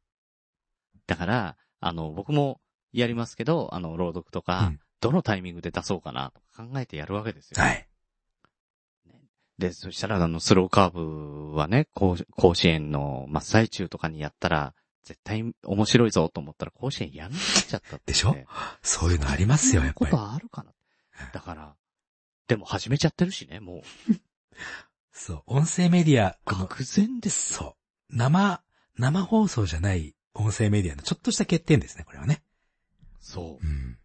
Speaker 1: だから、あの、僕もやりますけど、あの、朗読とか、
Speaker 3: うん
Speaker 1: どのタイミングで出そうかな、考えてやるわけですよ。
Speaker 3: はい。
Speaker 1: で、そしたら、あの、スローカーブはね、甲子甲子園の真っ最中とかにやったら、絶対面白いぞと思ったら、甲子園やんなっちゃったって、
Speaker 3: でしょそういうのありますよ、
Speaker 1: そん
Speaker 3: や
Speaker 1: な
Speaker 3: っぱ
Speaker 1: こ
Speaker 3: り。
Speaker 1: とあるかな。だから、でも始めちゃってるしね、もう。
Speaker 3: そう。音声メディア、この、
Speaker 1: 愕然です。
Speaker 3: そう。生、生放送じゃない音声メディアのちょっとした欠点ですね、これはね。
Speaker 1: そう。
Speaker 3: うん。
Speaker 1: だ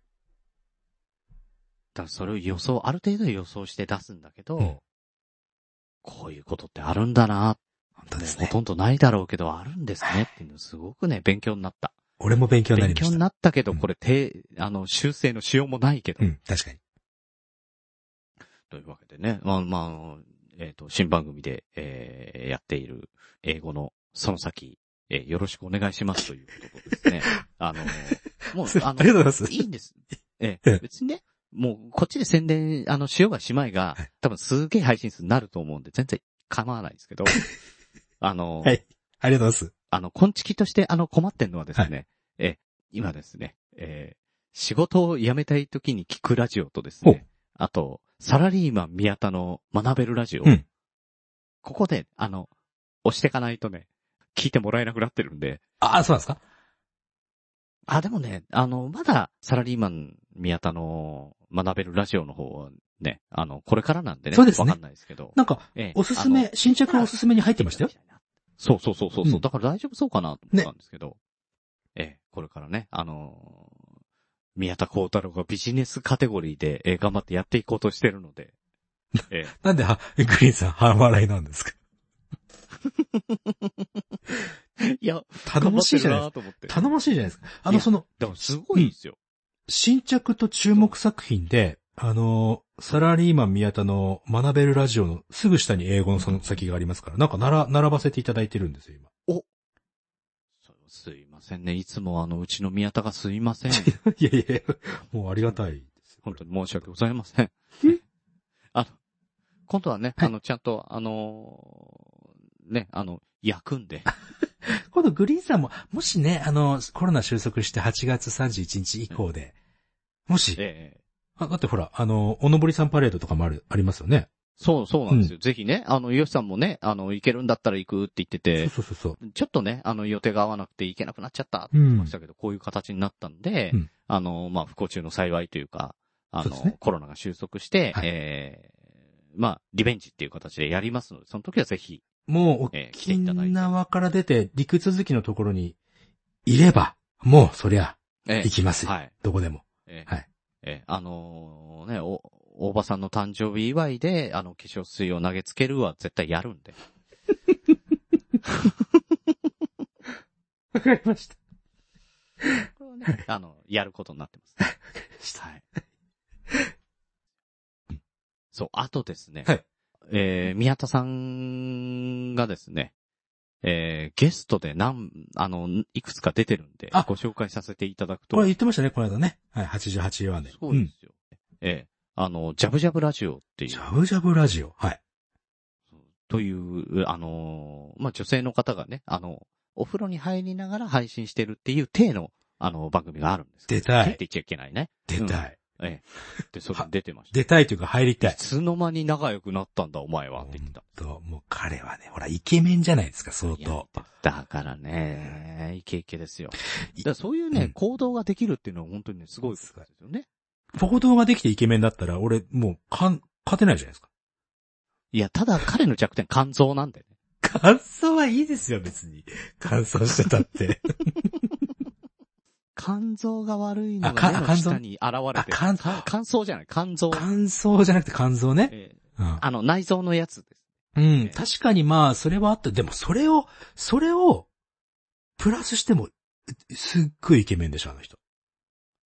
Speaker 1: からそれを予想、ある程度予想して出すんだけど、
Speaker 3: うん
Speaker 1: こういうことってあるんだな、
Speaker 3: 本当です
Speaker 1: ほ
Speaker 3: ね。
Speaker 1: とんどないだろうけど、あるんですねっていうのすごくね、勉強になった。
Speaker 3: 俺も勉強になり
Speaker 1: 勉
Speaker 3: ま
Speaker 1: 強
Speaker 3: し
Speaker 1: に
Speaker 3: た。
Speaker 1: なったけど、
Speaker 3: うん
Speaker 1: これ、て、あの、修正のしようもないけど、
Speaker 3: うん、確かに。
Speaker 1: というわけでね、まあ、まああの、えっ、と、新番組で、えーやっている英語のその先、えーよろしくお願いしますということです
Speaker 3: <laughs>
Speaker 1: ね。あの、もう、
Speaker 3: あ
Speaker 1: あ
Speaker 3: り
Speaker 1: の
Speaker 3: が、とうございます。
Speaker 1: いいん
Speaker 3: <laughs>
Speaker 1: です。え
Speaker 3: え
Speaker 1: え
Speaker 3: え、
Speaker 1: 別にね、もう、こっちで宣伝、あの、しようがしまいが
Speaker 3: はい、
Speaker 1: 多分すげえ配信数になると思うんで、全然構わないですけ
Speaker 3: <laughs>
Speaker 1: ど、あの、
Speaker 3: はいありがとうございます。
Speaker 1: あの、昆虫として、あの、困ってんのはですね、え、今ですね、えー仕事を辞めたい時に聞くラジオとですね、あと、サラリーマン宮田の学べるラジオ、
Speaker 3: うん
Speaker 1: ここで、あの、押していかないとね、聞いてもらえなくなってるんで、
Speaker 3: あ、そうなんですか
Speaker 1: あ、でもね、あの、まだ、サラリーマン宮田の学べるラジオの方はね、あの、これからなんでね、
Speaker 3: そうですね
Speaker 1: わかんないですけど。
Speaker 3: なんか、
Speaker 1: ええ
Speaker 3: おすすめ、新着おすすめに入ってましたよ。。
Speaker 1: あのそうそうそうそうそう、
Speaker 3: うん
Speaker 1: だから大丈夫そうかなと思ったんですけど。ええ、これからね、あのー宮田幸太郎がビジネスカテゴリーで、ええ頑張ってやっていこうとしてるので。ええ、
Speaker 3: なんで、は <laughs> グリーンさん、半笑いなんですか <laughs>
Speaker 1: いや、
Speaker 3: 頼もしいじゃない
Speaker 1: 頑張ってるな
Speaker 3: です
Speaker 1: と思って。
Speaker 3: か。頼もしいじゃないですか。あ
Speaker 1: い
Speaker 3: の、
Speaker 1: や
Speaker 3: その、
Speaker 1: でもすごいですよ。
Speaker 3: 新着と注目作品で、あの、サラリーマン宮田の学べるラジオのすぐ下に英語のその先がありますから、なんかなら、並ばせていただいてるんですよ、今。
Speaker 1: そうすいませんね。いつもあの、うちの宮田がすいません。
Speaker 3: <laughs> いやいやいや、もうありがたいです。
Speaker 1: 本当に申し訳ございません。 <laughs> あの、今度はね、あの、ちゃんと、あのーね、あの、焼くんで。
Speaker 3: 今度グリーンさんも、もしね、あの、コロナ収束して8月31日以降で、もし、
Speaker 1: ええ
Speaker 3: あだってほら、あの、おのぼりさんパレードとかもある、ありますよね。
Speaker 1: そう、そうなんですよ。ぜひね、あの、よしさんもね、あの、行けるんだったら行くって言ってて、
Speaker 3: そうそうそうそう。
Speaker 1: ちょっとね、あの、予定が合わなくて行けなくなっちゃったって
Speaker 3: う
Speaker 1: 言って
Speaker 3: ん
Speaker 1: まし。たけど、こういう形になったんで、
Speaker 3: うん
Speaker 1: あの、まあ、不幸中の幸いというか、あ
Speaker 3: そう
Speaker 1: の、
Speaker 3: ですね
Speaker 1: コロナが収束して、
Speaker 3: はい
Speaker 1: ええまあ、リベンジっていう形でやりますので、その時はぜひ、
Speaker 3: もう、
Speaker 1: えー来て
Speaker 3: 沖
Speaker 1: いただいて
Speaker 3: 縄から出て、陸続きのところに、いれば、もう、そりゃ、
Speaker 1: ええ
Speaker 3: 行きますよ。
Speaker 1: はい。
Speaker 3: どこでも。
Speaker 1: ええ
Speaker 3: はい
Speaker 1: ええあのーね、お、大場さんの誕生日祝いで、あの、化粧水を投げつけるは絶対やるんで。
Speaker 3: <laughs> わかりました。
Speaker 1: これはね、あの、やることになってます。はい。そう、あとですね。
Speaker 3: はい
Speaker 1: えー、宮田さんがですね、えー、ゲストで何、あの、いくつか出てるんで
Speaker 3: あ、
Speaker 1: ご紹介させていただくと
Speaker 3: これ、言ってましたね、この間ね。はい、88話で。
Speaker 1: そうで
Speaker 3: ん。
Speaker 1: すよ。えーあの、ジャブジャブラジオってい
Speaker 3: ジ
Speaker 1: う、
Speaker 3: ャブジャブラジオ。はい。
Speaker 1: という、あのー、まあ、女性の方がね、あの、お風呂に入りながら配信してるっていう体の、あの、番組があるんですけど
Speaker 3: 出たい
Speaker 1: 体って言っちゃいけないね。
Speaker 3: 出たい。
Speaker 1: ええ。で、それ出てました。
Speaker 3: 出たいというか入りた
Speaker 1: い
Speaker 3: い。
Speaker 1: つの間に仲良くなったんだ、お前は。って言ってた。
Speaker 3: と、もう彼はね、ほら、イケメンじゃないですか、相
Speaker 1: いや
Speaker 3: 当。
Speaker 1: だからね、イケイケですよ。
Speaker 3: い
Speaker 1: だからそういう
Speaker 3: う
Speaker 1: ね
Speaker 3: ん、
Speaker 1: 行動ができるっていうのは本当にね、すごいことですよね。
Speaker 3: 行動ができてイケメンだったら、俺、もう、かん、勝てないじゃないですか。
Speaker 1: いや、ただ彼の弱点、肝臓なんだよね。
Speaker 3: 感想はいいですよ、別に。感想してたって。
Speaker 1: 肝臓が悪いの
Speaker 3: あか
Speaker 1: が目の
Speaker 3: 肝臓
Speaker 1: 下に現れ
Speaker 3: あ、
Speaker 1: てる。
Speaker 3: 感、
Speaker 1: 肝臓じゃない、肝臓。
Speaker 3: 感想じゃなくて感想ね。
Speaker 1: ええ
Speaker 3: うん
Speaker 1: あの、内臓のやつです。
Speaker 3: うん。確かにまあ、それはあった。でも、それを、それを、プラスしても、すっごいイケメンでしょ、あの人。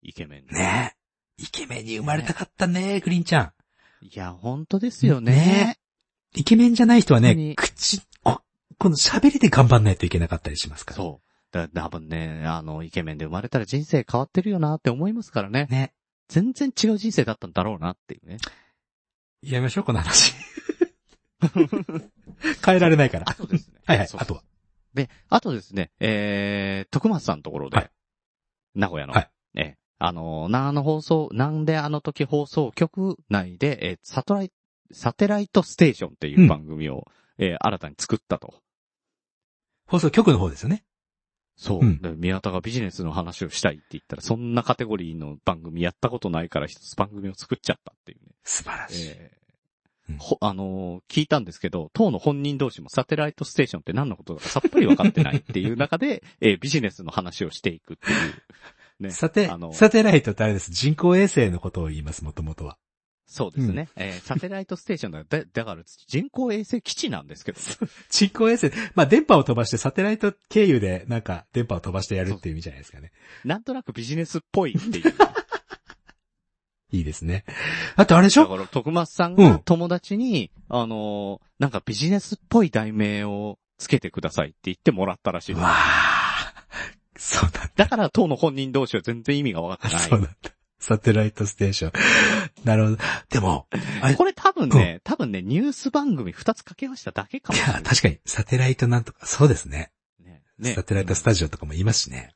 Speaker 1: イケメン。
Speaker 3: ねえ。イケメンに生まれたかったね、グリーンちゃん。
Speaker 1: いや、本当ですよね。
Speaker 3: ねイケメンじゃない人は
Speaker 1: 本当
Speaker 3: ね、
Speaker 1: に
Speaker 3: 口、こ、この喋りで頑張んないといけなかったりしますから。
Speaker 1: そう。だ多分ね、あの、イケメンで生まれたら人生変わってるよなって思いますからね。
Speaker 3: ね。
Speaker 1: 全然違う人生だったんだろうなっていうね。
Speaker 3: やめましょう、この話。 <laughs> 変えられないから。。
Speaker 1: あとですね
Speaker 3: はいはい
Speaker 1: そう
Speaker 3: あとは。
Speaker 1: で、あとですね、えー、徳松さんのところで、
Speaker 3: はい
Speaker 1: 名古屋の、
Speaker 3: はい
Speaker 1: ええあのー、なあの放送、なんであの時放送局内で、えーサトライ、サテライトステーションっていう番組を、えー新たに作ったと。
Speaker 3: 放送局の方ですよね。
Speaker 1: そう。
Speaker 3: うん
Speaker 1: で宮田がビジネスの話をしたいって言ったら、そんなカテゴリーの番組やったことないから一つ番組を作っちゃったっていうね。
Speaker 3: 素晴らしい。
Speaker 1: え
Speaker 3: うん
Speaker 1: ーほ、あのー聞いたんですけど、当の本人同士もサテライトステーションって何のことだかさっぱり分かってないっていう中で、 <laughs> えービジネスの話をしていくっていう。ね。
Speaker 3: さて
Speaker 1: あ、の
Speaker 3: サテライトってあれです。人工衛星のことを言います、もともとは。
Speaker 1: そうですね。えーサテライトステーションだ、だだから人工衛星基地なんですけど、
Speaker 3: <laughs> 人工衛星、まあ電波を飛ばしてサテライト経由でなんか電波を飛ばしてやるっていう意味じゃないですかね。
Speaker 1: なんとなくビジネスっぽいっていう。
Speaker 3: いいですね。あとあれでし
Speaker 1: だ
Speaker 3: ょ
Speaker 1: から、徳松さん
Speaker 3: う
Speaker 1: が
Speaker 3: ん
Speaker 1: 友達に、あのーなんかビジネスっぽい題名をつけてくださいって言ってもらったらしい
Speaker 3: わ
Speaker 1: です。
Speaker 3: あ。そうなん
Speaker 1: だから、当の本人同士は全然意味が分か
Speaker 3: だ。
Speaker 1: ってない。
Speaker 3: <laughs> そうなんだ。サテライトステーション。なるほど。でも、あれ
Speaker 1: これ多分ね、多分ね、ニュース番組二つ掛け合わせただけか
Speaker 3: い
Speaker 1: もしれな
Speaker 3: や
Speaker 1: い、。
Speaker 3: 確かに、サテライトなんとか、そうですね。
Speaker 1: ね。ね
Speaker 3: サテライトスタジオとかも言いますしね。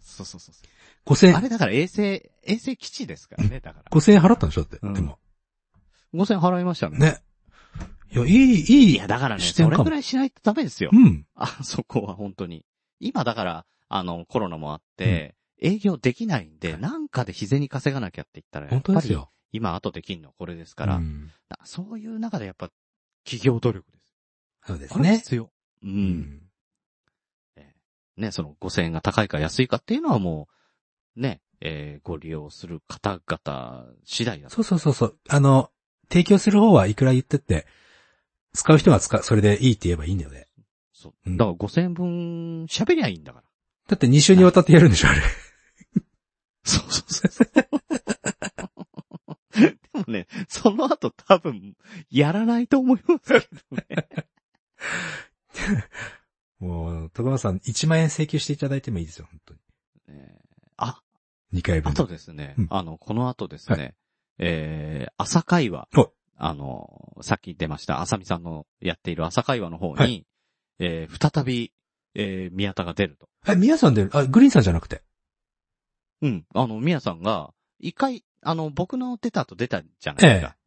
Speaker 1: そうそうそうそう。あ
Speaker 3: 5000、
Speaker 1: れだから衛星、衛星基地ですからね、だから。
Speaker 3: 5000円払ったんでしょだって、
Speaker 1: うん
Speaker 3: でも。
Speaker 1: 5000払いましたね。
Speaker 3: ね。いや、いい、いい。
Speaker 1: いや、だからね、
Speaker 3: 視点
Speaker 1: そ
Speaker 3: か
Speaker 1: れ
Speaker 3: も
Speaker 1: ぐらいしないとダメですよ
Speaker 3: う。ん。
Speaker 1: あ <laughs> そこは本当に。今だから、あの、コロナもあって、営業できないんで、なんかで日銭稼がなきゃって言ったら、や
Speaker 3: 本
Speaker 1: っ
Speaker 3: 当で
Speaker 1: ぱ
Speaker 3: す
Speaker 1: り
Speaker 3: よ。
Speaker 1: 今後できんのはこれですから、
Speaker 3: うん
Speaker 1: だそういう中でやっぱ企業努力です。
Speaker 3: そうです
Speaker 1: これは
Speaker 3: ね。
Speaker 1: 必要。う。。
Speaker 3: うん
Speaker 1: ね、その5000円が高いか安いかっていうのはもう、ね、えーご利用する方々次第だと。
Speaker 3: そうそうそうそう。あの、提供する方はいくら言ってって、使う人が使う、それでいいって言えばいいんだよね。
Speaker 1: そうう。
Speaker 3: ん
Speaker 1: だから5000円分喋りゃいいんだから。
Speaker 3: だって2週にわたってやるんでしょ、あれ。
Speaker 1: そうそう <laughs> そう。でもね、その後多分、やらないと思いますけどね。
Speaker 3: もう、徳間さん、1万円請求していただいてもいいですよ、本当
Speaker 1: えー <laughs> あ、
Speaker 3: に。2回分。
Speaker 1: あとですね、
Speaker 3: うん
Speaker 1: あの、この後ですね、えー、朝会話
Speaker 3: はい。
Speaker 1: あの、さっき出ました、浅見さんのやっている朝会話の方に、
Speaker 3: は
Speaker 1: えー再び、えー宮田が出ると。
Speaker 3: え、宮さんで、あ、グリーンさんじゃなくて。
Speaker 1: うん。あの、宮さんが、一回、あの、僕の出た後出たじゃないですか。
Speaker 3: え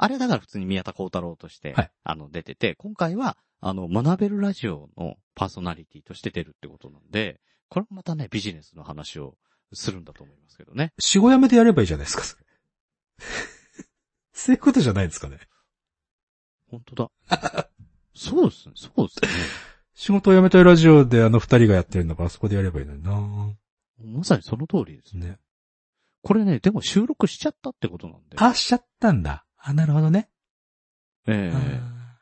Speaker 1: あれだから普通に宮田幸太郎として、
Speaker 3: はい
Speaker 1: あの、出てて、今回は、あの、学べるラジオのパーソナリティとして出るってことなんで、これもまたね、ビジネスの話をするんだと思いますけどね。
Speaker 3: 死後やめてやればいいじゃないですか、 <laughs> それ。そういうことじゃないですかね。
Speaker 1: 本当だ。
Speaker 3: <laughs>
Speaker 1: そうですね、そうですね。
Speaker 3: 仕事を辞めたいラジオであの二人がやってるんだから、そこでやればいいのにな
Speaker 1: まさにその通りですね。
Speaker 3: ね。
Speaker 1: これね、でも収録しちゃったってことなんで。
Speaker 3: あ、しちゃったんだ。あ、なるほどね。
Speaker 1: ええ
Speaker 3: あ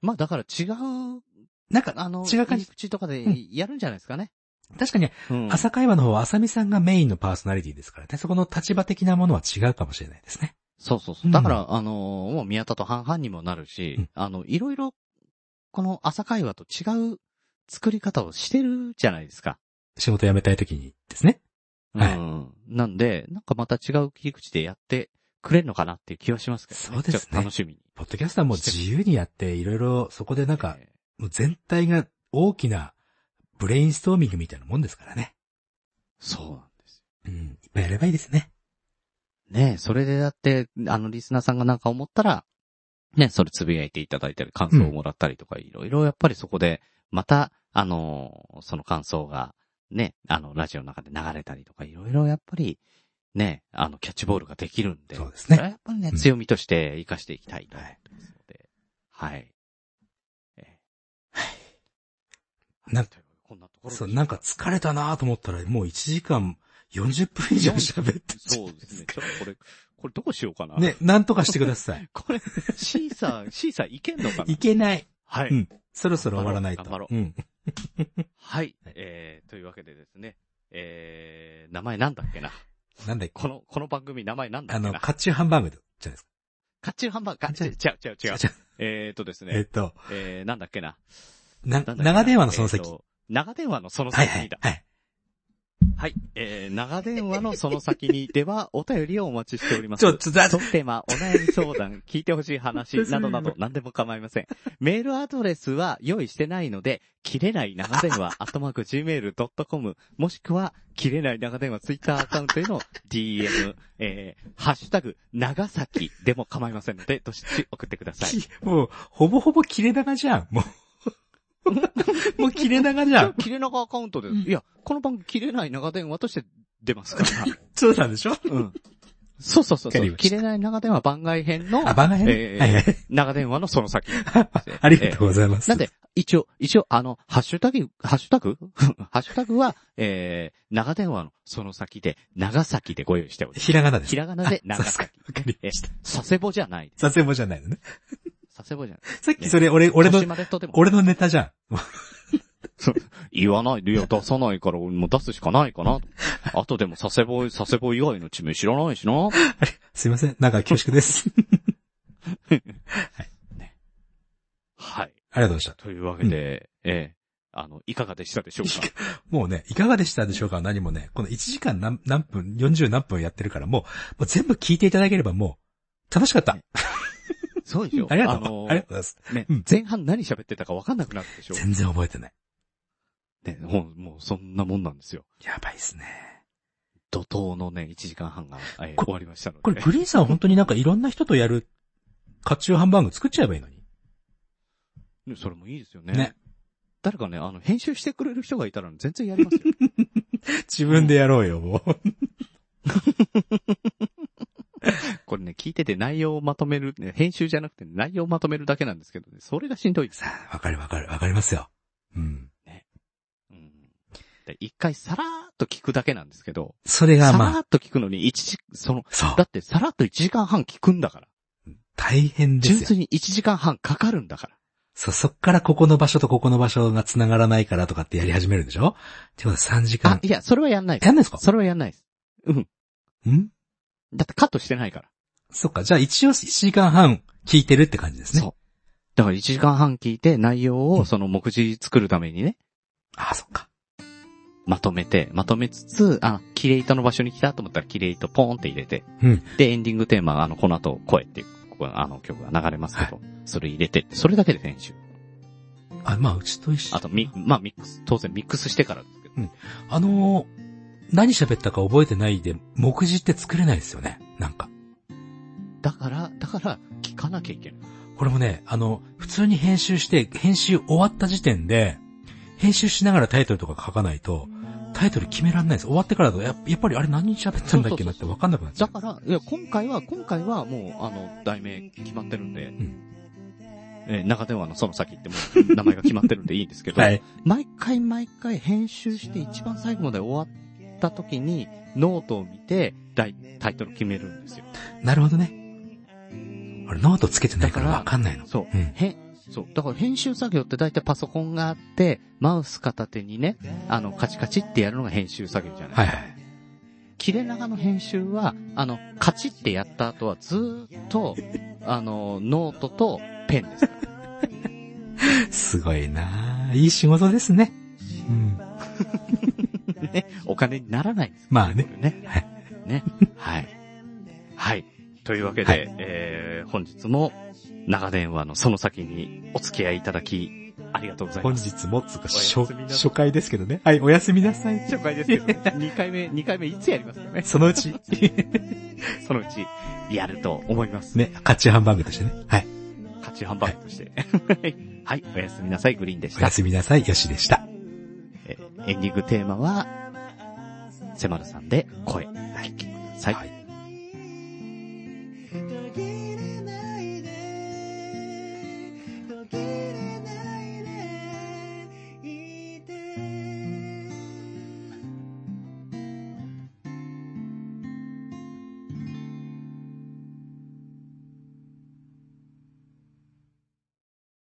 Speaker 1: まあだから違う、
Speaker 3: ーなんか、
Speaker 1: あの、
Speaker 3: 違う感じ
Speaker 1: 入り口とかで
Speaker 3: うん
Speaker 1: やるんじゃないですかね。
Speaker 3: 確かに
Speaker 1: うん
Speaker 3: 朝会話の方は浅見さんがメインのパーソナリティですからね、そこの立場的なものは違うかもしれないですね。
Speaker 1: そうそう
Speaker 3: う
Speaker 1: そ
Speaker 3: ん
Speaker 1: う。だから、あのーもう宮田と半々にもなるし、
Speaker 3: うん
Speaker 1: あの、いろいろ、この朝会話と違う作り方をしてるじゃないですか。
Speaker 3: 仕事辞めたい時にですね。はい
Speaker 1: うん。なんで、なんかまた違う切り口でやってくれるのかなっていう気はしますけどね。
Speaker 3: そうですね
Speaker 1: ちょっと楽しみに。
Speaker 3: ポッドキャストはもう自由にやって、いろいろそこでなんか、
Speaker 1: えー
Speaker 3: もう全体が大きなブレインストーミングみたいなもんですからね。
Speaker 1: そうなんですよ。
Speaker 3: うん。いっぱいやればいいですね。
Speaker 1: ねえそれでだって、あの、リスナーさんがなんか思ったら、ね、それつぶやいていただいたり、感想をもらったりとか、いろいろやっぱりそこで、また、あのー、その感想が、ね、あの、ラジオの中で流れたりとか、いろいろやっぱり、ね、あの、キャッチボールができるんで、
Speaker 3: そうです
Speaker 1: それ
Speaker 3: ね。
Speaker 1: はやっぱりね、
Speaker 3: うん
Speaker 1: 強みとして活かしていきたいと思ってますので、はい。え
Speaker 3: なんか、
Speaker 1: こんなところで
Speaker 3: そう、なんか疲れたなと思ったら、もう1時間40分以上喋って
Speaker 1: そうですね。ちょっとこれ、これどうしようかな。
Speaker 3: ね、なんとかしてく
Speaker 1: <laughs>
Speaker 3: ださい。
Speaker 1: これ、シーサー、シーサーいけんのかない
Speaker 3: けない。
Speaker 1: は
Speaker 3: う
Speaker 1: い。
Speaker 3: ん。そろそろ終わらないと。
Speaker 1: 頑張ろ
Speaker 3: う。ん。
Speaker 1: はい。えー、というわけでですね。えー、名前なんだっけな。
Speaker 3: なんだっけ
Speaker 1: この、この番組名前なんだ
Speaker 3: あ
Speaker 1: っけ
Speaker 3: の、
Speaker 1: な。
Speaker 3: カッチューハンバーグじゃないですか。
Speaker 1: カッチューハンバーガー。
Speaker 3: じゃ
Speaker 1: 違う違う違う違う。
Speaker 3: じゃ
Speaker 1: えーっとです
Speaker 3: えっ
Speaker 1: ね。
Speaker 3: と、
Speaker 1: えー、なんだっけな。な
Speaker 3: な、
Speaker 1: んだっけな
Speaker 3: 長電話のその先。
Speaker 1: えー
Speaker 3: は
Speaker 1: っと長電話のその
Speaker 3: い
Speaker 1: 先
Speaker 3: は
Speaker 1: に
Speaker 3: い
Speaker 1: だ。。
Speaker 3: はい。
Speaker 1: はい。えー、長電話のその先にでは、お便りをお <laughs> 待ちしております。
Speaker 3: ちょ、ちょ、だ
Speaker 1: トークテーマ、お悩み相談、聞いてほしい <laughs> 話などなど何でも構いません。メールアドレスは用意してないので、切れない長電話、アットマーク gmail.com、もしくは、切れない長電話ツイッターアカウントへの DM、えー、ハッシュタグ、長崎でも構いませんので、どしどし送ってくだ <laughs> さい。
Speaker 3: きもう、ほぼほぼ切れ長じゃん。もう。も <laughs> う切れ長じゃん。
Speaker 1: 切れ長アカウントで、いや、この番組切れない長電話として出ますから。
Speaker 3: そうなんでしょ
Speaker 1: うん。そうそうそう
Speaker 3: わか
Speaker 1: そ
Speaker 3: り
Speaker 1: う。
Speaker 3: ました
Speaker 1: 切れない長電話番外編の、
Speaker 3: あ、番外編
Speaker 1: えー
Speaker 3: ね。はいはい。
Speaker 1: 長電話のその先。
Speaker 3: <laughs> ありがとうございます。
Speaker 1: なんで、一応、一応、あの、ハッシュタグ、ハッシュタグ <laughs> ハッシュタグは、えー、長電話のその先で、長崎でご用意しております。
Speaker 3: ひらがなです。
Speaker 1: ひらがなで
Speaker 3: あ
Speaker 1: 長
Speaker 3: そうっすか
Speaker 1: 崎。
Speaker 3: わかりました。
Speaker 1: 佐世保じゃない。
Speaker 3: 撮影もじゃないのね。
Speaker 1: 佐世保じゃない。
Speaker 3: さっきそれ、俺、俺の
Speaker 1: 広、島列島でも。
Speaker 3: 俺のネタじゃん。
Speaker 1: 言わないで、いや、出さないから、もう出すしかないかな。あとでも佐世保、佐世保以外の地名知らないしな。
Speaker 3: すいません。なんか恐縮です。 <laughs>
Speaker 1: はい。
Speaker 3: ありがとうございま
Speaker 1: というわけで、えー、あの、いかがでしたでしょうか。
Speaker 3: した。もうね、いかがでしたでしょうか何もね、この1時間何何分、40何分やってるから、もう、もう全部聞いていただければもう、楽しかった。
Speaker 1: そうでしょ
Speaker 3: ありが
Speaker 1: あ
Speaker 3: とう
Speaker 1: の。
Speaker 3: ありがとうございます。
Speaker 1: ね
Speaker 3: うん、
Speaker 1: 前半何喋ってたか分かんなくなったでしょ
Speaker 3: 全然覚えてない。
Speaker 1: ね、もう、もうそんなもんなんですよ。
Speaker 3: やばいっすね。
Speaker 1: 怒涛のね、1時間半が、えー
Speaker 3: こ
Speaker 1: 終わりましたので。
Speaker 3: これ、グリーンさん本当になんかいろんな人とやる、カチューハンバーグ作っちゃえばいいのに。
Speaker 1: ねそれもいいですよね。
Speaker 3: ね
Speaker 1: 誰かね、あの、編集してくれる人がいたら全然やりますよ。
Speaker 3: <laughs> 自分でやろうよ、もう。
Speaker 1: <laughs> これね、聞いてて内容をまとめる、ね、編集じゃなくて内容をまとめるだけなんですけどね、それがしんどいです。
Speaker 3: さ <laughs> あ、わかるわかる、わかりますよ。うん。
Speaker 1: うんで一回さらーっと聞くだけなんですけど、
Speaker 3: それが
Speaker 1: さ
Speaker 3: ま
Speaker 1: ら
Speaker 3: あ、
Speaker 1: ーっと聞くのに一時、その、
Speaker 3: そう
Speaker 1: だ、ってさらっと1時間半聞くんだから。
Speaker 3: 大変で
Speaker 1: 純
Speaker 3: すよ。
Speaker 1: 粋に1時間半かかるんだから。
Speaker 3: そう、そっからここの場所とここの場所が繋がらないからとかってやり始めるんでしょってことは3時
Speaker 1: あい
Speaker 3: 間、。
Speaker 1: や、それはやんないです。
Speaker 3: やんないですか
Speaker 1: それはやんないです。
Speaker 3: ん
Speaker 1: だってカットしてないから。
Speaker 3: そっか、じゃあ一応1時間半聞いてるって感じですね。
Speaker 1: そう。だから1時間半聞いて内容をその目次作るためにね、
Speaker 3: ああ、そっか。
Speaker 1: まとめて、まとめつつ、あ、キレイトの場所に来たと思ったらキレイトポーンって入れて、
Speaker 3: うん
Speaker 1: で、エンディングテーマ、あの、この後声っていう、ここあの曲が流れますけど、それ入れて、それだけで編集。
Speaker 3: あ、まあ、うちと一緒。
Speaker 1: あと、み、まあ、ミックス、当然ミックスしてからですけど、
Speaker 3: あのー何喋ったか覚えてないで、目次って作れないですよね。なんか。
Speaker 1: だから、だから、聞かなきゃいけない。
Speaker 3: これもね、あの、普通に編集して、編集終わった時点で、編集しながらタイトルとか書かないと、タイトル決めらんないです。終わってからだと、ややっぱりあれ何喋ったんだっけなって分かんなくなっちゃ
Speaker 1: だ
Speaker 3: う。
Speaker 1: から、いや、今回は、今回はもう、あの、題名決まってるんで、
Speaker 3: ん
Speaker 1: えー中電話のその先ってもう、名前が決まってるんでいいんですけ
Speaker 3: <laughs>
Speaker 1: ど、
Speaker 3: はい。
Speaker 1: 毎回毎回編集して一番最後まで終わった時にノートを見てタイタイトル決めるんですよ。
Speaker 3: なるほどね。あれ、ノートつけてないから
Speaker 1: だから
Speaker 3: 分かんないの。
Speaker 1: そう。
Speaker 3: うん。
Speaker 1: へそう。だから編集作業って大体パソコンがあって、マウス片手にね、あの、カチカチってやるのが編集作業じゃない。
Speaker 3: はいはい。
Speaker 1: 切れ長の編集は、あの、カチってやった後はずーっと、あの、ノートとペンです。
Speaker 3: すごいなあいい仕事ですね。うん。
Speaker 1: ね。お金にならないんです
Speaker 3: まあね。
Speaker 1: ね。
Speaker 3: はい
Speaker 1: ね。はい。はい。というわけで、
Speaker 3: はい
Speaker 1: えー、本日も長電話のその先にお付き合いいただき、ありがとうござい
Speaker 3: 本
Speaker 1: ます。
Speaker 3: 日も、つう
Speaker 1: お
Speaker 3: か、
Speaker 1: やす
Speaker 3: 初
Speaker 1: みなさい
Speaker 3: 初回ですけどね。はい、おやすみなさい。
Speaker 1: 初回ですけど、2回目、2回目いつやりますかね。
Speaker 3: そのうち、
Speaker 1: そのうち、やると思います。
Speaker 3: ね、カチハンバーグとしてね。はい。
Speaker 1: 勝ちハンバーグとして。 <laughs> はい。おやすみなさい、グリーンでし
Speaker 3: お
Speaker 1: た
Speaker 3: や。すみなさい、よしでした。
Speaker 1: えーエンディングテーマは、せまるさんで声、お聞きください。
Speaker 3: はい
Speaker 6: 途切れない